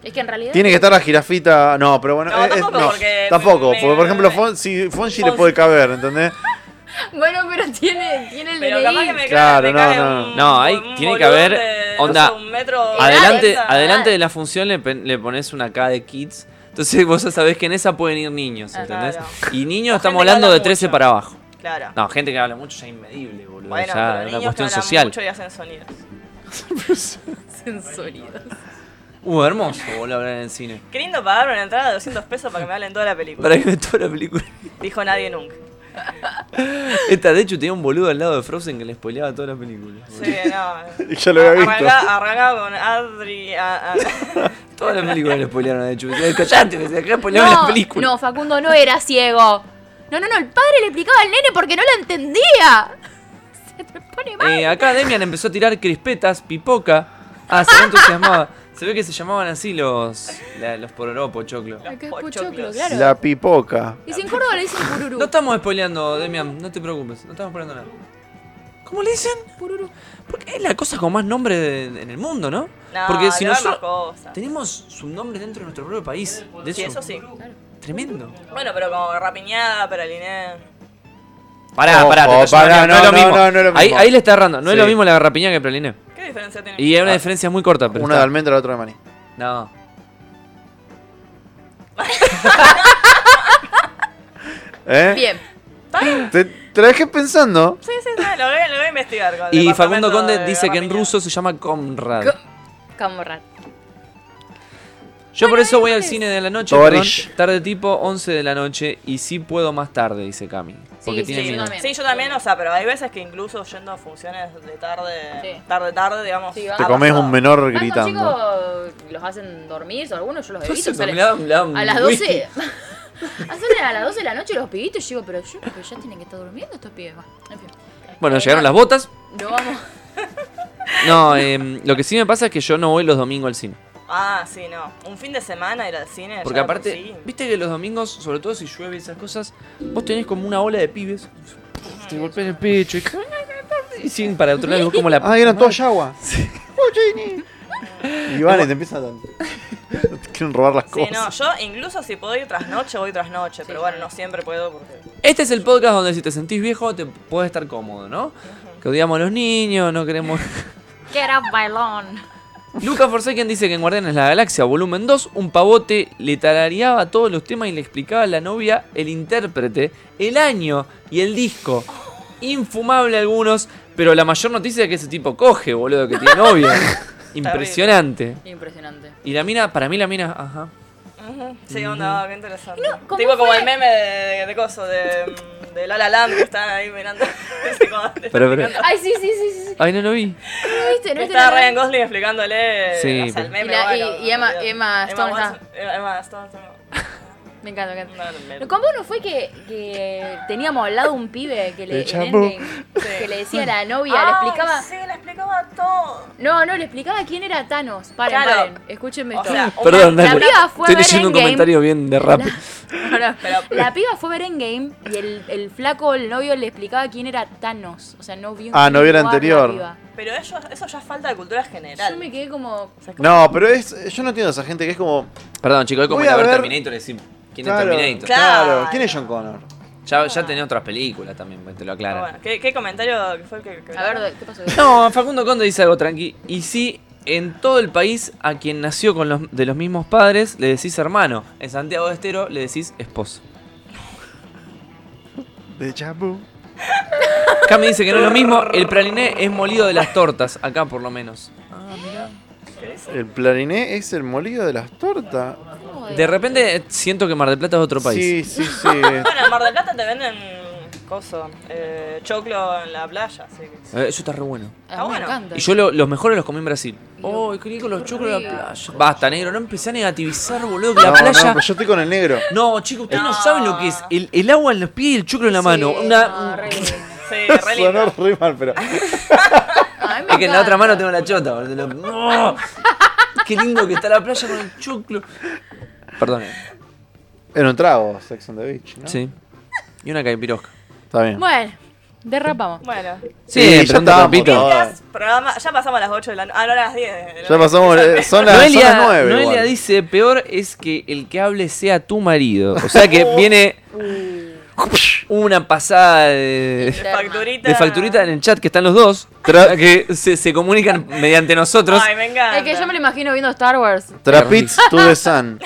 Speaker 3: Es que en realidad.
Speaker 1: Tiene que estar la jirafita. No, pero bueno.
Speaker 4: No,
Speaker 1: eh, eh,
Speaker 4: tampoco,
Speaker 1: no,
Speaker 4: porque
Speaker 1: tampoco,
Speaker 4: me-
Speaker 1: porque, por ejemplo,
Speaker 4: me-
Speaker 1: Fon- si Fonji le
Speaker 4: Fonsi.
Speaker 1: puede caber, ¿entendés?
Speaker 3: Bueno, pero tiene, tiene el
Speaker 4: Pero capaz
Speaker 3: DNI.
Speaker 4: que me
Speaker 1: Claro,
Speaker 4: cae, me
Speaker 1: no,
Speaker 4: cae
Speaker 1: no.
Speaker 4: un-
Speaker 2: No, ahí
Speaker 4: un
Speaker 2: tiene que
Speaker 4: boludo
Speaker 2: haber
Speaker 4: de, no
Speaker 2: onda.
Speaker 4: sé, un metro
Speaker 2: Adelante,
Speaker 3: Edad.
Speaker 2: adelante de la función le, pen- le pones una K de kids. Entonces vos ya sabés que en esa pueden ir niños,
Speaker 3: Ah,
Speaker 2: ¿entendés?
Speaker 4: claro.
Speaker 2: Y niños
Speaker 4: O
Speaker 2: estamos
Speaker 4: gente que
Speaker 2: hablando
Speaker 4: habla
Speaker 2: de 13
Speaker 4: mucho.
Speaker 2: para abajo.
Speaker 4: Claro.
Speaker 2: No, gente que habla mucho ya es inmedible, boludo. pues
Speaker 4: bueno,
Speaker 2: ya es
Speaker 4: pero
Speaker 2: una
Speaker 4: niños
Speaker 2: cuestión
Speaker 4: que hablan
Speaker 2: social.
Speaker 4: mucho y hacen sonidos.
Speaker 3: Sensorido.
Speaker 2: Uh, hermoso, boludo, hablar en el cine.
Speaker 4: Qué lindo pagar una entrada de 200 pesos para que me hablen toda la película.
Speaker 2: Para que me toda la película.
Speaker 4: Dijo nadie nunca.
Speaker 2: Esta, de hecho, tenía un boludo al lado de Frozen que le spoileaba todas las películas. boludo.
Speaker 4: Sí, no.
Speaker 1: Ya lo había visto.
Speaker 4: Arrancaba, arrancaba con Adri. a- a-
Speaker 2: Todas las películas le spoilearon, de hecho. Me decía, Callate, me decía, "Acá spoileaban
Speaker 3: No,
Speaker 2: las películas.
Speaker 3: no, Facundo no era ciego. No, no, no, el padre le explicaba al nene porque no lo entendía. Se te pone mal.
Speaker 2: Eh, acá Demian empezó a tirar crispetas, pipoca. Ah, se ve entusiasmaba. Se ve que se llamaban así los, la- los pororó, pochoclo.
Speaker 3: Acá es
Speaker 4: pochoclos.
Speaker 3: pochoclo, claro.
Speaker 1: La pipoca.
Speaker 3: Y si en Córdoba le dicen pururú.
Speaker 2: No estamos spoileando, Demian, no te preocupes, no estamos spoileando nada. ¿Cómo le dicen? Pururu. Porque es la cosa con más nombre de- en el mundo, ¿no?
Speaker 4: No,
Speaker 2: Porque si
Speaker 4: no hay más
Speaker 2: nosotros
Speaker 4: cosas.
Speaker 2: tenemos subnombres dentro de nuestro propio país. De
Speaker 4: Sí, eso sí.
Speaker 2: Tremendo.
Speaker 4: Bueno, pero como rapiñada, peraliné.
Speaker 2: Pará,
Speaker 1: Ojo,
Speaker 2: pará, te estoy
Speaker 1: pará,
Speaker 2: llamando, no, es lo
Speaker 1: no, no,
Speaker 2: mismo.
Speaker 1: no, no es lo
Speaker 2: Ahí,
Speaker 1: mismo.
Speaker 2: ahí le está errando, no es
Speaker 1: Sí.
Speaker 2: lo mismo la garrapiña que el praliné.
Speaker 4: ¿Qué diferencia tiene?
Speaker 2: Y hay una diferencia muy corta, pero.
Speaker 1: Ah, Una de
Speaker 2: está.
Speaker 1: almendra, la otra de maní.
Speaker 2: No.
Speaker 1: ¿Eh?
Speaker 3: Bien.
Speaker 4: ¿Está bien?
Speaker 1: Te, te la dejé pensando.
Speaker 4: Sí, sí, sí, lo voy, a- lo voy a investigar. con el
Speaker 2: Y
Speaker 4: departamento
Speaker 2: Facundo Conde
Speaker 4: de
Speaker 2: dice que en
Speaker 4: rapiñada.
Speaker 2: ruso se llama Comrad.
Speaker 3: Co- Camorra.
Speaker 2: Yo por eso voy al cine de la noche,
Speaker 1: Tovarish.
Speaker 2: perdón, tarde tipo 11 de la noche y sí puedo más tarde, dice Cami. Porque
Speaker 3: Sí,
Speaker 2: tiene
Speaker 3: sí, yo
Speaker 2: miedo.
Speaker 3: también.
Speaker 4: Sí, yo también, o sea, pero hay veces que incluso yendo a funciones de tarde,
Speaker 3: Sí.
Speaker 4: tarde, tarde, digamos.
Speaker 3: Sí,
Speaker 4: ha
Speaker 3: vamos.
Speaker 1: Te comes
Speaker 4: pasado.
Speaker 1: un menor
Speaker 3: Cuando
Speaker 1: gritando.
Speaker 3: chicos los hacen dormir, o algunos yo los he
Speaker 2: Entonces,
Speaker 3: visto. que salen-
Speaker 2: me da- me da un
Speaker 3: A las
Speaker 2: whisky.
Speaker 3: 12. Hacen a las 12 de la noche los pibitos y yo digo, pero yo creo que ya tienen que estar durmiendo estos pibes. Va, en fin.
Speaker 2: Bueno, llegaron las botas.
Speaker 3: No vamos.
Speaker 2: No, em, lo que sí me pasa es que yo no voy los domingos al cine.
Speaker 4: Ah, sí, no. Un fin de semana ir al cine.
Speaker 2: Porque
Speaker 4: ya de por
Speaker 2: aparte,
Speaker 4: sí.
Speaker 2: viste que los domingos, sobre todo si llueve y esas cosas, vos tenés como una ola de pibes. Te golpean el pecho y, y siguen para otro lado vos como la...
Speaker 1: Ah, eran todos yagua.
Speaker 2: Oh,
Speaker 1: Y van y te empiezan a. Te quieren robar las
Speaker 4: Sí, no,
Speaker 1: cosas.
Speaker 4: yo incluso si puedo ir tras noche, voy tras noche. pero bueno, no siempre puedo porque.
Speaker 2: Este es el podcast donde si te sentís viejo te puedes estar cómodo, ¿no? Que odiamos a los niños, no queremos...
Speaker 3: Get up, bailón.
Speaker 2: Lucas Forsaken dice que en Guardianes de la Galaxia, volumen 2, un pavote le tarareaba todos los temas y le explicaba a la novia, el intérprete, el año y el disco. Infumable algunos, pero la mayor noticia es que ese tipo coge, boludo, que tiene novia. Impresionante.
Speaker 3: Impresionante.
Speaker 2: Y la mina, para mí la mina, ajá.
Speaker 4: Ujú. Sí, onda, qué interesante.
Speaker 3: ¿cómo
Speaker 4: tipo como
Speaker 3: fue?
Speaker 4: el meme de, de, de coso, de, mm, de La La Land que están ahí mirando. Sí, como te están
Speaker 2: Pero, pero-
Speaker 4: mirando.
Speaker 3: Ay, sí, sí, sí, sí. sí.
Speaker 2: Ay, no lo vi.
Speaker 3: ¿No viste? que no es de
Speaker 4: Está
Speaker 3: la-
Speaker 4: Ryan Gosling explicándole
Speaker 2: Sí,
Speaker 4: o sea,
Speaker 2: pero-
Speaker 4: el meme,
Speaker 3: Y la- y-
Speaker 4: bueno,
Speaker 3: y Emma-
Speaker 4: olvídate.
Speaker 3: Emma Stone
Speaker 4: Watson- Emma Stone. Stone.
Speaker 3: Me encanta, me encanta.
Speaker 4: No, no, me-
Speaker 3: Lo combo no fue que, que teníamos al lado un pibe que le,
Speaker 1: El
Speaker 3: el
Speaker 1: champú.
Speaker 3: Endgame, que le decía a la novia, le explicaba.
Speaker 4: Ay, Sí, le explicaba todo.
Speaker 3: No, no, le explicaba quién era Thanos. Paren,
Speaker 4: Claro.
Speaker 3: paren, escúchenme
Speaker 4: O
Speaker 3: esto.
Speaker 4: sea, un-
Speaker 2: Perdón,
Speaker 3: La
Speaker 2: dale.
Speaker 3: piba fue a
Speaker 2: Estoy
Speaker 3: ver
Speaker 2: leyendo un
Speaker 3: Endgame.
Speaker 2: comentario bien de rap.
Speaker 3: Ahora,
Speaker 4: Pero-
Speaker 3: la piba fue a ver Endgame y el, el flaco, el novio, le explicaba quién era Thanos. O sea, no vio.
Speaker 1: Ah, no vio el
Speaker 3: la
Speaker 1: anterior.
Speaker 3: piba.
Speaker 4: Pero eso, eso ya es falta de cultura general.
Speaker 3: Yo me quedé como.
Speaker 1: No, pero es, yo no entiendo a esa gente que es como.
Speaker 2: Perdón, chicos, es como
Speaker 1: Voy
Speaker 2: ir a
Speaker 1: a
Speaker 2: ver
Speaker 1: ver-
Speaker 2: Terminator y decir quién
Speaker 1: claro,
Speaker 2: es Terminator.
Speaker 1: Claro.
Speaker 4: Claro.
Speaker 1: ¿Quién es John Connor?
Speaker 2: Ya, ya tenía otras películas también, pues, te lo
Speaker 4: Pero
Speaker 2: aclara.
Speaker 4: Ah, bueno, ¿qué, qué comentario que fue el que, que-
Speaker 3: A ver, ¿qué pasó?
Speaker 2: No, Facundo Conde dice algo tranqui. Y sí, en todo el país, a quien nació con los, de los mismos padres, le decís hermano. En Santiago de Estero le decís esposo.
Speaker 1: De Chapu.
Speaker 2: Cami dice que no es lo mismo, el praliné es molido de las tortas, acá por lo menos.
Speaker 1: El planiné es el molido de las tortas.
Speaker 3: ¿Cómo
Speaker 2: De repente eh, siento que Mar del Plata es otro país.
Speaker 1: Sí, sí, sí.
Speaker 4: Bueno, en Mar del Plata te venden coso, eh, choclo en la playa, así que.
Speaker 2: Eh, eso está re bueno.
Speaker 3: A
Speaker 4: Ah,
Speaker 3: mí me
Speaker 4: bueno.
Speaker 3: encanta.
Speaker 2: Y yo lo- los mejores los comí en Brasil.
Speaker 3: lo-
Speaker 2: Oh, qué rico los
Speaker 3: qué
Speaker 2: chocos de la
Speaker 3: rico.
Speaker 2: playa. Basta, negro, no empecé a negativizar, boludo, que
Speaker 1: No,
Speaker 2: la
Speaker 1: no,
Speaker 2: playa.
Speaker 1: pero yo estoy con el negro.
Speaker 2: No, chicos, ustedes no.
Speaker 4: No.
Speaker 2: saben lo que es. El, el agua en los pies y el choclo en la mano.
Speaker 3: Sí,
Speaker 2: Una-
Speaker 3: no, re bien.
Speaker 4: Sí, re
Speaker 1: Sonó
Speaker 4: lindo.
Speaker 1: re mal, pero.
Speaker 3: A mí Ah, me
Speaker 2: Es que en la otra
Speaker 3: encanta.
Speaker 2: mano tengo la chota, boludo. ¡No! Qué lindo que está la playa con el choclo. Perdón.
Speaker 1: Era un trago, Sex on the Beach, ¿no?
Speaker 2: Sí. Y una caipirosca.
Speaker 1: Está bien.
Speaker 3: Bueno, derrapamos.
Speaker 4: Bueno,
Speaker 1: Sí, ya
Speaker 2: pero un
Speaker 1: estábamos,
Speaker 2: trampito.
Speaker 1: ¿no?
Speaker 4: podcast, programa, ya pasamos a las 8 de la noche. Ah, no, a las 10. de la
Speaker 1: Ya
Speaker 4: noche.
Speaker 1: pasamos. eh, Son las, son
Speaker 2: Noelia,
Speaker 1: las nueve.
Speaker 2: Noelia
Speaker 1: igual.
Speaker 2: dice, peor es que el que hable sea tu marido. O sea que viene
Speaker 3: Uh.
Speaker 2: una pasada de,
Speaker 4: De facturita.
Speaker 2: de facturita en el chat que están los dos, tra- que se, se comunican mediante nosotros.
Speaker 4: Ay, me encanta.
Speaker 3: Es que yo me lo imagino viendo Star Wars.
Speaker 1: Trapits to the sun.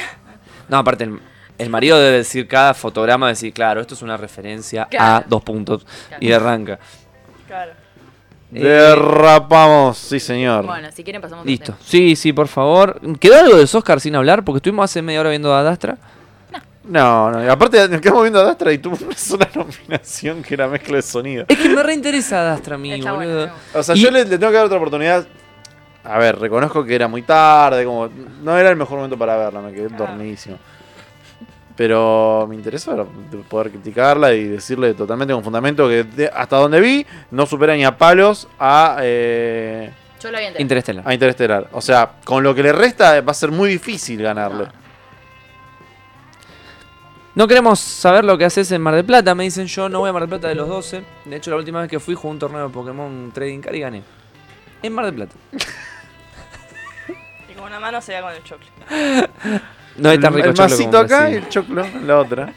Speaker 2: No, aparte, el, el marido debe decir cada fotograma, decir, claro, esto es una referencia a
Speaker 3: Claro.
Speaker 2: dos puntos. Y arranca.
Speaker 4: Claro.
Speaker 2: Eh,
Speaker 1: Derrapamos, sí, señor.
Speaker 3: Bueno, si quieren pasamos a otro
Speaker 2: Listo. Sí, sí, por favor. ¿Quedó algo de Oscar sin hablar? Porque estuvimos hace media hora viendo a Dastra.
Speaker 1: No, no, y aparte nos quedamos viendo a Dastra y tuvo una sola nominación que era mezcla de sonido.
Speaker 2: Es que me reinteresa Dastra a mí,
Speaker 3: tema. Está bueno,
Speaker 2: boludo.
Speaker 3: está bueno.
Speaker 1: O sea,
Speaker 2: Y-
Speaker 1: yo le, le tengo que dar otra oportunidad. A ver, reconozco que era muy tarde, como no era el mejor momento para verla, me quedé dormidísimo. Pero me interesa poder criticarla y decirle totalmente con fundamento que de- hasta donde vi no supera ni a palos a, eh,
Speaker 3: Yo lo vi entero.
Speaker 2: Interestelar.
Speaker 1: a Interestelar. O sea, con lo que le resta eh, va a ser muy difícil ganarle.
Speaker 2: No queremos saber lo que haces en Mar del Plata, me dicen yo, no voy a Mar del Plata de los 12. De hecho, la última vez que fui jugué un torneo de Pokémon Trading Card y gané. En Mar del Plata.
Speaker 4: Y con una mano se da con el choclo.
Speaker 2: No es tan
Speaker 1: El-
Speaker 2: rico
Speaker 1: el
Speaker 2: choclo
Speaker 1: masito
Speaker 2: como
Speaker 1: acá y
Speaker 2: Brasil.
Speaker 1: el choclo en la otra.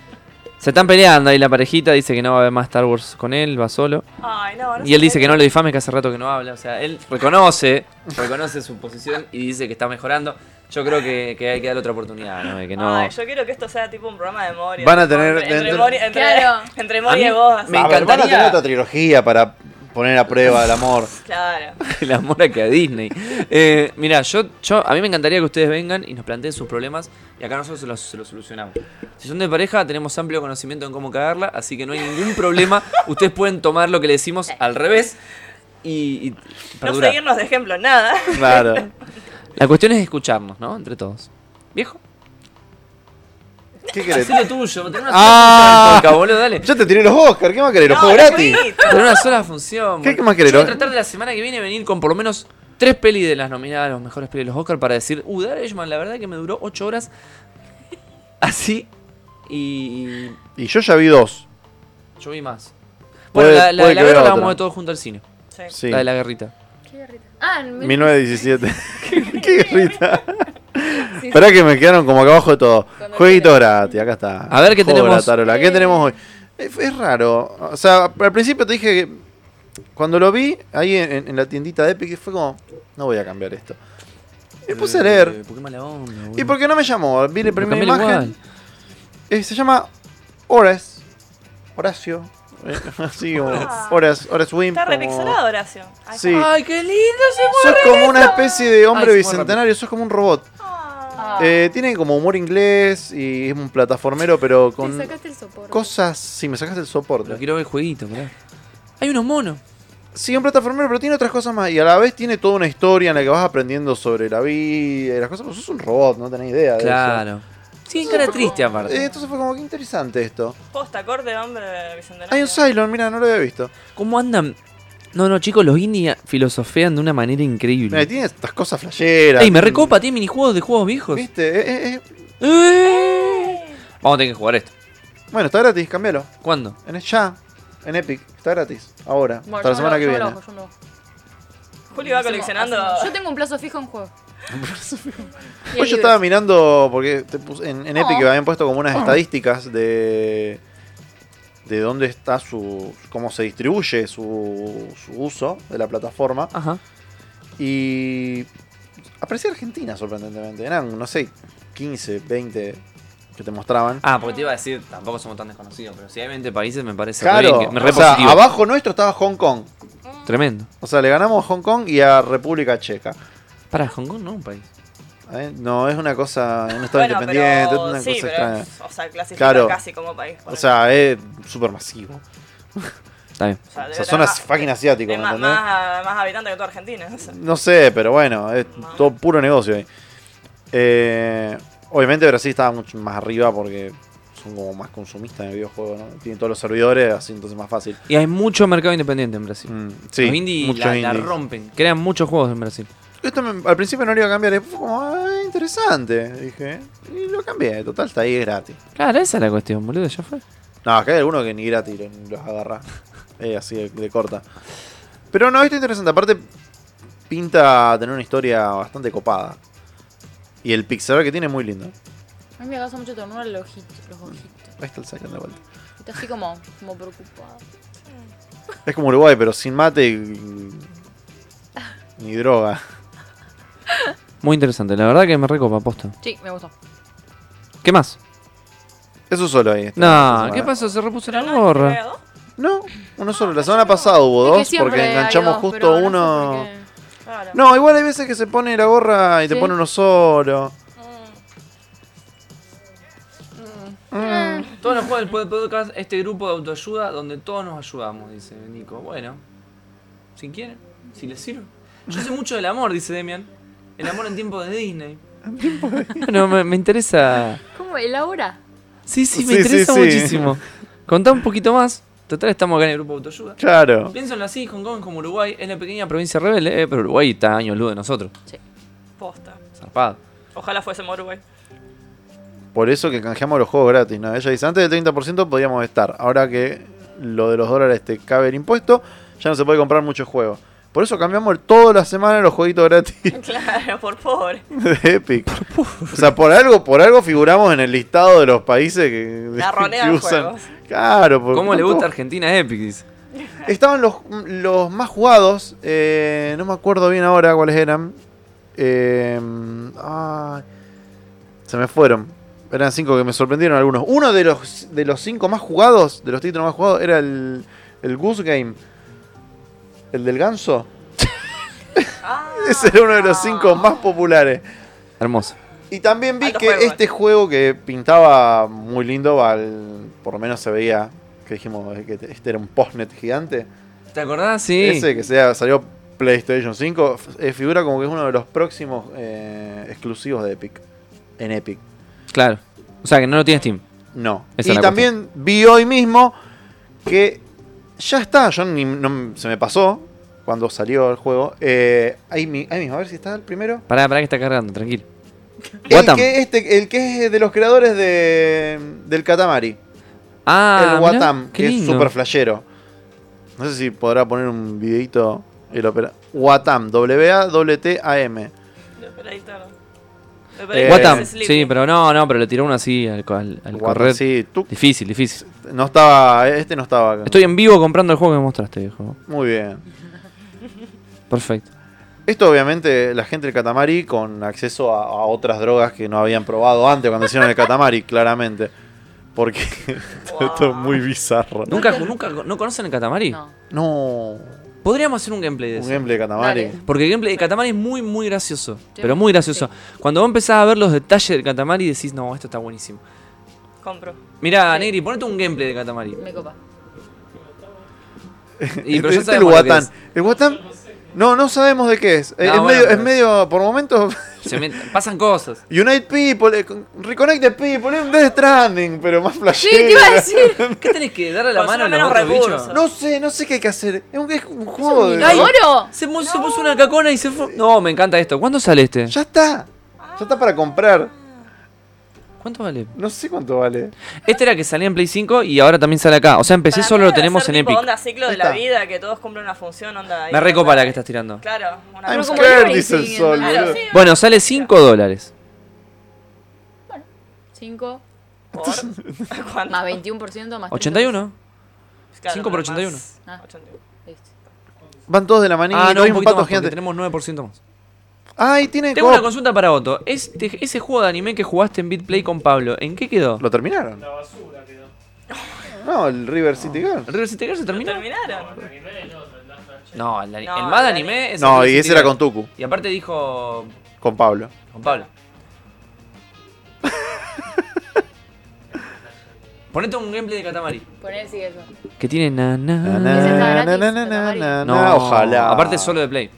Speaker 2: Se están peleando ahí la parejita, dice que no va a haber más Star Wars con él, va solo.
Speaker 4: Ay, no, no
Speaker 2: Y él dice que no lo difame, que hace rato que no habla. O sea, él reconoce, reconoce su posición y dice que está mejorando. Yo creo que, que hay que darle otra oportunidad, ¿no? De que no.
Speaker 4: Ay, yo quiero que esto sea tipo un programa de Moria.
Speaker 1: Van a
Speaker 4: tipo,
Speaker 1: tener
Speaker 4: Entre, entre
Speaker 1: dentro-
Speaker 4: Moria, entre,
Speaker 3: Claro.
Speaker 4: entre
Speaker 2: A mí
Speaker 4: Moria y vos. así.
Speaker 2: me
Speaker 1: A ver, van a
Speaker 2: encantaría-
Speaker 1: tener otra trilogía para poner a prueba el amor.
Speaker 4: Claro.
Speaker 2: La mora que a Disney. Eh, mira, yo, yo, a mí me encantaría que ustedes vengan y nos planteen sus problemas y acá nosotros se los, se los solucionamos. Si son de pareja, tenemos amplio conocimiento en cómo cagarla, así que no hay ningún problema. ustedes pueden tomar lo que le decimos al revés y, y
Speaker 4: No
Speaker 2: perdurar.
Speaker 4: seguirnos de ejemplo, en nada.
Speaker 1: Claro.
Speaker 2: La cuestión es escucharnos, ¿no? Entre todos. Viejo,
Speaker 1: ¿Qué querés?
Speaker 2: haz lo tuyo. Tener una,
Speaker 1: Ah.
Speaker 2: sola función, boludo, dale.
Speaker 1: Yo te tiré los Oscar, ¿qué más querés? ¿Los
Speaker 4: No,
Speaker 1: juegos
Speaker 4: no
Speaker 1: gratis?
Speaker 4: fui.
Speaker 2: Tener una sola función.
Speaker 1: ¿Qué-
Speaker 2: boludo.
Speaker 1: qué más querés,
Speaker 2: Yo voy a
Speaker 1: no?
Speaker 2: tratar de la semana que viene venir con por lo menos tres pelis de las nominadas a los mejores pelis de los Oscar para decir, uh, Dar Edgeman, la verdad que me duró ocho horas así y
Speaker 1: Y yo ya vi dos.
Speaker 2: yo vi más. Bueno,
Speaker 1: Puede-
Speaker 2: la, la
Speaker 1: puede
Speaker 2: de la
Speaker 1: que
Speaker 2: guerra
Speaker 1: vea
Speaker 2: la
Speaker 1: otra.
Speaker 2: vamos a ver todos junto al cine.
Speaker 4: Sí.
Speaker 1: Sí.
Speaker 2: La de la guerrita.
Speaker 3: Ah, mi-
Speaker 1: 1917. Qué guerrita. Esperá que me quedaron como acá abajo de todo. Jueguito gratis, acá está.
Speaker 2: A ver, ¿qué
Speaker 1: Joder,
Speaker 2: tenemos?
Speaker 1: tarola. ¿Qué tenemos hoy? Es, es raro. O sea, al principio te dije que cuando lo vi ahí en, en la tiendita de Epic fue como, no voy a cambiar esto. Me puse a leer.
Speaker 2: Eh, ¿Por qué mala onda, boludo?
Speaker 1: ¿Y por qué no me llamó? Vi la
Speaker 2: Pero
Speaker 1: primera
Speaker 2: cambiala
Speaker 1: imagen. Eh, se llama Horas. Horacio. Eh, Así como Horas, Horas Wimp.
Speaker 4: Está
Speaker 1: como-
Speaker 4: repixelado, Horacio. Ay,
Speaker 1: Sí.
Speaker 2: igual. Ay, qué lindo se
Speaker 1: Sos como una especie de hombre
Speaker 2: Ay, se mueve
Speaker 1: bicentenario, sos como un robot.
Speaker 4: ah.
Speaker 3: ah.
Speaker 1: Eh, tiene como humor inglés y es un plataformero, pero
Speaker 6: Te
Speaker 1: con
Speaker 6: sacaste el soporte.
Speaker 1: cosas. Si me sacaste el
Speaker 2: Pero
Speaker 1: soporte.
Speaker 2: quiero ver el jueguito, mirá. Hay unos monos.
Speaker 1: Sí, un plataformero, pero tiene otras cosas más. Y a la vez tiene toda una historia en la que vas aprendiendo sobre la vida y las cosas. Vos sos un robot, no tenés idea de eso.
Speaker 2: Claro. Sí, cara triste
Speaker 1: Eh,
Speaker 2: aparte.
Speaker 1: entonces fue como que interesante esto.
Speaker 4: Posta, acorde, hombre, bicentenario.
Speaker 1: Hay un Cylon, mira, no lo había visto.
Speaker 2: ¿Cómo andan? No, no, chicos, los indies filosofean de una manera
Speaker 1: Mira,
Speaker 2: increíble.
Speaker 1: tiene estas cosas flasheras.
Speaker 2: Ey, me recopa, tiene minijuegos de juegos viejos.
Speaker 1: ¿Viste? Eh, eh, eh.
Speaker 2: Eh. Vamos a tener que jugar esto.
Speaker 1: Bueno, está gratis, cambialo.
Speaker 2: ¿Cuándo?
Speaker 1: En ya, en Epic, está gratis. Ahora, hasta la
Speaker 3: yo
Speaker 1: semana
Speaker 3: lo-
Speaker 1: que
Speaker 3: yo
Speaker 1: viene.
Speaker 3: lo hago, yo lo hago.
Speaker 4: Juli va
Speaker 3: Hacemos-
Speaker 4: coleccionando.
Speaker 3: hacemos- Yo tengo un plazo fijo en juego. Y
Speaker 1: Hoy yo
Speaker 3: libros.
Speaker 1: estaba mirando, porque te pus- en, en Epic
Speaker 3: Oh.
Speaker 1: habían puesto como unas estadísticas de de dónde está su, cómo se distribuye su, su uso de la plataforma.
Speaker 2: Ajá.
Speaker 1: Y aparecía Argentina, sorprendentemente. Eran, no sé, 15, 20 que te mostraban.
Speaker 2: Ah, porque te iba a decir, tampoco somos tan desconocidos, pero si hay 20 países me parece re bien
Speaker 1: claro,
Speaker 2: que- me re
Speaker 1: o sea,
Speaker 2: positivo.
Speaker 1: abajo nuestro estaba Hong Kong.
Speaker 2: Tremendo.
Speaker 1: O sea, le ganamos a Hong Kong y a República Checa.
Speaker 2: Para Hong Kong no es un país.
Speaker 1: ¿Eh? No, es una cosa, un estado
Speaker 4: Bueno,
Speaker 1: independiente,
Speaker 4: pero-
Speaker 1: es una
Speaker 4: sí,
Speaker 1: cosa
Speaker 4: pero,
Speaker 1: extraña.
Speaker 4: O sea, clasifica
Speaker 1: Claro.
Speaker 4: casi como país.
Speaker 1: O sea, es súper masivo.
Speaker 2: Está bien.
Speaker 4: sea,
Speaker 1: O
Speaker 4: debe
Speaker 1: sea,
Speaker 4: tener
Speaker 1: son
Speaker 4: más-
Speaker 1: as- fucking asiáticos,
Speaker 4: es
Speaker 1: ¿me
Speaker 4: más,
Speaker 1: entendés?
Speaker 4: más, más habitante que toda Argentina. o sea.
Speaker 1: No sé, pero bueno, es todo puro negocio ahí. Eh, obviamente Brasil estaba mucho más arriba porque son como más consumistas de videojuegos, ¿no? Tienen todos los servidores, así entonces más fácil.
Speaker 2: Y hay mucho mercado independiente en Brasil.
Speaker 1: Mm, sí,
Speaker 2: Los indies
Speaker 1: muchos
Speaker 2: la, la
Speaker 1: indies.
Speaker 2: rompen. Crean muchos juegos en Brasil.
Speaker 1: Esto me- al principio no lo iba a cambiar, después fue como, ah, interesante, dije. Y lo cambié, total, está ahí, es gratis.
Speaker 2: Claro, esa es la cuestión, boludo, ya fue.
Speaker 1: No, acá hay algunos que ni gratis lo- los agarra. Eh, así de, de corta. Pero no, esto es interesante. Aparte, pinta tener una historia bastante copada. Y el pixel que tiene es muy lindo.
Speaker 3: A mí me causa mucho ternura los ojitos. Los ojitos.
Speaker 1: Ahí está el Silent de vuelta.
Speaker 3: Está así como, como preocupado.
Speaker 1: Es como Uruguay, pero sin mate y. ni droga.
Speaker 2: Muy interesante, la verdad que me recopa, aposta.
Speaker 3: Sí, me gustó.
Speaker 2: ¿Qué más?
Speaker 1: Eso solo ahí. está, esta
Speaker 2: No,
Speaker 1: semana.
Speaker 2: ¿qué pasó? Se repuso la
Speaker 4: Pero no,
Speaker 2: gorra.
Speaker 4: creo.
Speaker 1: No, uno solo. La semana pasada hubo
Speaker 3: Es que
Speaker 1: dos
Speaker 3: siempre
Speaker 1: porque
Speaker 3: hay
Speaker 1: enganchamos
Speaker 3: dos,
Speaker 1: justo
Speaker 3: pero no sé
Speaker 1: uno.
Speaker 3: por qué.
Speaker 4: Claro.
Speaker 1: No, igual hay veces que se pone la gorra y te
Speaker 3: Sí.
Speaker 1: pone uno solo.
Speaker 2: Todos los juegos del podcast, este grupo de autoayuda donde todos nos ayudamos, dice Nico. Bueno, si quieren, si les sirve. Yo sé mucho del amor, dice Demian. El amor en tiempo de Disney. Bueno, me, me interesa.
Speaker 3: ¿Cómo? ¿El ahora?
Speaker 2: Sí, sí,
Speaker 1: Sí,
Speaker 2: me
Speaker 1: sí,
Speaker 2: interesa
Speaker 1: sí.
Speaker 2: muchísimo. Contá un poquito más. Total, estamos acá en el grupo de autoayuda.
Speaker 1: Claro.
Speaker 2: Piénsenlo así, Hong Kong es como Uruguay, es la pequeña provincia rebelde, eh, pero Uruguay está a años luz de nosotros.
Speaker 4: Posta.
Speaker 2: Zarpado.
Speaker 4: Ojalá fuésemos a Uruguay.
Speaker 1: Por eso que canjeamos los juegos gratis, ¿no? Ella dice, antes del 30% podíamos estar. Ahora que lo de los dólares te cabe el impuesto, ya no se puede comprar muchos juegos. Por eso cambiamos toda la semana los jueguitos gratis
Speaker 4: Claro, por pobre.
Speaker 1: de Epic. O sea, por algo, por algo figuramos en el listado de los países que,
Speaker 4: Garronean
Speaker 1: que usan.
Speaker 4: juegos.
Speaker 1: Claro, porque
Speaker 2: ¿Cómo le
Speaker 1: tanto-
Speaker 2: gusta Argentina Epic? dice.
Speaker 1: Estaban los, los más jugados. eh, no me acuerdo bien ahora cuáles eran. Eh, ay, se me fueron. Eran cinco que me sorprendieron algunos. Uno de los, de los cinco más jugados, de los títulos más jugados, era el, el Goose Game. El del ganso.
Speaker 4: Ah,
Speaker 1: Ese era uno de los cinco más populares.
Speaker 2: Hermoso.
Speaker 1: Y también vi
Speaker 4: Alto
Speaker 1: que
Speaker 4: juego,
Speaker 1: este juego que pintaba muy lindo, al- por lo menos se veía que dijimos eh, que este era un postnet gigante.
Speaker 2: ¿Te acordás? Sí.
Speaker 1: Ese que sea, salió PlayStation 5, f- eh, figura como que es uno de los próximos eh, exclusivos de Epic. En Epic.
Speaker 2: Claro. O sea, que no lo tiene Steam.
Speaker 1: No.
Speaker 2: Esa
Speaker 1: y
Speaker 2: es la
Speaker 1: también vi hoy mismo que ya está, yo ni- no- se me pasó cuando salió el juego. Eh, ahí, mi- ahí mismo, a ver si está el primero.
Speaker 2: Pará, pará que está cargando, tranquilo.
Speaker 1: El
Speaker 2: Watam.
Speaker 1: que, este, el que es de los creadores de, del Katamari.
Speaker 2: Ah,
Speaker 1: el
Speaker 2: mirá,
Speaker 1: Watam,
Speaker 2: qué
Speaker 1: que es
Speaker 2: lindo.
Speaker 1: super flashero. No sé si podrá poner un videito. El opera. Watam, W-A-T-A-M.
Speaker 4: de Operator. De
Speaker 1: Eh,
Speaker 4: Operator
Speaker 2: Watam,
Speaker 4: Sleepy.
Speaker 2: sí, pero no, no, pero le tiró uno así al, co- al, al
Speaker 1: Guarda,
Speaker 2: correr.
Speaker 1: sí, tú-
Speaker 2: Difícil, difícil.
Speaker 1: no estaba, este no estaba acá.
Speaker 2: Estoy en vivo comprando el juego que me mostraste, viejo.
Speaker 1: Muy bien.
Speaker 2: Perfecto.
Speaker 1: Esto obviamente la gente del Katamari con acceso a, a otras drogas que no habían probado antes cuando hicieron el Katamari, claramente. Porque esto es muy bizarro.
Speaker 2: ¿Nunca, nunca no conocen el Katamari?
Speaker 3: No.
Speaker 1: No,
Speaker 2: Podríamos hacer un gameplay de
Speaker 1: un
Speaker 2: eso.
Speaker 1: gameplay de Katamari.
Speaker 3: Dale.
Speaker 2: Porque el gameplay de Katamari es muy, muy gracioso. Pero muy gracioso. Cuando vos empezás a ver los detalles del Katamari decís, no, esto está buenísimo.
Speaker 4: Compro.
Speaker 2: Mira, Negri, ponete un gameplay de Katamari.
Speaker 3: Me copa.
Speaker 2: Y, pero
Speaker 1: Este-
Speaker 2: ya
Speaker 1: este el
Speaker 2: sabemos lo que
Speaker 1: Guatán.
Speaker 2: es.
Speaker 1: El Guatán, no, no sabemos de qué es. Eh,
Speaker 2: No,
Speaker 1: es,
Speaker 2: bueno,
Speaker 1: medio,
Speaker 2: pero-
Speaker 1: es medio, por momentos,
Speaker 2: Se me- pasan cosas.
Speaker 1: Unite People, eh, con- Reconnect the People, es un Death Stranding, pero más
Speaker 3: Sí, te iba a
Speaker 1: flashero.
Speaker 3: decir.
Speaker 2: ¿Qué tenés que darle la
Speaker 4: Por
Speaker 2: mano a
Speaker 4: eso
Speaker 2: los
Speaker 4: menos
Speaker 2: otros bichos?
Speaker 4: recursos.
Speaker 1: No sé, no sé qué hay que hacer. Es un, es un juego de...
Speaker 2: Ay.
Speaker 3: ¡Oro!
Speaker 2: Se, mu- se puso una cacona y se fue. No, me encanta esto. ¿Cuándo sale este?
Speaker 1: Ya está. Ya está para comprar.
Speaker 2: ¿Cuánto vale?
Speaker 1: No sé cuánto vale.
Speaker 2: Este era que salía en Play 5 y ahora también sale acá. O sea, empecé
Speaker 4: Para
Speaker 2: solo
Speaker 4: mí
Speaker 2: lo
Speaker 4: debe
Speaker 2: tenemos
Speaker 4: ser
Speaker 2: en
Speaker 4: tipo
Speaker 2: Epic.
Speaker 4: onda ciclo de
Speaker 1: Ahí
Speaker 4: la
Speaker 1: está.
Speaker 4: vida, que todos cumplen una función, onda. ahí,
Speaker 2: La recopa
Speaker 4: onda.
Speaker 2: la que estás tirando.
Speaker 4: Claro, una
Speaker 1: I'm
Speaker 4: cosa-
Speaker 3: como
Speaker 1: scared,
Speaker 3: Life
Speaker 1: dice el
Speaker 3: Singing,
Speaker 1: sol.
Speaker 3: claro,
Speaker 1: boludo.
Speaker 4: sí.
Speaker 2: Bueno, sale 5 dólares.
Speaker 3: Cinco.
Speaker 4: ¿Por? ¿Cuánto?
Speaker 3: Más 21% más
Speaker 2: 81.
Speaker 4: Claro,
Speaker 2: Cinco por
Speaker 4: más
Speaker 2: 81.
Speaker 3: Ah.
Speaker 4: 81.
Speaker 3: Listo.
Speaker 1: Van todos de la manita,
Speaker 2: Ah, no,
Speaker 1: hay
Speaker 2: un
Speaker 1: un
Speaker 2: poquito
Speaker 1: pato
Speaker 2: más porque
Speaker 1: gigante.
Speaker 2: tenemos 9% más.
Speaker 1: Ay, tiene
Speaker 2: Tengo una
Speaker 1: co-
Speaker 2: consulta para Otto. Este- ese juego de anime que jugaste en BitPlay con Pablo, ¿en qué quedó?
Speaker 1: Lo terminaron. La basura quedó. No, el River City Girl.
Speaker 2: ¿El River City Girls se terminó?
Speaker 4: ¿Terminaron?
Speaker 2: No, el, ani-
Speaker 4: No,
Speaker 2: el más
Speaker 4: el
Speaker 2: de
Speaker 4: ani-
Speaker 2: anime es el
Speaker 1: No,
Speaker 2: River
Speaker 1: y
Speaker 2: City
Speaker 1: ese era con
Speaker 2: Girls.
Speaker 1: Tuku,
Speaker 2: Y aparte dijo
Speaker 1: con Pablo.
Speaker 2: con Pablo. Ponete un gameplay de Katamari.
Speaker 3: Poner sí eso.
Speaker 2: Que tiene
Speaker 1: Na,
Speaker 3: Ese
Speaker 1: na,
Speaker 2: nana.
Speaker 3: está gratis,
Speaker 1: na, na,
Speaker 3: está
Speaker 1: na, na,
Speaker 2: No,
Speaker 1: na, ojalá.
Speaker 2: Aparte es solo de Play.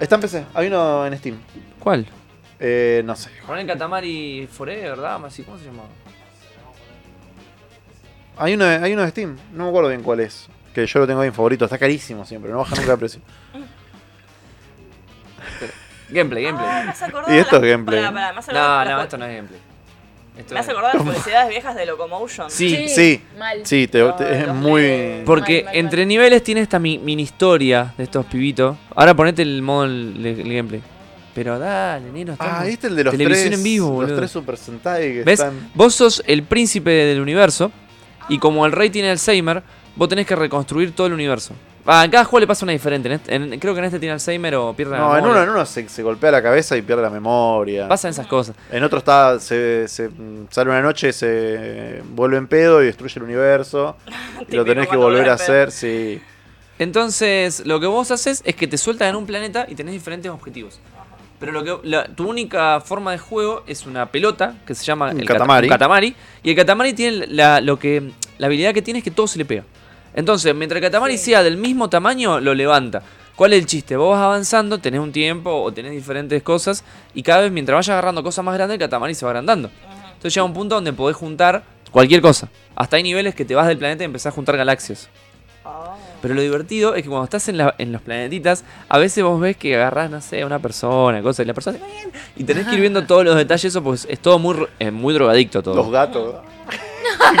Speaker 1: Está en PC, hay uno en Steam.
Speaker 2: ¿Cuál?
Speaker 1: Eh, no sé.
Speaker 2: Ponen Katamari Forever, ¿verdad? Así, ¿Cómo se llamaba?
Speaker 1: Hay uno, de- hay uno de Steam, no me acuerdo bien cuál es. Que yo lo tengo ahí en favorito, está carísimo siempre, no baja nunca de precio.
Speaker 2: Gameplay,
Speaker 4: Ah,
Speaker 2: gameplay.
Speaker 1: Y esto es gameplay.
Speaker 2: No, no, esto no es gameplay. Esto
Speaker 4: Me hace
Speaker 2: es-
Speaker 4: acordar las publicidades viejas de Locomotion.
Speaker 2: Sí,
Speaker 1: sí,
Speaker 3: Mal.
Speaker 1: Sí, te, te- es
Speaker 4: Ay,
Speaker 1: muy...
Speaker 4: los
Speaker 2: porque
Speaker 3: Mal, mal,
Speaker 2: entre niveles tiene esta mi- mini historia de estos pibitos. Ahora ponete el modo el, el gameplay. Pero dale, neno.
Speaker 1: Ah,
Speaker 2: estamos-
Speaker 1: ¿viste el de los
Speaker 2: Televisión
Speaker 1: tres,
Speaker 2: en vivo,
Speaker 1: los
Speaker 2: boludo.
Speaker 1: tres Super Sentai que
Speaker 2: ¿Ves?
Speaker 1: están...
Speaker 2: Vos sos el príncipe del universo y como el rey tiene Alzheimer, vos tenés que reconstruir todo el universo. Ah, en cada juego le pasa una diferente. En este- en- creo que en este tiene Alzheimer o pierde la
Speaker 1: No, en
Speaker 2: memoria.
Speaker 1: uno, en uno se, se golpea la cabeza y pierde la memoria.
Speaker 2: Pasan esas cosas.
Speaker 1: En otro está, se, se, mm, sale una noche, se vuelve en pedo y destruye el universo. y
Speaker 4: Típico
Speaker 1: lo tenés que
Speaker 4: cuando
Speaker 1: volver a
Speaker 4: vuelve en pedo.
Speaker 1: hacer, sí.
Speaker 2: Entonces, lo que vos haces es que te sueltan en un planeta y tenés diferentes objetivos. Pero lo que la- tu única forma de juego es una pelota que se llama
Speaker 1: Un
Speaker 2: el cata-
Speaker 1: catamari.
Speaker 2: un catamari, y el catamari tiene la, lo que, la habilidad que tiene es que todo se le pega. Entonces, mientras el catamari sea del mismo tamaño, lo levanta. ¿Cuál es el chiste? Vos vas avanzando, tenés un tiempo o tenés diferentes cosas y cada vez mientras vayas agarrando cosas más grandes, el catamari se va agrandando. Entonces llega un punto donde podés juntar cualquier cosa. Hasta hay niveles que te vas del planeta y empezás a juntar galaxias.
Speaker 4: Oh.
Speaker 2: Pero lo divertido es que cuando estás en, la- en los planetitas, a veces vos ves que agarrás, no sé, a una persona, cosas, y la persona hace, y tenés que ir viendo todos los detalles, eso pues es todo muy, ro- eh, muy drogadicto
Speaker 1: Los
Speaker 2: todo.
Speaker 1: gatos.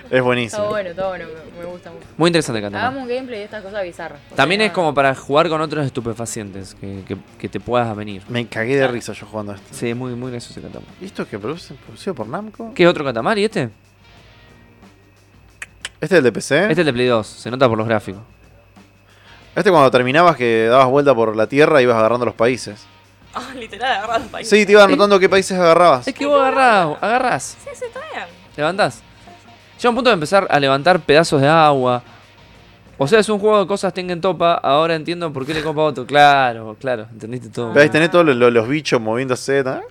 Speaker 1: es
Speaker 3: Está
Speaker 1: buenísimo.
Speaker 3: bueno, está bueno. Me, me gusta mucho.
Speaker 2: Muy interesante Katamari.
Speaker 3: Hagamos un gameplay de estas cosas bizarras. porque
Speaker 2: También es
Speaker 3: no-
Speaker 2: como para jugar con otros estupefacientes que, que- que te puedas venir.
Speaker 1: Me cagué de risa yo jugando a esto.
Speaker 2: Sí, es muy, muy gracioso ese Katamari.
Speaker 1: ¿Y esto que produce, producido por Namco?
Speaker 2: ¿Qué otro Katamari este?
Speaker 1: ¿Este es el de PC?
Speaker 2: Este es
Speaker 1: Este,
Speaker 2: el de Play 2, se nota por los gráficos.
Speaker 1: cuando terminabas que dabas vuelta por la Tierra ibas agarrando los países.
Speaker 4: Ah, literal, agarrar un país.
Speaker 1: Sí, te ibas anotando qué países agarrabas.
Speaker 2: Es que vos agarrás, agarrás.
Speaker 4: sí, sí, está bien.
Speaker 2: Levantás. Llega un punto de empezar a levantar pedazos de agua. O sea, es un juego de cosas tengan topa. Ahora entiendo por qué le copa a otro. Claro, claro, entendiste todo.
Speaker 1: Pero ahí tenés todos los, los- los bichos moviéndose. ¿no?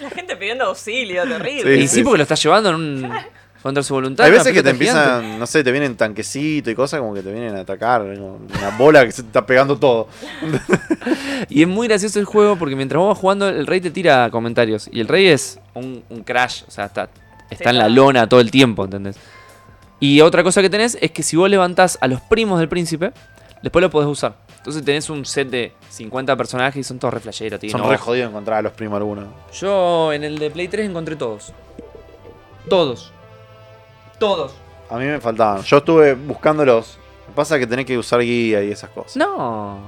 Speaker 4: La gente pidiendo auxilio, terrible.
Speaker 2: Y sí, porque lo estás llevando en un. contra su voluntad.
Speaker 1: Hay
Speaker 2: una
Speaker 1: veces que te
Speaker 2: pelota gigante.
Speaker 1: empiezan, no sé, te vienen tanquecito y cosas como que te vienen a atacar. como Una bola que se te está pegando todo.
Speaker 2: Y es muy gracioso el juego porque mientras vos vas jugando, el rey te tira comentarios. Y el rey es un, un crash, o sea, está, está en la
Speaker 4: está.
Speaker 2: lona todo el tiempo, ¿entendés? Y otra cosa que tenés es que si vos levantás a los primos del príncipe, después lo podés usar. Entonces tenés un set de 50 personajes y son todos reflejeros, tío.
Speaker 1: Son re jodidos encontrar a los primos algunos.
Speaker 2: Yo en el de Play 3 encontré todos. Todos. Todos.
Speaker 1: A mí me faltaban. Yo estuve buscándolos. Lo que Pasa es que tenés que usar guía y esas cosas.
Speaker 2: No.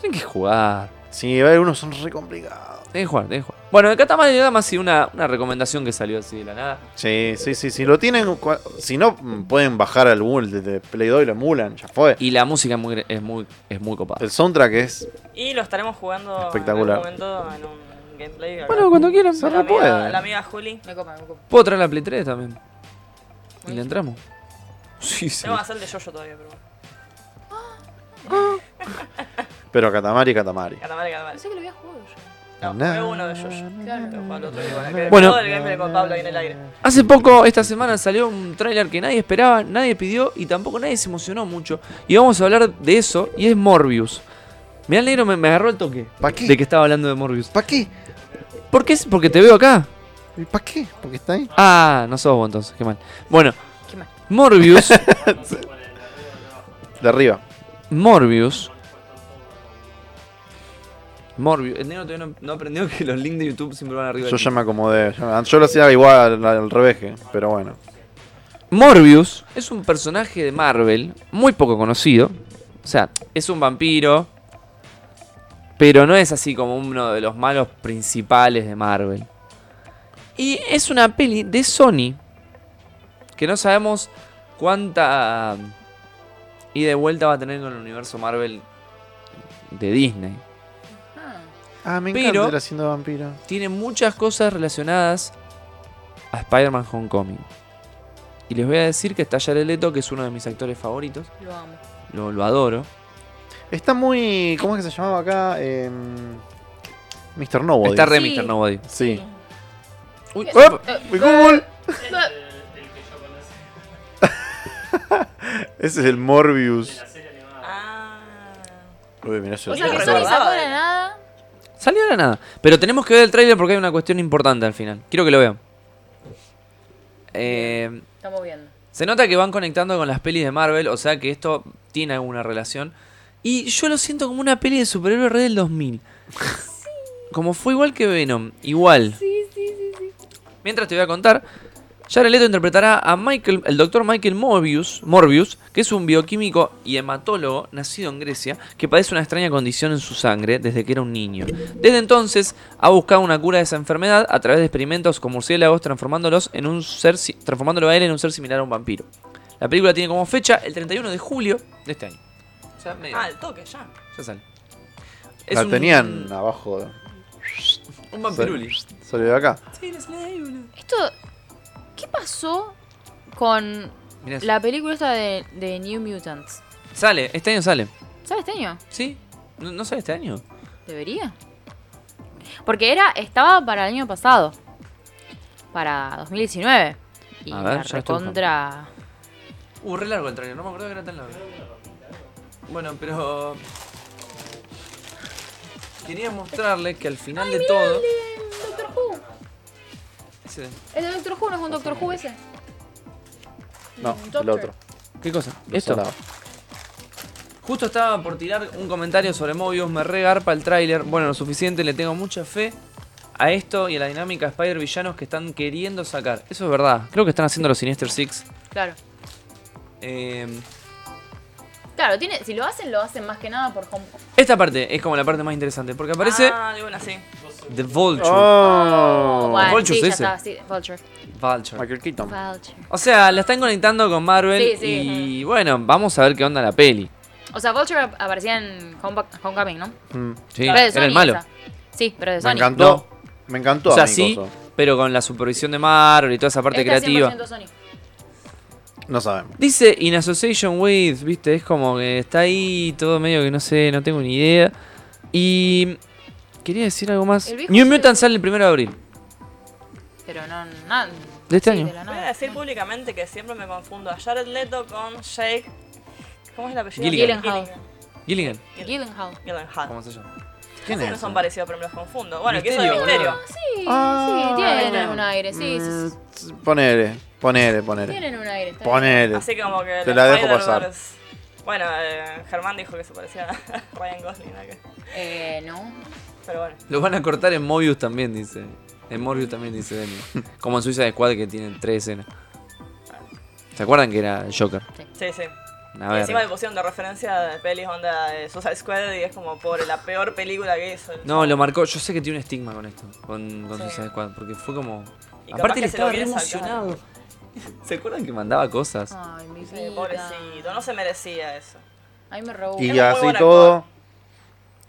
Speaker 2: Tienen que jugar.
Speaker 1: Sí, algunos son re complicados.
Speaker 2: Tienen que jugar, tienen que jugar. Bueno, de Katamari Dama sí una, una recomendación que salió así de la nada.
Speaker 1: Sí, sí, sí. Si lo tienen, cua- si no, mm, pueden bajar al Bull de, de Play 2 y lo emulan. Ya fue.
Speaker 2: Y la música es muy, gre- es muy, es muy copada.
Speaker 1: El soundtrack es.
Speaker 4: Y lo estaremos jugando
Speaker 1: Espectacular.
Speaker 4: en algún momento en un gameplay. acá.
Speaker 2: Bueno, cuando quieran.
Speaker 1: Se
Speaker 4: Con la,
Speaker 1: re
Speaker 4: amiga,
Speaker 1: puede.
Speaker 4: la amiga Juli.
Speaker 3: Me copa, me copa.
Speaker 2: Puedo traer la Play 3 también. Y le entramos. Sí, sí.
Speaker 4: Tengo que hacer el de yo todavía, pero bueno.
Speaker 1: Pero Katamari, Katamari.
Speaker 4: Catamari,
Speaker 3: No
Speaker 4: catamari.
Speaker 3: sé que lo había jugado yo.
Speaker 4: No, fue uno de ellos. Pero fue al otro que igual, que
Speaker 2: Bueno.
Speaker 4: todo el gameplay con Pablo ahí en el aire.
Speaker 2: Hace poco, esta semana, salió un tráiler que nadie esperaba, nadie pidió y tampoco nadie se emocionó mucho. Y vamos a hablar de eso y es Morbius. Mirá, el negro me, me agarró el toque
Speaker 1: ¿Pa' qué?
Speaker 2: de que estaba hablando de Morbius.
Speaker 1: ¿Para qué?
Speaker 2: ¿Por qué? Porque te veo acá.
Speaker 1: ¿Y para qué? Porque está ahí.
Speaker 2: Ah, no sos vos entonces, qué mal. Bueno,
Speaker 3: Qué mal.
Speaker 2: Morbius,
Speaker 1: De arriba.
Speaker 2: Morbius. Morbius. El negro todavía no, no aprendió que los links de YouTube siempre van arriba.
Speaker 1: Yo
Speaker 2: del
Speaker 1: ya me acomodé. ya me- Yo lo hacía igual al, al revés, que- pero bueno.
Speaker 2: Morbius es un personaje de Marvel muy poco conocido. O sea, es un vampiro. Pero no es así como uno de los malos principales de Marvel. Y es una peli de Sony. Que no sabemos cuánta ida y vuelta va a tener con el universo Marvel de Disney.
Speaker 3: Ah,
Speaker 1: Ah, me
Speaker 2: Pero-
Speaker 1: encanta ir haciendo vampiro.
Speaker 2: tiene muchas cosas relacionadas a Spider-Man Homecoming. Y les voy a decir que está Jared Leto, que es uno de mis actores favoritos.
Speaker 3: lo amo.
Speaker 2: Lo, lo adoro.
Speaker 1: Está muy. ¿Cómo es que se llamaba acá? Em, Mr. Nobody.
Speaker 2: Está re
Speaker 3: Sí.
Speaker 2: Mr. Nobody.
Speaker 1: Sí.
Speaker 2: Uy,
Speaker 1: ¡Op!
Speaker 3: Eh,
Speaker 1: ¡Google!
Speaker 3: eh,
Speaker 1: Ese es el Morbius.
Speaker 4: Ah.
Speaker 1: Uy, mirá yo.
Speaker 3: O sea, que
Speaker 4: Sí,
Speaker 3: Sony
Speaker 4: recordaba.
Speaker 3: sacó de la nada.
Speaker 2: Salió de la nada. Pero tenemos que ver el tráiler porque hay una cuestión importante al final. Quiero que lo vean. Eh,
Speaker 3: Estamos viendo.
Speaker 2: se nota que van conectando con las pelis de Marvel, o sea que esto tiene alguna relación. Y yo lo siento como una peli de superhéroe re del 2000. Como fue igual que Venom, igual. Mientras te voy a contar, Jared Leto interpretará a Michael, el doctor Michael Morbius, Morbius, que es un bioquímico y hematólogo nacido en Grecia, que padece una extraña condición en su sangre desde que era un niño. Desde entonces ha buscado una cura de esa enfermedad a través de experimentos con murciélagos, transformándolos en un ser, si- transformándolo a él en un ser similar a un vampiro. La película tiene como fecha el 31 de julio de este año. O sea, medio-
Speaker 4: Ah, el toque ya.
Speaker 2: ya sale.
Speaker 1: La
Speaker 2: un-
Speaker 1: tenían abajo.
Speaker 2: Un vampiruli.
Speaker 1: Salió de acá.
Speaker 3: Esto. ¿Qué pasó con
Speaker 2: Mirá,
Speaker 3: la película esta de, de New Mutants?
Speaker 2: Sale, este año sale.
Speaker 3: ¿Sabes, este año?
Speaker 2: ¿Sí? ¿No, no sale este año?
Speaker 3: ¿Debería? Porque era, estaba para el año pasado. Para 2019. Y
Speaker 2: A ver,
Speaker 3: la
Speaker 2: ya estoy
Speaker 3: recontra.
Speaker 2: Uh, re largo el trailer, no me acuerdo que era tan largo. Bueno, pero. Quería mostrarles que al final de todo.
Speaker 3: Doctor Who.
Speaker 2: Ese-
Speaker 3: El Doctor Who no es un Doctor Who ese.
Speaker 1: No, el
Speaker 6: Doctor.
Speaker 1: otro.
Speaker 2: ¿Qué cosa?
Speaker 1: Los
Speaker 2: Esto.
Speaker 1: alados.
Speaker 2: Justo estaba por tirar un comentario sobre Mobius, me regarpa el tráiler. Bueno, lo suficiente, le tengo mucha fe a esto y a la dinámica Spider villanos que están queriendo sacar. Eso es verdad. Creo que están haciendo los Sinister Six.
Speaker 3: Claro.
Speaker 2: Eh,
Speaker 3: Claro, tiene, si lo hacen, lo hacen más que nada por Home.
Speaker 2: esta parte es como la parte más interesante porque aparece
Speaker 4: Ah, alguna sí.
Speaker 2: The Vulture.
Speaker 1: Oh,
Speaker 3: Bueno,
Speaker 2: Vulture
Speaker 3: sí, ya
Speaker 2: ese.
Speaker 3: está, sí, Vulture.
Speaker 2: Vulture.
Speaker 1: Michael Keaton.
Speaker 3: Vulture.
Speaker 2: O sea, la están conectando con Marvel
Speaker 3: Sí, sí.
Speaker 2: y bueno, vamos a ver qué onda la peli.
Speaker 3: O sea, Vulture ap- aparecía en Home- Homecoming, ¿no?
Speaker 1: Mm.
Speaker 2: Sí,
Speaker 3: Pero de
Speaker 2: era el
Speaker 3: Sony
Speaker 2: malo.
Speaker 3: esa. Sí, pero de
Speaker 1: Me
Speaker 3: Sony.
Speaker 1: encantó. Me encantó.
Speaker 2: O sea,
Speaker 1: a mí,
Speaker 2: sí,
Speaker 1: coso.
Speaker 2: pero con la supervisión de Marvel y toda esa parte
Speaker 3: Esta es
Speaker 2: creativa.
Speaker 3: 100% Sony.
Speaker 1: No sabemos.
Speaker 2: Dice in association with, viste, es como que está ahí todo medio que no sé, no tengo ni idea. Y quería decir algo más.
Speaker 3: El viejo
Speaker 2: New
Speaker 3: sí.
Speaker 2: Mutant sale el primero de abril.
Speaker 3: Pero no, nada.
Speaker 2: De este
Speaker 3: sí,
Speaker 2: año.
Speaker 3: de la
Speaker 4: Voy
Speaker 3: nada.
Speaker 4: a decir públicamente que siempre me confundo a Jared Leto con Jake. ¿Cómo es el apellido?
Speaker 2: Gilligan.
Speaker 3: Gyllenhaal.
Speaker 2: Gilligan,
Speaker 3: Gyllenhaal.
Speaker 4: Gilligan.
Speaker 2: ¿cómo se llama?
Speaker 1: ¿Quién
Speaker 4: No
Speaker 1: es?
Speaker 4: son parecidos, pero me los confundo. Bueno, que eso de
Speaker 2: Misterio,
Speaker 4: misterio.
Speaker 2: boludo.
Speaker 3: Sí,
Speaker 1: Ah,
Speaker 3: sí, tienen
Speaker 1: bueno.
Speaker 3: un aire, sí, sí, sí.
Speaker 1: Mm, Ponele, ponele,
Speaker 2: Mm.
Speaker 1: ponele.
Speaker 3: Tienen un aire. está bien.
Speaker 1: Ponele.
Speaker 4: Así como que.
Speaker 1: Te
Speaker 4: los
Speaker 1: la dejo
Speaker 4: Spider-Verse-
Speaker 1: pasar.
Speaker 4: Bueno, eh, Germán dijo que se parecía a Ryan Gosling. acá.
Speaker 3: Eh, no.
Speaker 4: Pero bueno.
Speaker 2: Lo van a cortar en Mobius también, dice. En Morbius también dice Demi. Como en Suiza Squad que tienen tres escenas. ¿Se acuerdan que era el Joker?
Speaker 4: Sí, sí.
Speaker 2: A
Speaker 4: Y
Speaker 2: ver.
Speaker 4: encima le pusieron de referencia de pelis onda de Suicide Squad y es como pobre, la peor película que hizo.
Speaker 2: No, lo marcó. Yo sé que tiene un estigma con esto, con, con
Speaker 4: Sí.
Speaker 2: Suicide Squad, porque fue como.
Speaker 4: Y capaz
Speaker 2: Aparte,
Speaker 4: que
Speaker 2: él
Speaker 4: se lo
Speaker 2: estaba re
Speaker 4: quieren sacar.
Speaker 2: emocionado. ¿Se acuerdan que mandaba cosas?
Speaker 3: Ay, mi
Speaker 4: Sí,
Speaker 3: vida.
Speaker 4: pobrecito, no se merecía eso.
Speaker 3: Ahí me robó.
Speaker 1: Y
Speaker 4: muy
Speaker 1: así
Speaker 4: buen
Speaker 1: todo.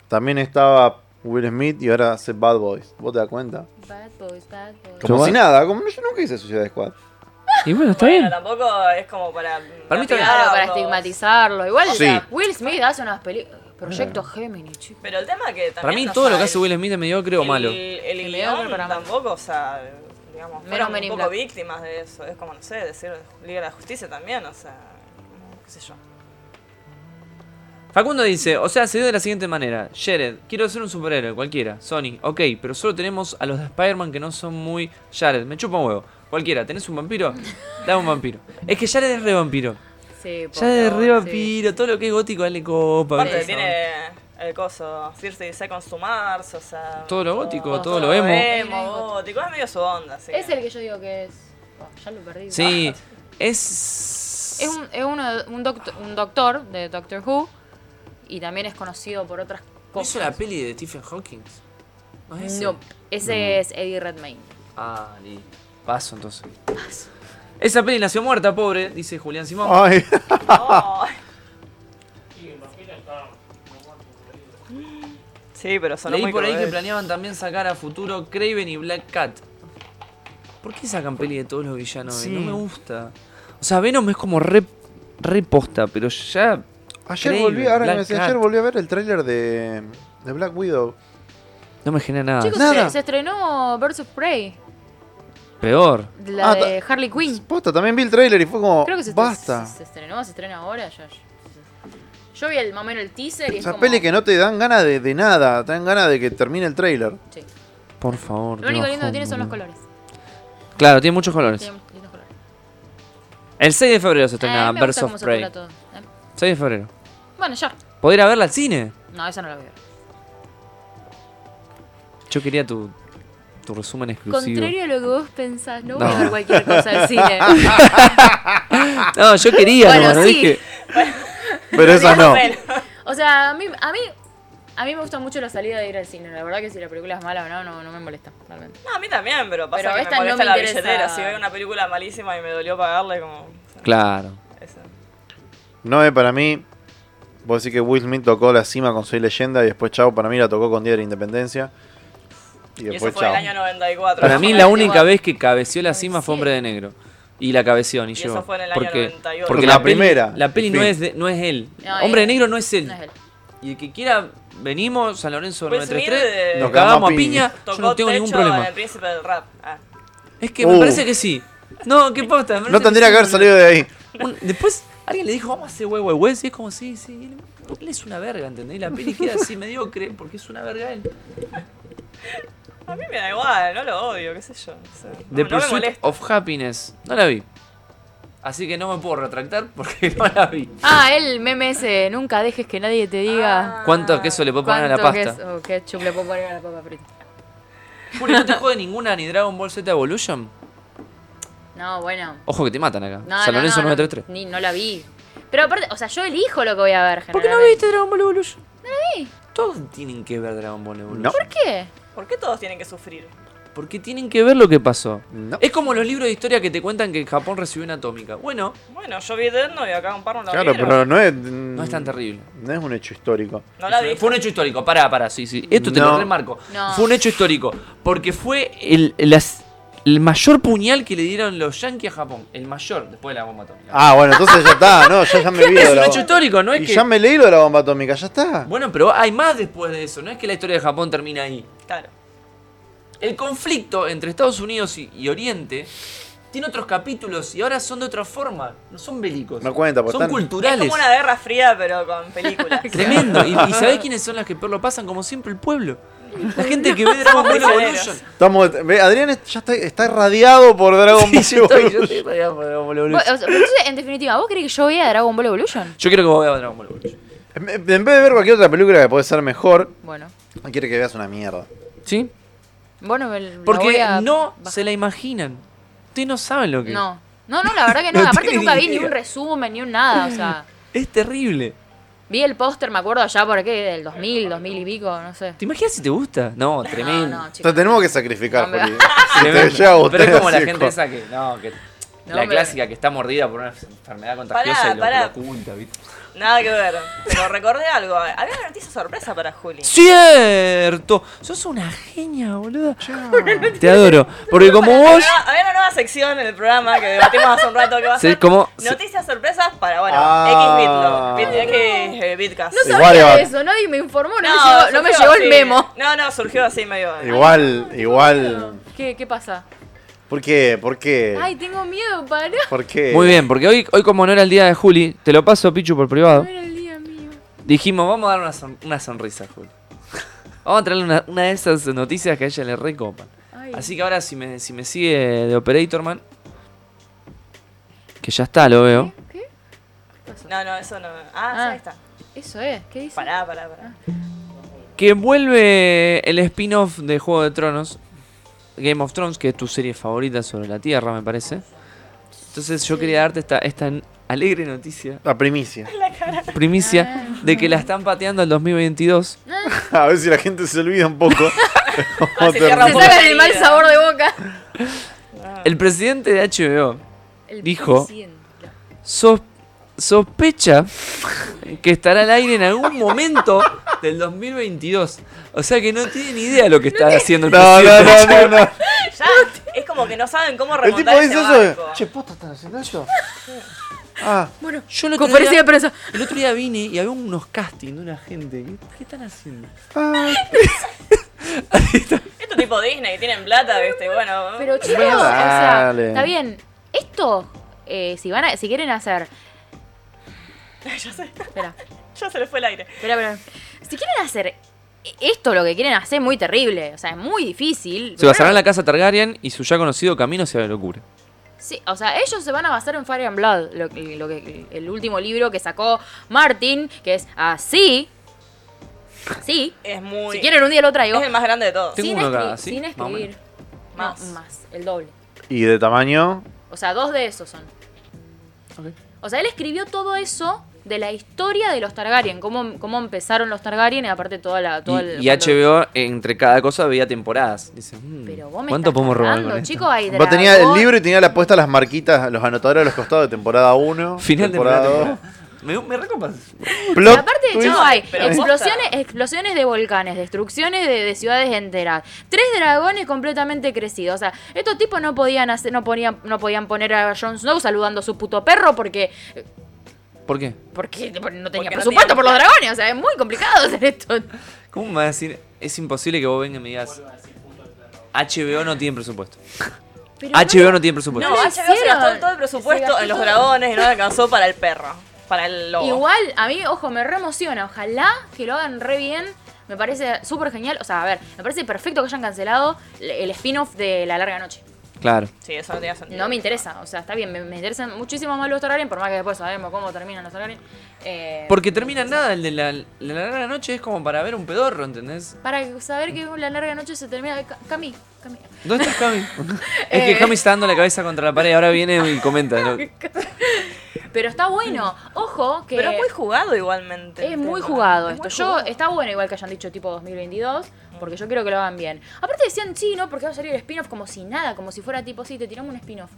Speaker 1: También estaba Will Smith y ahora hace Bad Boys. ¿Vos te das cuenta?
Speaker 3: Bad boys, bad boys.
Speaker 1: Como
Speaker 2: Yo-
Speaker 1: si nada, como yo nunca hice Suicide Squad.
Speaker 2: Y bueno, está
Speaker 4: Bueno,
Speaker 2: bien.
Speaker 4: tampoco es como para.
Speaker 2: Para mí está bien.
Speaker 3: Claro, para
Speaker 4: lastimarlos.
Speaker 3: estigmatizarlo. Igual
Speaker 1: Sí.
Speaker 3: Will Smith hace unas películas. Proyecto Géminis, chicos.
Speaker 4: Pero el tema que también.
Speaker 2: Para mí
Speaker 4: no
Speaker 2: todo lo que
Speaker 4: sabes-
Speaker 2: hace Will Smith es mediocre o
Speaker 4: el-
Speaker 2: malo.
Speaker 4: El,
Speaker 3: El
Speaker 4: guión
Speaker 3: mediocre para mí.
Speaker 4: tampoco, o sea, digamos,
Speaker 3: Menos
Speaker 4: fueron
Speaker 3: Men in
Speaker 4: un poco
Speaker 3: Black.
Speaker 4: víctimas de eso. Es como, no sé, decir Liga de la Justicia también, o sea, qué sé yo.
Speaker 2: Facundo dice, o sea, se dio de la siguiente manera. Jared, quiero ser un superhéroe, cualquiera. Sony, ok, pero solo tenemos a los de Spider-Man que no son muy... Jared, me chupa un huevo. Cualquiera, ¿tenés un vampiro? Dame un vampiro. Es que Jared es re vampiro.
Speaker 3: Sí, por
Speaker 2: Jared es
Speaker 3: favor,
Speaker 2: re
Speaker 3: sí.
Speaker 2: vampiro, todo lo que es gótico a él le copa.
Speaker 4: Aparte,
Speaker 2: ¿viste?
Speaker 4: tiene el coso, Circe Seconds to Mars, o sea.
Speaker 2: Todo lo gótico, todo lo
Speaker 4: vemos
Speaker 2: emo.
Speaker 4: gótico, es medio su onda, sí.
Speaker 3: Es el que yo digo que es. Buah, ya lo perdí.
Speaker 2: Sí, es...
Speaker 3: Es, un, es uno, de- un, doctor, un doctor de Doctor Who y también es conocido por otras
Speaker 2: ¿No hizo la
Speaker 3: cosas.
Speaker 2: peli de Stephen Hawking? ¿No es ese?
Speaker 3: No, ese es Eddie Redmayne.
Speaker 2: Ah, listo. Paso entonces. Esa peli nació muerta, pobre, dice Julián Simón.
Speaker 1: Ay,
Speaker 4: Oh. Sí, pero sonó
Speaker 2: Leí
Speaker 4: muy
Speaker 2: por ahí que
Speaker 4: cruel.
Speaker 2: planeaban también sacar a futuro Craven y Black Cat. ¿Por qué sacan peli de todos los villanos? eh? No me gusta. O sea, Venom es como re, re posta, pero ya.
Speaker 1: ayer
Speaker 2: Increíble,
Speaker 1: volví, ahora que
Speaker 2: Black
Speaker 1: me decía,
Speaker 2: Cat.
Speaker 1: ayer volví a ver el tráiler de, de Black Widow.
Speaker 2: No me genera nada.
Speaker 3: Chicos,
Speaker 1: Ah. Nada.
Speaker 3: se, se estrenó Birds of Prey,
Speaker 2: Peor.
Speaker 3: la
Speaker 1: Ah,
Speaker 3: de Harley Quinn.
Speaker 1: Posta, también vi el tráiler y fue como,
Speaker 3: Creo que se, estre-
Speaker 1: basta.
Speaker 3: se, se estrenó, se estrena ahora. Ya, ya- Yo vi el, más o menos el teaser y es
Speaker 1: Esas
Speaker 3: como...
Speaker 1: pelis que no te dan ganas de, de nada, te dan ganas de que termine el tráiler.
Speaker 3: Sí.
Speaker 2: Por favor.
Speaker 3: Lo único
Speaker 2: qué
Speaker 3: lindo que
Speaker 2: bajón,
Speaker 3: tiene son los
Speaker 2: boludo.
Speaker 3: colores.
Speaker 2: Claro, tiene muchos colores.
Speaker 3: Tiene lindos colores.
Speaker 2: El 6 de febrero se
Speaker 3: Ah, a
Speaker 2: estrena
Speaker 3: mí me
Speaker 2: Birds
Speaker 3: gusta
Speaker 2: of
Speaker 3: cómo se
Speaker 2: Prey.
Speaker 3: cuela todo. Eh,
Speaker 2: 6 de febrero.
Speaker 3: Bueno, ya.
Speaker 2: ¿Podría ir a verla al cine?
Speaker 3: No, esa no la veo.
Speaker 2: Yo quería tu, tu resumen exclusivo.
Speaker 6: Contrario a lo que vos pensás, no
Speaker 2: No.
Speaker 6: voy a ver cualquier cosa al cine.
Speaker 2: No, yo quería,
Speaker 3: Bueno,
Speaker 2: nomás, no
Speaker 3: sí.
Speaker 2: dije.
Speaker 1: Pero esas no.
Speaker 4: Bueno,
Speaker 3: O sea, a mí, a mí, a mí me gusta mucho la salida de ir al cine. La verdad que si la película es mala o no, no, no me molesta, realmente.
Speaker 4: No, a mí también, pero pasa
Speaker 3: Pero
Speaker 4: que
Speaker 3: esta
Speaker 4: me
Speaker 3: no
Speaker 4: molesta
Speaker 3: me
Speaker 4: la
Speaker 3: interesa.
Speaker 4: billetera. Si veo una película malísima y me dolió pagarle, como... o sea,
Speaker 2: Claro.
Speaker 4: eso.
Speaker 1: No es para mí. Vos decís que Will Smith tocó la cima con Soy Leyenda y después Chao para mí la tocó con Día de la Independencia. Y
Speaker 4: Y eso
Speaker 1: después
Speaker 4: fue
Speaker 1: Chao.
Speaker 4: en el año 94.
Speaker 2: Para mí la única vez que cabeció la
Speaker 3: Ay,
Speaker 2: cima fue
Speaker 3: sí.
Speaker 2: Hombre de Negro. Y la cabeció, ni
Speaker 4: Y
Speaker 2: yo.
Speaker 4: eso fue en el año 98.
Speaker 2: Porque
Speaker 1: Porque
Speaker 2: la,
Speaker 1: la
Speaker 2: peli-
Speaker 1: primera,
Speaker 2: La peli no
Speaker 1: fin.
Speaker 2: es, de- no es él.
Speaker 3: No,
Speaker 2: Hombre de
Speaker 3: eh,
Speaker 2: Negro no es él.
Speaker 3: No es él.
Speaker 2: Y el que quiera, venimos, San Lorenzo
Speaker 4: Will
Speaker 2: 933,
Speaker 4: Smith,
Speaker 2: nos
Speaker 1: eh,
Speaker 2: cagamos a
Speaker 1: Gama
Speaker 2: piña,
Speaker 4: Tocó
Speaker 2: yo no tengo
Speaker 4: techo
Speaker 2: ningún problema.
Speaker 4: en el príncipe del rap. Ah.
Speaker 2: Es que me
Speaker 1: Uh.
Speaker 2: parece que sí. No, qué posta. me
Speaker 1: No
Speaker 2: parece
Speaker 1: tendría
Speaker 2: sí,
Speaker 1: que haber
Speaker 2: boludo.
Speaker 1: salido de ahí.
Speaker 2: Un- después alguien le dijo, vamos a hacer huevo de Wes, y es como, sí, sí, él, él es una verga, ¿entendés? Y la peli queda así mediocre, porque es una verga él.
Speaker 4: A mí me da igual, no lo odio, qué sé yo. o sea, no,
Speaker 2: The
Speaker 4: no me
Speaker 2: Pursuit
Speaker 4: molesta.
Speaker 2: of Happiness. No la vi. Así que no me puedo retractar porque no la vi.
Speaker 3: Ah, el meme ese, nunca dejes que nadie te diga
Speaker 2: ¿Cuánto queso le puedo poner a la
Speaker 3: Ah, cuánto queso
Speaker 2: Ah. pasta?
Speaker 3: o ketchup le puedo poner a la papa frita.
Speaker 2: Juli, ¿no te jode ninguna ni Dragon Ball Z Evolution?
Speaker 3: No, bueno.
Speaker 2: Ojo que te matan acá.
Speaker 3: No,
Speaker 2: San
Speaker 3: no,
Speaker 2: Lorenzo
Speaker 3: no, no,
Speaker 2: 933.
Speaker 3: Ni, no la vi. Pero aparte, o sea, yo elijo lo que voy a ver,
Speaker 2: ¿Por qué no
Speaker 3: generalmente.
Speaker 2: viste Dragon Ball Evolution? No vi. Todos tienen que ver Dragon Ball Evolution.
Speaker 1: No.
Speaker 3: ¿Por qué?
Speaker 4: ¿Por qué todos tienen que sufrir?
Speaker 2: Porque tienen que ver lo que pasó.
Speaker 1: No.
Speaker 2: Es como los libros de historia que te cuentan que Japón recibió una atómica. Bueno,
Speaker 4: Bueno, yo vi Death Note y acá un par no la
Speaker 1: Claro,
Speaker 4: vieron.
Speaker 1: pero no es.
Speaker 2: no es tan
Speaker 3: Mm.
Speaker 2: terrible.
Speaker 1: No es un hecho histórico.
Speaker 4: No la vi.
Speaker 2: Fue un hecho histórico, pará, pará, sí, sí. Esto te lo
Speaker 1: No.
Speaker 2: remarco.
Speaker 3: No.
Speaker 2: Fue un hecho histórico. Porque fue el, las- el mayor puñal que le dieron los yankees a Japón. El mayor, después de la bomba atómica.
Speaker 1: Ah, bueno, entonces ya está. No, yo ya me vi.
Speaker 2: es
Speaker 1: lo de
Speaker 2: un
Speaker 1: la
Speaker 2: hecho
Speaker 1: bomba-
Speaker 2: histórico, no es
Speaker 1: Y
Speaker 2: que.
Speaker 1: ya me leí lo de la bomba atómica, ya está.
Speaker 2: Bueno, pero hay más después de eso. No es que la historia de Japón termina ahí.
Speaker 4: Claro.
Speaker 2: El conflicto entre Estados Unidos y, y Oriente tiene otros capítulos y ahora son de otra forma. No son bélicos.
Speaker 1: No cuenta, porque
Speaker 2: Son
Speaker 1: están-
Speaker 4: Es
Speaker 2: culturales.
Speaker 4: como una guerra fría, pero con películas.
Speaker 2: Tremendo. ¿Y, y sabés quiénes son las que peor lo pasan? Como siempre, el pueblo. La gente que ve Dragon Ball
Speaker 4: Prisioneros.
Speaker 2: Evolution.
Speaker 1: Estamos, ve, Adrián es- ya está, está irradiado por Dragon Ball.
Speaker 2: yo estoy, yo estoy rodeado por Dragon Ball
Speaker 3: Vos-
Speaker 2: Evolution.
Speaker 3: o sea, pero entonces, en definitiva, ¿vos crees que yo veía Dragon Ball Evolution?
Speaker 2: Yo quiero que vos veas Dragon Ball Evolution.
Speaker 1: En en vez de ver cualquier otra película que puede ser mejor,
Speaker 3: Bueno.
Speaker 1: quiere que veas una mierda.
Speaker 2: ¿Sí?
Speaker 3: Bueno, me la voy
Speaker 2: Porque
Speaker 3: a
Speaker 2: no
Speaker 3: bajar.
Speaker 2: se la imaginan. Ustedes no saben lo que es.
Speaker 3: No. No, no, la verdad que no.
Speaker 2: No
Speaker 3: Aparte
Speaker 2: tiene
Speaker 3: nunca vi
Speaker 2: idea.
Speaker 3: ni un resumen, ni un nada. O sea,
Speaker 2: Es terrible.
Speaker 3: vi el póster, me acuerdo allá por qué, del 2000, 2000 y pico, no sé.
Speaker 2: ¿Te imaginas si te gusta? No,
Speaker 3: No,
Speaker 2: tremendo.
Speaker 3: no,
Speaker 1: O sea,
Speaker 3: chicos.
Speaker 1: tenemos que sacrificar,
Speaker 3: No me-
Speaker 1: Juli.
Speaker 2: Tremendo.
Speaker 1: Si te llega a gustar
Speaker 2: Pero es como la
Speaker 1: así,
Speaker 2: gente
Speaker 1: co-
Speaker 2: esa que. No, que.
Speaker 3: No,
Speaker 2: la
Speaker 3: me-
Speaker 2: clásica que está mordida por una enfermedad contagiosa y lo,
Speaker 4: pará.
Speaker 2: lo oculta, ¿viste?
Speaker 4: Nada que ver. Pero recordé algo. Había una noticia sorpresa para Juli.
Speaker 2: ¡Cierto! Sos una genia, boludo. Te adoro. Porque como vos.
Speaker 4: Había, había una nueva sección en el programa que debatimos hace un rato que va a
Speaker 2: Sí,
Speaker 4: ser
Speaker 2: como-
Speaker 4: noticias sorpresas para, bueno,
Speaker 1: Ah.
Speaker 4: X Bitlo, Bit- X eh, Bitcast.
Speaker 6: No
Speaker 1: Igual
Speaker 6: sabía
Speaker 1: iba-
Speaker 6: de eso, nadie me informó, no, me llegó- no me
Speaker 4: surgió
Speaker 6: llegó
Speaker 4: así.
Speaker 6: el memo.
Speaker 4: No, no, surgió así medio.
Speaker 1: Igual, igual.
Speaker 6: ¿Qué, ¿Qué pasa?
Speaker 1: ¿Por qué? ¿Por qué?
Speaker 6: Ay, tengo miedo, pará.
Speaker 1: ¿Por qué?
Speaker 2: Muy bien, porque hoy, hoy como no era el día de Juli, te lo paso Pichu por privado.
Speaker 6: No era el día mío.
Speaker 2: Dijimos, vamos a dar una, son- una sonrisa, Juli. Vamos a traerle una, una de esas noticias que a ella le recopan.
Speaker 6: Ay.
Speaker 2: Así que ahora si me, si me sigue de Operator Man. Que ya está, lo veo.
Speaker 6: ¿Qué? ¿Qué pasó?
Speaker 4: No, no, eso no. Ah, sí,
Speaker 6: Ah.
Speaker 4: ahí está.
Speaker 6: Eso es, ¿qué dice?
Speaker 4: Pará, pará, pará.
Speaker 2: Que vuelve el spin-off de Juego de Tronos. Game of Thrones, que es tu serie favorita sobre la Tierra, me parece. Entonces yo quería darte esta, esta alegre noticia,
Speaker 1: La primicia.
Speaker 2: primicia, de que la están pateando el 2022.
Speaker 1: A ver si la gente se olvida un poco.
Speaker 4: Ah, se cierra un
Speaker 6: Se
Speaker 4: poco
Speaker 6: sacan
Speaker 4: la
Speaker 6: el mal
Speaker 4: herida.
Speaker 6: sabor de boca.
Speaker 2: El presidente de HBO
Speaker 6: El
Speaker 2: Dijo.
Speaker 6: presidente.
Speaker 2: sos- sospecha que estará al aire en algún momento del 2022. O sea que no tiene ni idea lo que está haciendo el
Speaker 1: No, no,
Speaker 2: presidente.
Speaker 1: no, no, no.
Speaker 4: Ya, es como que no saben cómo
Speaker 1: El tipo
Speaker 4: remontar
Speaker 1: dice
Speaker 4: este
Speaker 1: eso.
Speaker 4: barco.
Speaker 1: Che, posta, están haciendo eso. Ah,
Speaker 6: Bueno,
Speaker 2: Yo el otro
Speaker 6: conferencia
Speaker 2: día-
Speaker 6: de prensa.
Speaker 2: El otro día vine y había unos castings de una gente. ¿Qué, qué están haciendo?
Speaker 1: ah.
Speaker 4: Esto tipo Disney, tienen plata, viste, bueno.
Speaker 3: Pero chicos,
Speaker 1: Bueno,
Speaker 3: o sea,
Speaker 1: dale.
Speaker 3: está bien. Esto, eh, si van a, si quieren hacer.
Speaker 4: ya sé,
Speaker 3: Espera,
Speaker 4: ya se le fue el aire.
Speaker 3: espera, espera. Si quieren hacer esto, lo que quieren hacer es muy terrible. O sea, es muy difícil.
Speaker 2: Se basará en la casa Targaryen y su ya conocido camino hacia la locura.
Speaker 3: Sí, o sea, ellos se van a basar en Fire and Blood, lo, lo que, el último libro que sacó Martin, que es así. Así.
Speaker 4: Es muy.
Speaker 3: Si quieren un día lo traigo.
Speaker 4: es el más grande de todos.
Speaker 2: Tengo
Speaker 3: sin,
Speaker 2: uno acá,
Speaker 3: escri-
Speaker 2: ¿sí?
Speaker 3: sin
Speaker 2: Más o
Speaker 3: escribir.
Speaker 4: Más.
Speaker 3: Más. más, el doble.
Speaker 1: Y de tamaño.
Speaker 3: O sea, dos de esos son. O sea, él escribió todo eso de la historia de los Targaryen, cómo, cómo empezaron los Targaryen y aparte toda la... Todo el-
Speaker 2: Y, y HBO entre cada cosa veía temporadas. Dice, "Mm,
Speaker 3: Pero vos me
Speaker 2: ¿cuánto
Speaker 3: estás
Speaker 2: podemos robar
Speaker 3: cagando,
Speaker 2: con esto?".
Speaker 3: chicos, hay
Speaker 1: Vos tenía el
Speaker 3: dragón.
Speaker 1: libro y tenía la puesta las marquitas, los anotadores a los costados de temporada 1.
Speaker 2: Final de
Speaker 1: temporada
Speaker 2: temporada.
Speaker 1: dos.
Speaker 2: Me, me recopas.
Speaker 3: Y
Speaker 1: Plot
Speaker 3: aparte,
Speaker 1: twist.
Speaker 3: chicos, hay
Speaker 4: Pero
Speaker 3: explosiones, explosiones de volcanes, destrucciones de, de ciudades enteras, tres dragones completamente crecidos. O sea, estos tipos no podían hacer, no podían, no podían poner a Jon Snow saludando a su puto perro porque,
Speaker 2: ¿Por qué?
Speaker 3: porque no tenía
Speaker 4: Porque no
Speaker 3: presupuesto
Speaker 4: tenían
Speaker 3: por los dragones. O sea, es muy complicado hacer esto.
Speaker 2: ¿Cómo me vas a decir? Es imposible que vos vengas y me digas. HBO no tiene presupuesto.
Speaker 6: Pero
Speaker 2: HBO no tiene presupuesto.
Speaker 4: No,
Speaker 6: lo
Speaker 4: HBO se gastó
Speaker 6: hicieron.
Speaker 4: todo el
Speaker 6: Se
Speaker 4: presupuesto
Speaker 6: gastó
Speaker 4: en los
Speaker 6: todo.
Speaker 4: dragones y no le alcanzó para el perro, para el lobo.
Speaker 3: Igual, a mí, ojo, me reemociona. Ojalá que lo hagan re bien. Me parece súper genial. O sea, a ver, me parece perfecto que hayan cancelado el spin-off de La Larga Noche.
Speaker 2: Claro.
Speaker 4: Sí, eso no tenía sentido.
Speaker 3: No me interesa, o sea, está bien, me, me interesan muchísimo más los Targaryen, por más que después sabemos cómo terminan los Targaryen. Eh,
Speaker 2: Porque termina en nada, el de la, la larga noche es como para ver un pedorro, ¿entendés?
Speaker 3: Para saber que la larga noche se termina. Ca- Cami, Cami.
Speaker 2: ¿Dónde está Cami? es que Cami está dando la cabeza contra la pared, ahora viene y comenta. ¿no?
Speaker 3: Pero está bueno, ojo, que
Speaker 4: Pero es muy jugado igualmente.
Speaker 3: es muy jugado
Speaker 4: Es muy
Speaker 3: esto. Yo
Speaker 4: jugado.
Speaker 3: Está bueno igual que hayan dicho tipo 2022, porque yo quiero que lo hagan bien. Aparte decían, sí, no, porque va a salir el spin-off como si nada, como si fuera tipo, sí, te tiramos un spin-off.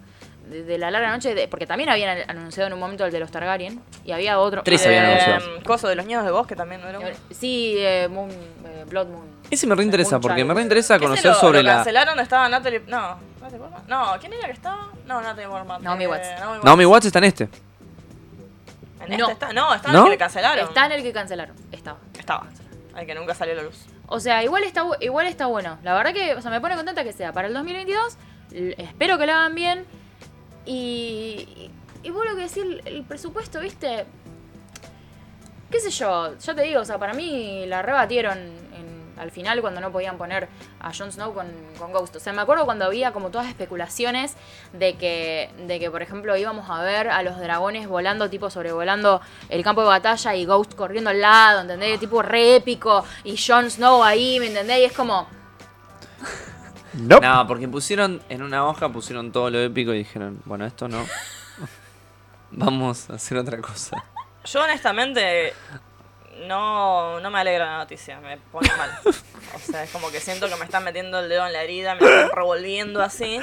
Speaker 3: De, de la larga noche, de- porque también habían anunciado en un momento el de los Targaryen y había otro.
Speaker 2: Tres habían
Speaker 4: Eh,
Speaker 2: anunciado.
Speaker 4: coso de los niños de bosque también, ¿no era uno?
Speaker 3: Sí, eh, Moon, eh, Blood Moon.
Speaker 2: Ese me reinteresa, porque me reinteresa
Speaker 4: ¿Qué se
Speaker 2: conocer
Speaker 4: lo-
Speaker 2: sobre
Speaker 4: lo
Speaker 2: la...
Speaker 4: cancelaron? Estaba Natalie... No, Natalie Portman. No, ¿quién era que estaba? No, Natalie Portman.
Speaker 3: Naomi
Speaker 4: Eh,
Speaker 3: Watts.
Speaker 4: Naomi
Speaker 2: Naomi Watts está en este.
Speaker 4: En este
Speaker 3: No.
Speaker 4: está- no, estaba
Speaker 2: ¿No?
Speaker 4: el que le cancelaron.
Speaker 3: Está en el que cancelaron. Estaba.
Speaker 4: Estaba. El que nunca salió a la luz.
Speaker 3: O sea, igual está, bu- igual está bueno. La verdad que, o sea, me pone contenta que sea para el 2022. L- Espero que lo hagan bien. Y. Y vos lo que decís, el, el presupuesto, viste. Qué sé yo, ya te digo, o sea, para mí la rebatieron en- al final cuando no podían poner a Jon Snow con, con Ghost. O sea, me acuerdo cuando había como todas especulaciones de que, de que, por ejemplo, íbamos a ver a los dragones volando, tipo sobrevolando el campo de batalla y Ghost corriendo al lado, ¿entendés? Tipo re épico y Jon Snow ahí, ¿me entendés? Y es como,
Speaker 1: Nope.
Speaker 2: No, porque pusieron en una hoja, pusieron todo lo épico y dijeron, bueno, esto no. Vamos a hacer otra cosa.
Speaker 4: Yo honestamente no, no me alegra la noticia, me pone mal. O sea, es como que siento que me están metiendo el dedo en la herida, me están revolviendo así.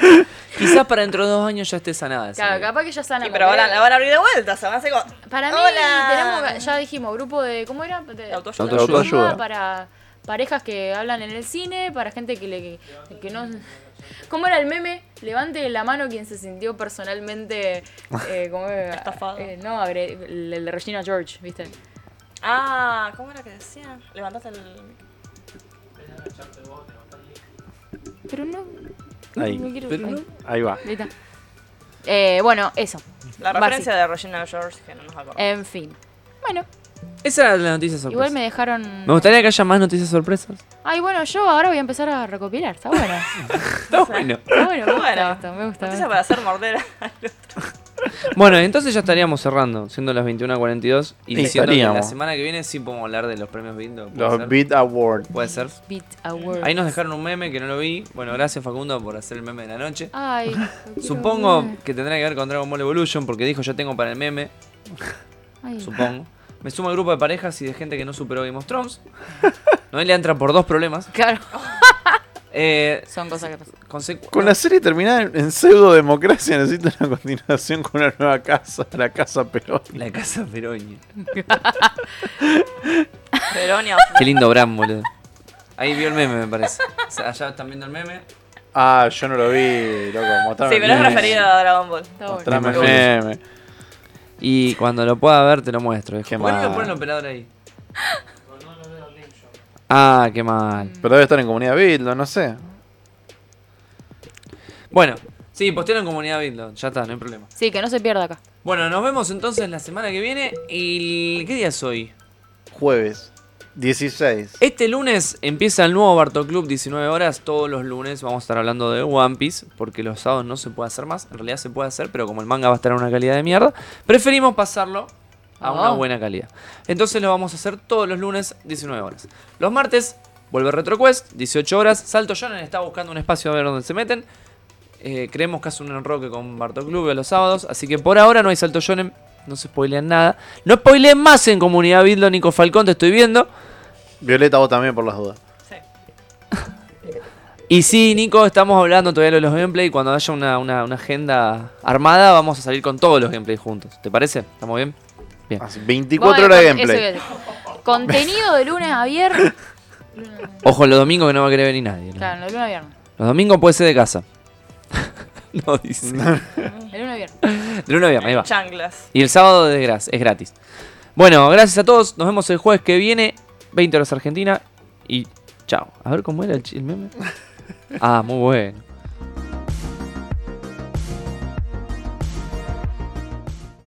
Speaker 2: Quizás para dentro de dos años ya esté sanada. esa
Speaker 6: Claro,
Speaker 2: herida.
Speaker 6: capaz que ya están
Speaker 4: Y pero ahora la van a abrir de vuelta, se van a hacer con...
Speaker 6: Para mí,
Speaker 4: Hola.
Speaker 6: tenemos, que- ya dijimos, grupo de. ¿Cómo era? De,
Speaker 4: Autoayuda.
Speaker 2: Autoayuda.
Speaker 1: Autoayuda.
Speaker 6: Para parejas que hablan en el cine, para gente que, le, que, no. ¿Cómo era el meme? Levante la mano quien se sintió personalmente. Eh, como,
Speaker 4: Estafado.
Speaker 6: eh, no, agre- el, el de Regina George, ¿viste?
Speaker 4: Ah, ¿cómo era que decía? Levantaste el...
Speaker 6: Pero no.
Speaker 1: Ahí.
Speaker 6: no quiero-
Speaker 2: Pero
Speaker 6: ay,
Speaker 2: no.
Speaker 1: Ahí va.
Speaker 6: ahí está. Eh, bueno, eso.
Speaker 4: La
Speaker 6: Básico.
Speaker 4: referencia de Regina George que no nos acordamos.
Speaker 6: En fin. Bueno,
Speaker 2: Esa era la noticia sorpresa.
Speaker 6: igual me dejaron.
Speaker 2: Me gustaría que haya más noticias sorpresas.
Speaker 6: Ay, bueno, yo ahora voy a empezar a recopilar. Está bueno.
Speaker 2: Está bueno.
Speaker 6: Está bueno, me gusta
Speaker 4: Bueno,
Speaker 6: esto, me gusta.
Speaker 4: Noticia para hacer morder.
Speaker 2: Bueno, entonces ya estaríamos cerrando, siendo las 21.42 y
Speaker 1: Sí,
Speaker 2: diciendo que la
Speaker 1: estaríamos.
Speaker 2: semana que viene sí podemos hablar de los premios Bindo. ¿Puede
Speaker 1: Los
Speaker 2: ser?
Speaker 1: Beat Awards.
Speaker 2: Puede ser.
Speaker 6: Beat Award.
Speaker 2: Ahí nos dejaron un meme que no lo vi. Bueno, gracias Facundo por hacer el meme de la noche.
Speaker 6: Ay, lo Ah, quiero
Speaker 2: Supongo
Speaker 6: ver.
Speaker 2: que tendrá que ver con Dragon Ball Evolution porque dijo yo tengo para el meme,
Speaker 6: Ay.
Speaker 2: supongo. Me sumo al grupo de parejas y de gente que no superó Game of Thrones. Noelia entra por dos problemas.
Speaker 6: Claro.
Speaker 2: Eh,
Speaker 6: Son cosas que pasan.
Speaker 2: consecu-
Speaker 1: Con la serie terminada en, en pseudo-democracia, necesito una continuación con una nueva casa, la casa Perón.
Speaker 2: La casa Peroña.
Speaker 4: Peronia.
Speaker 2: Qué lindo Bram, boludo. Ahí vio el meme, me parece. O sea, allá están viendo el meme.
Speaker 1: Ah, yo no lo vi, loco. Mostrame
Speaker 4: Sí, pero es
Speaker 1: meme.
Speaker 4: referido a Dragon Ball.
Speaker 6: Está bueno.
Speaker 1: Mostrame el
Speaker 2: Bueno.
Speaker 1: meme.
Speaker 2: Y cuando lo pueda ver, te lo muestro. Dijo,
Speaker 1: Qué
Speaker 2: ¿Por qué no
Speaker 1: mal.
Speaker 2: ponen el operador ahí? Ah, qué mal.
Speaker 1: Pero debe estar en comunidad Bildo, no sé.
Speaker 2: Bueno, sí, posteo en comunidad Bildo. Ya está, no hay problema.
Speaker 6: Sí, que no se pierda acá.
Speaker 2: Bueno, nos vemos entonces la semana que viene. ¿Y qué día es hoy?
Speaker 1: Jueves 16.
Speaker 2: Este lunes empieza el nuevo Barto Club, 19 horas. Todos los lunes vamos a estar hablando de One Piece, porque los sábados no se puede hacer más. En realidad se puede hacer, pero como el manga va a estar en una calidad de mierda, preferimos pasarlo a una
Speaker 6: Oh.
Speaker 2: buena calidad. Entonces lo vamos a hacer todos los lunes, 19 horas. Los martes vuelve RetroQuest, 18 horas. Salto Shonen está buscando un espacio a ver dónde se meten. Eh, creemos que hace un enroque con Barto Club los sábados, así que por ahora no hay Salto Shonen. No se spoilean nada. No spoileen más en Comunidad Bildo, Nico Falcón, te estoy viendo.
Speaker 1: Violeta, vos también por las dudas.
Speaker 4: Sí.
Speaker 2: Y sí, Nico, estamos hablando todavía de los gameplay. Cuando haya una, una- una agenda armada, vamos a salir con todos los gameplays juntos. ¿Te parece? ¿Estamos bien? Bien.
Speaker 1: Así, 24
Speaker 6: Bueno,
Speaker 1: horas de
Speaker 6: con-
Speaker 1: gameplay.
Speaker 6: eso iba a decir. Contenido de lunes a viernes.
Speaker 2: Ojo, los domingos que no va a querer venir nadie. ¿no?
Speaker 6: Claro, de lunes a viernes.
Speaker 2: Los domingos puede ser de casa. no dice.
Speaker 6: De lunes a viernes.
Speaker 2: De lunes a viernes, ahí va.
Speaker 4: Changlas.
Speaker 2: Y el sábado de gras- es gratis. Bueno, gracias a todos. Nos vemos el jueves que viene, 20 horas Argentina. Y chao. A ver cómo era el, ch- el meme. Ah, muy bueno.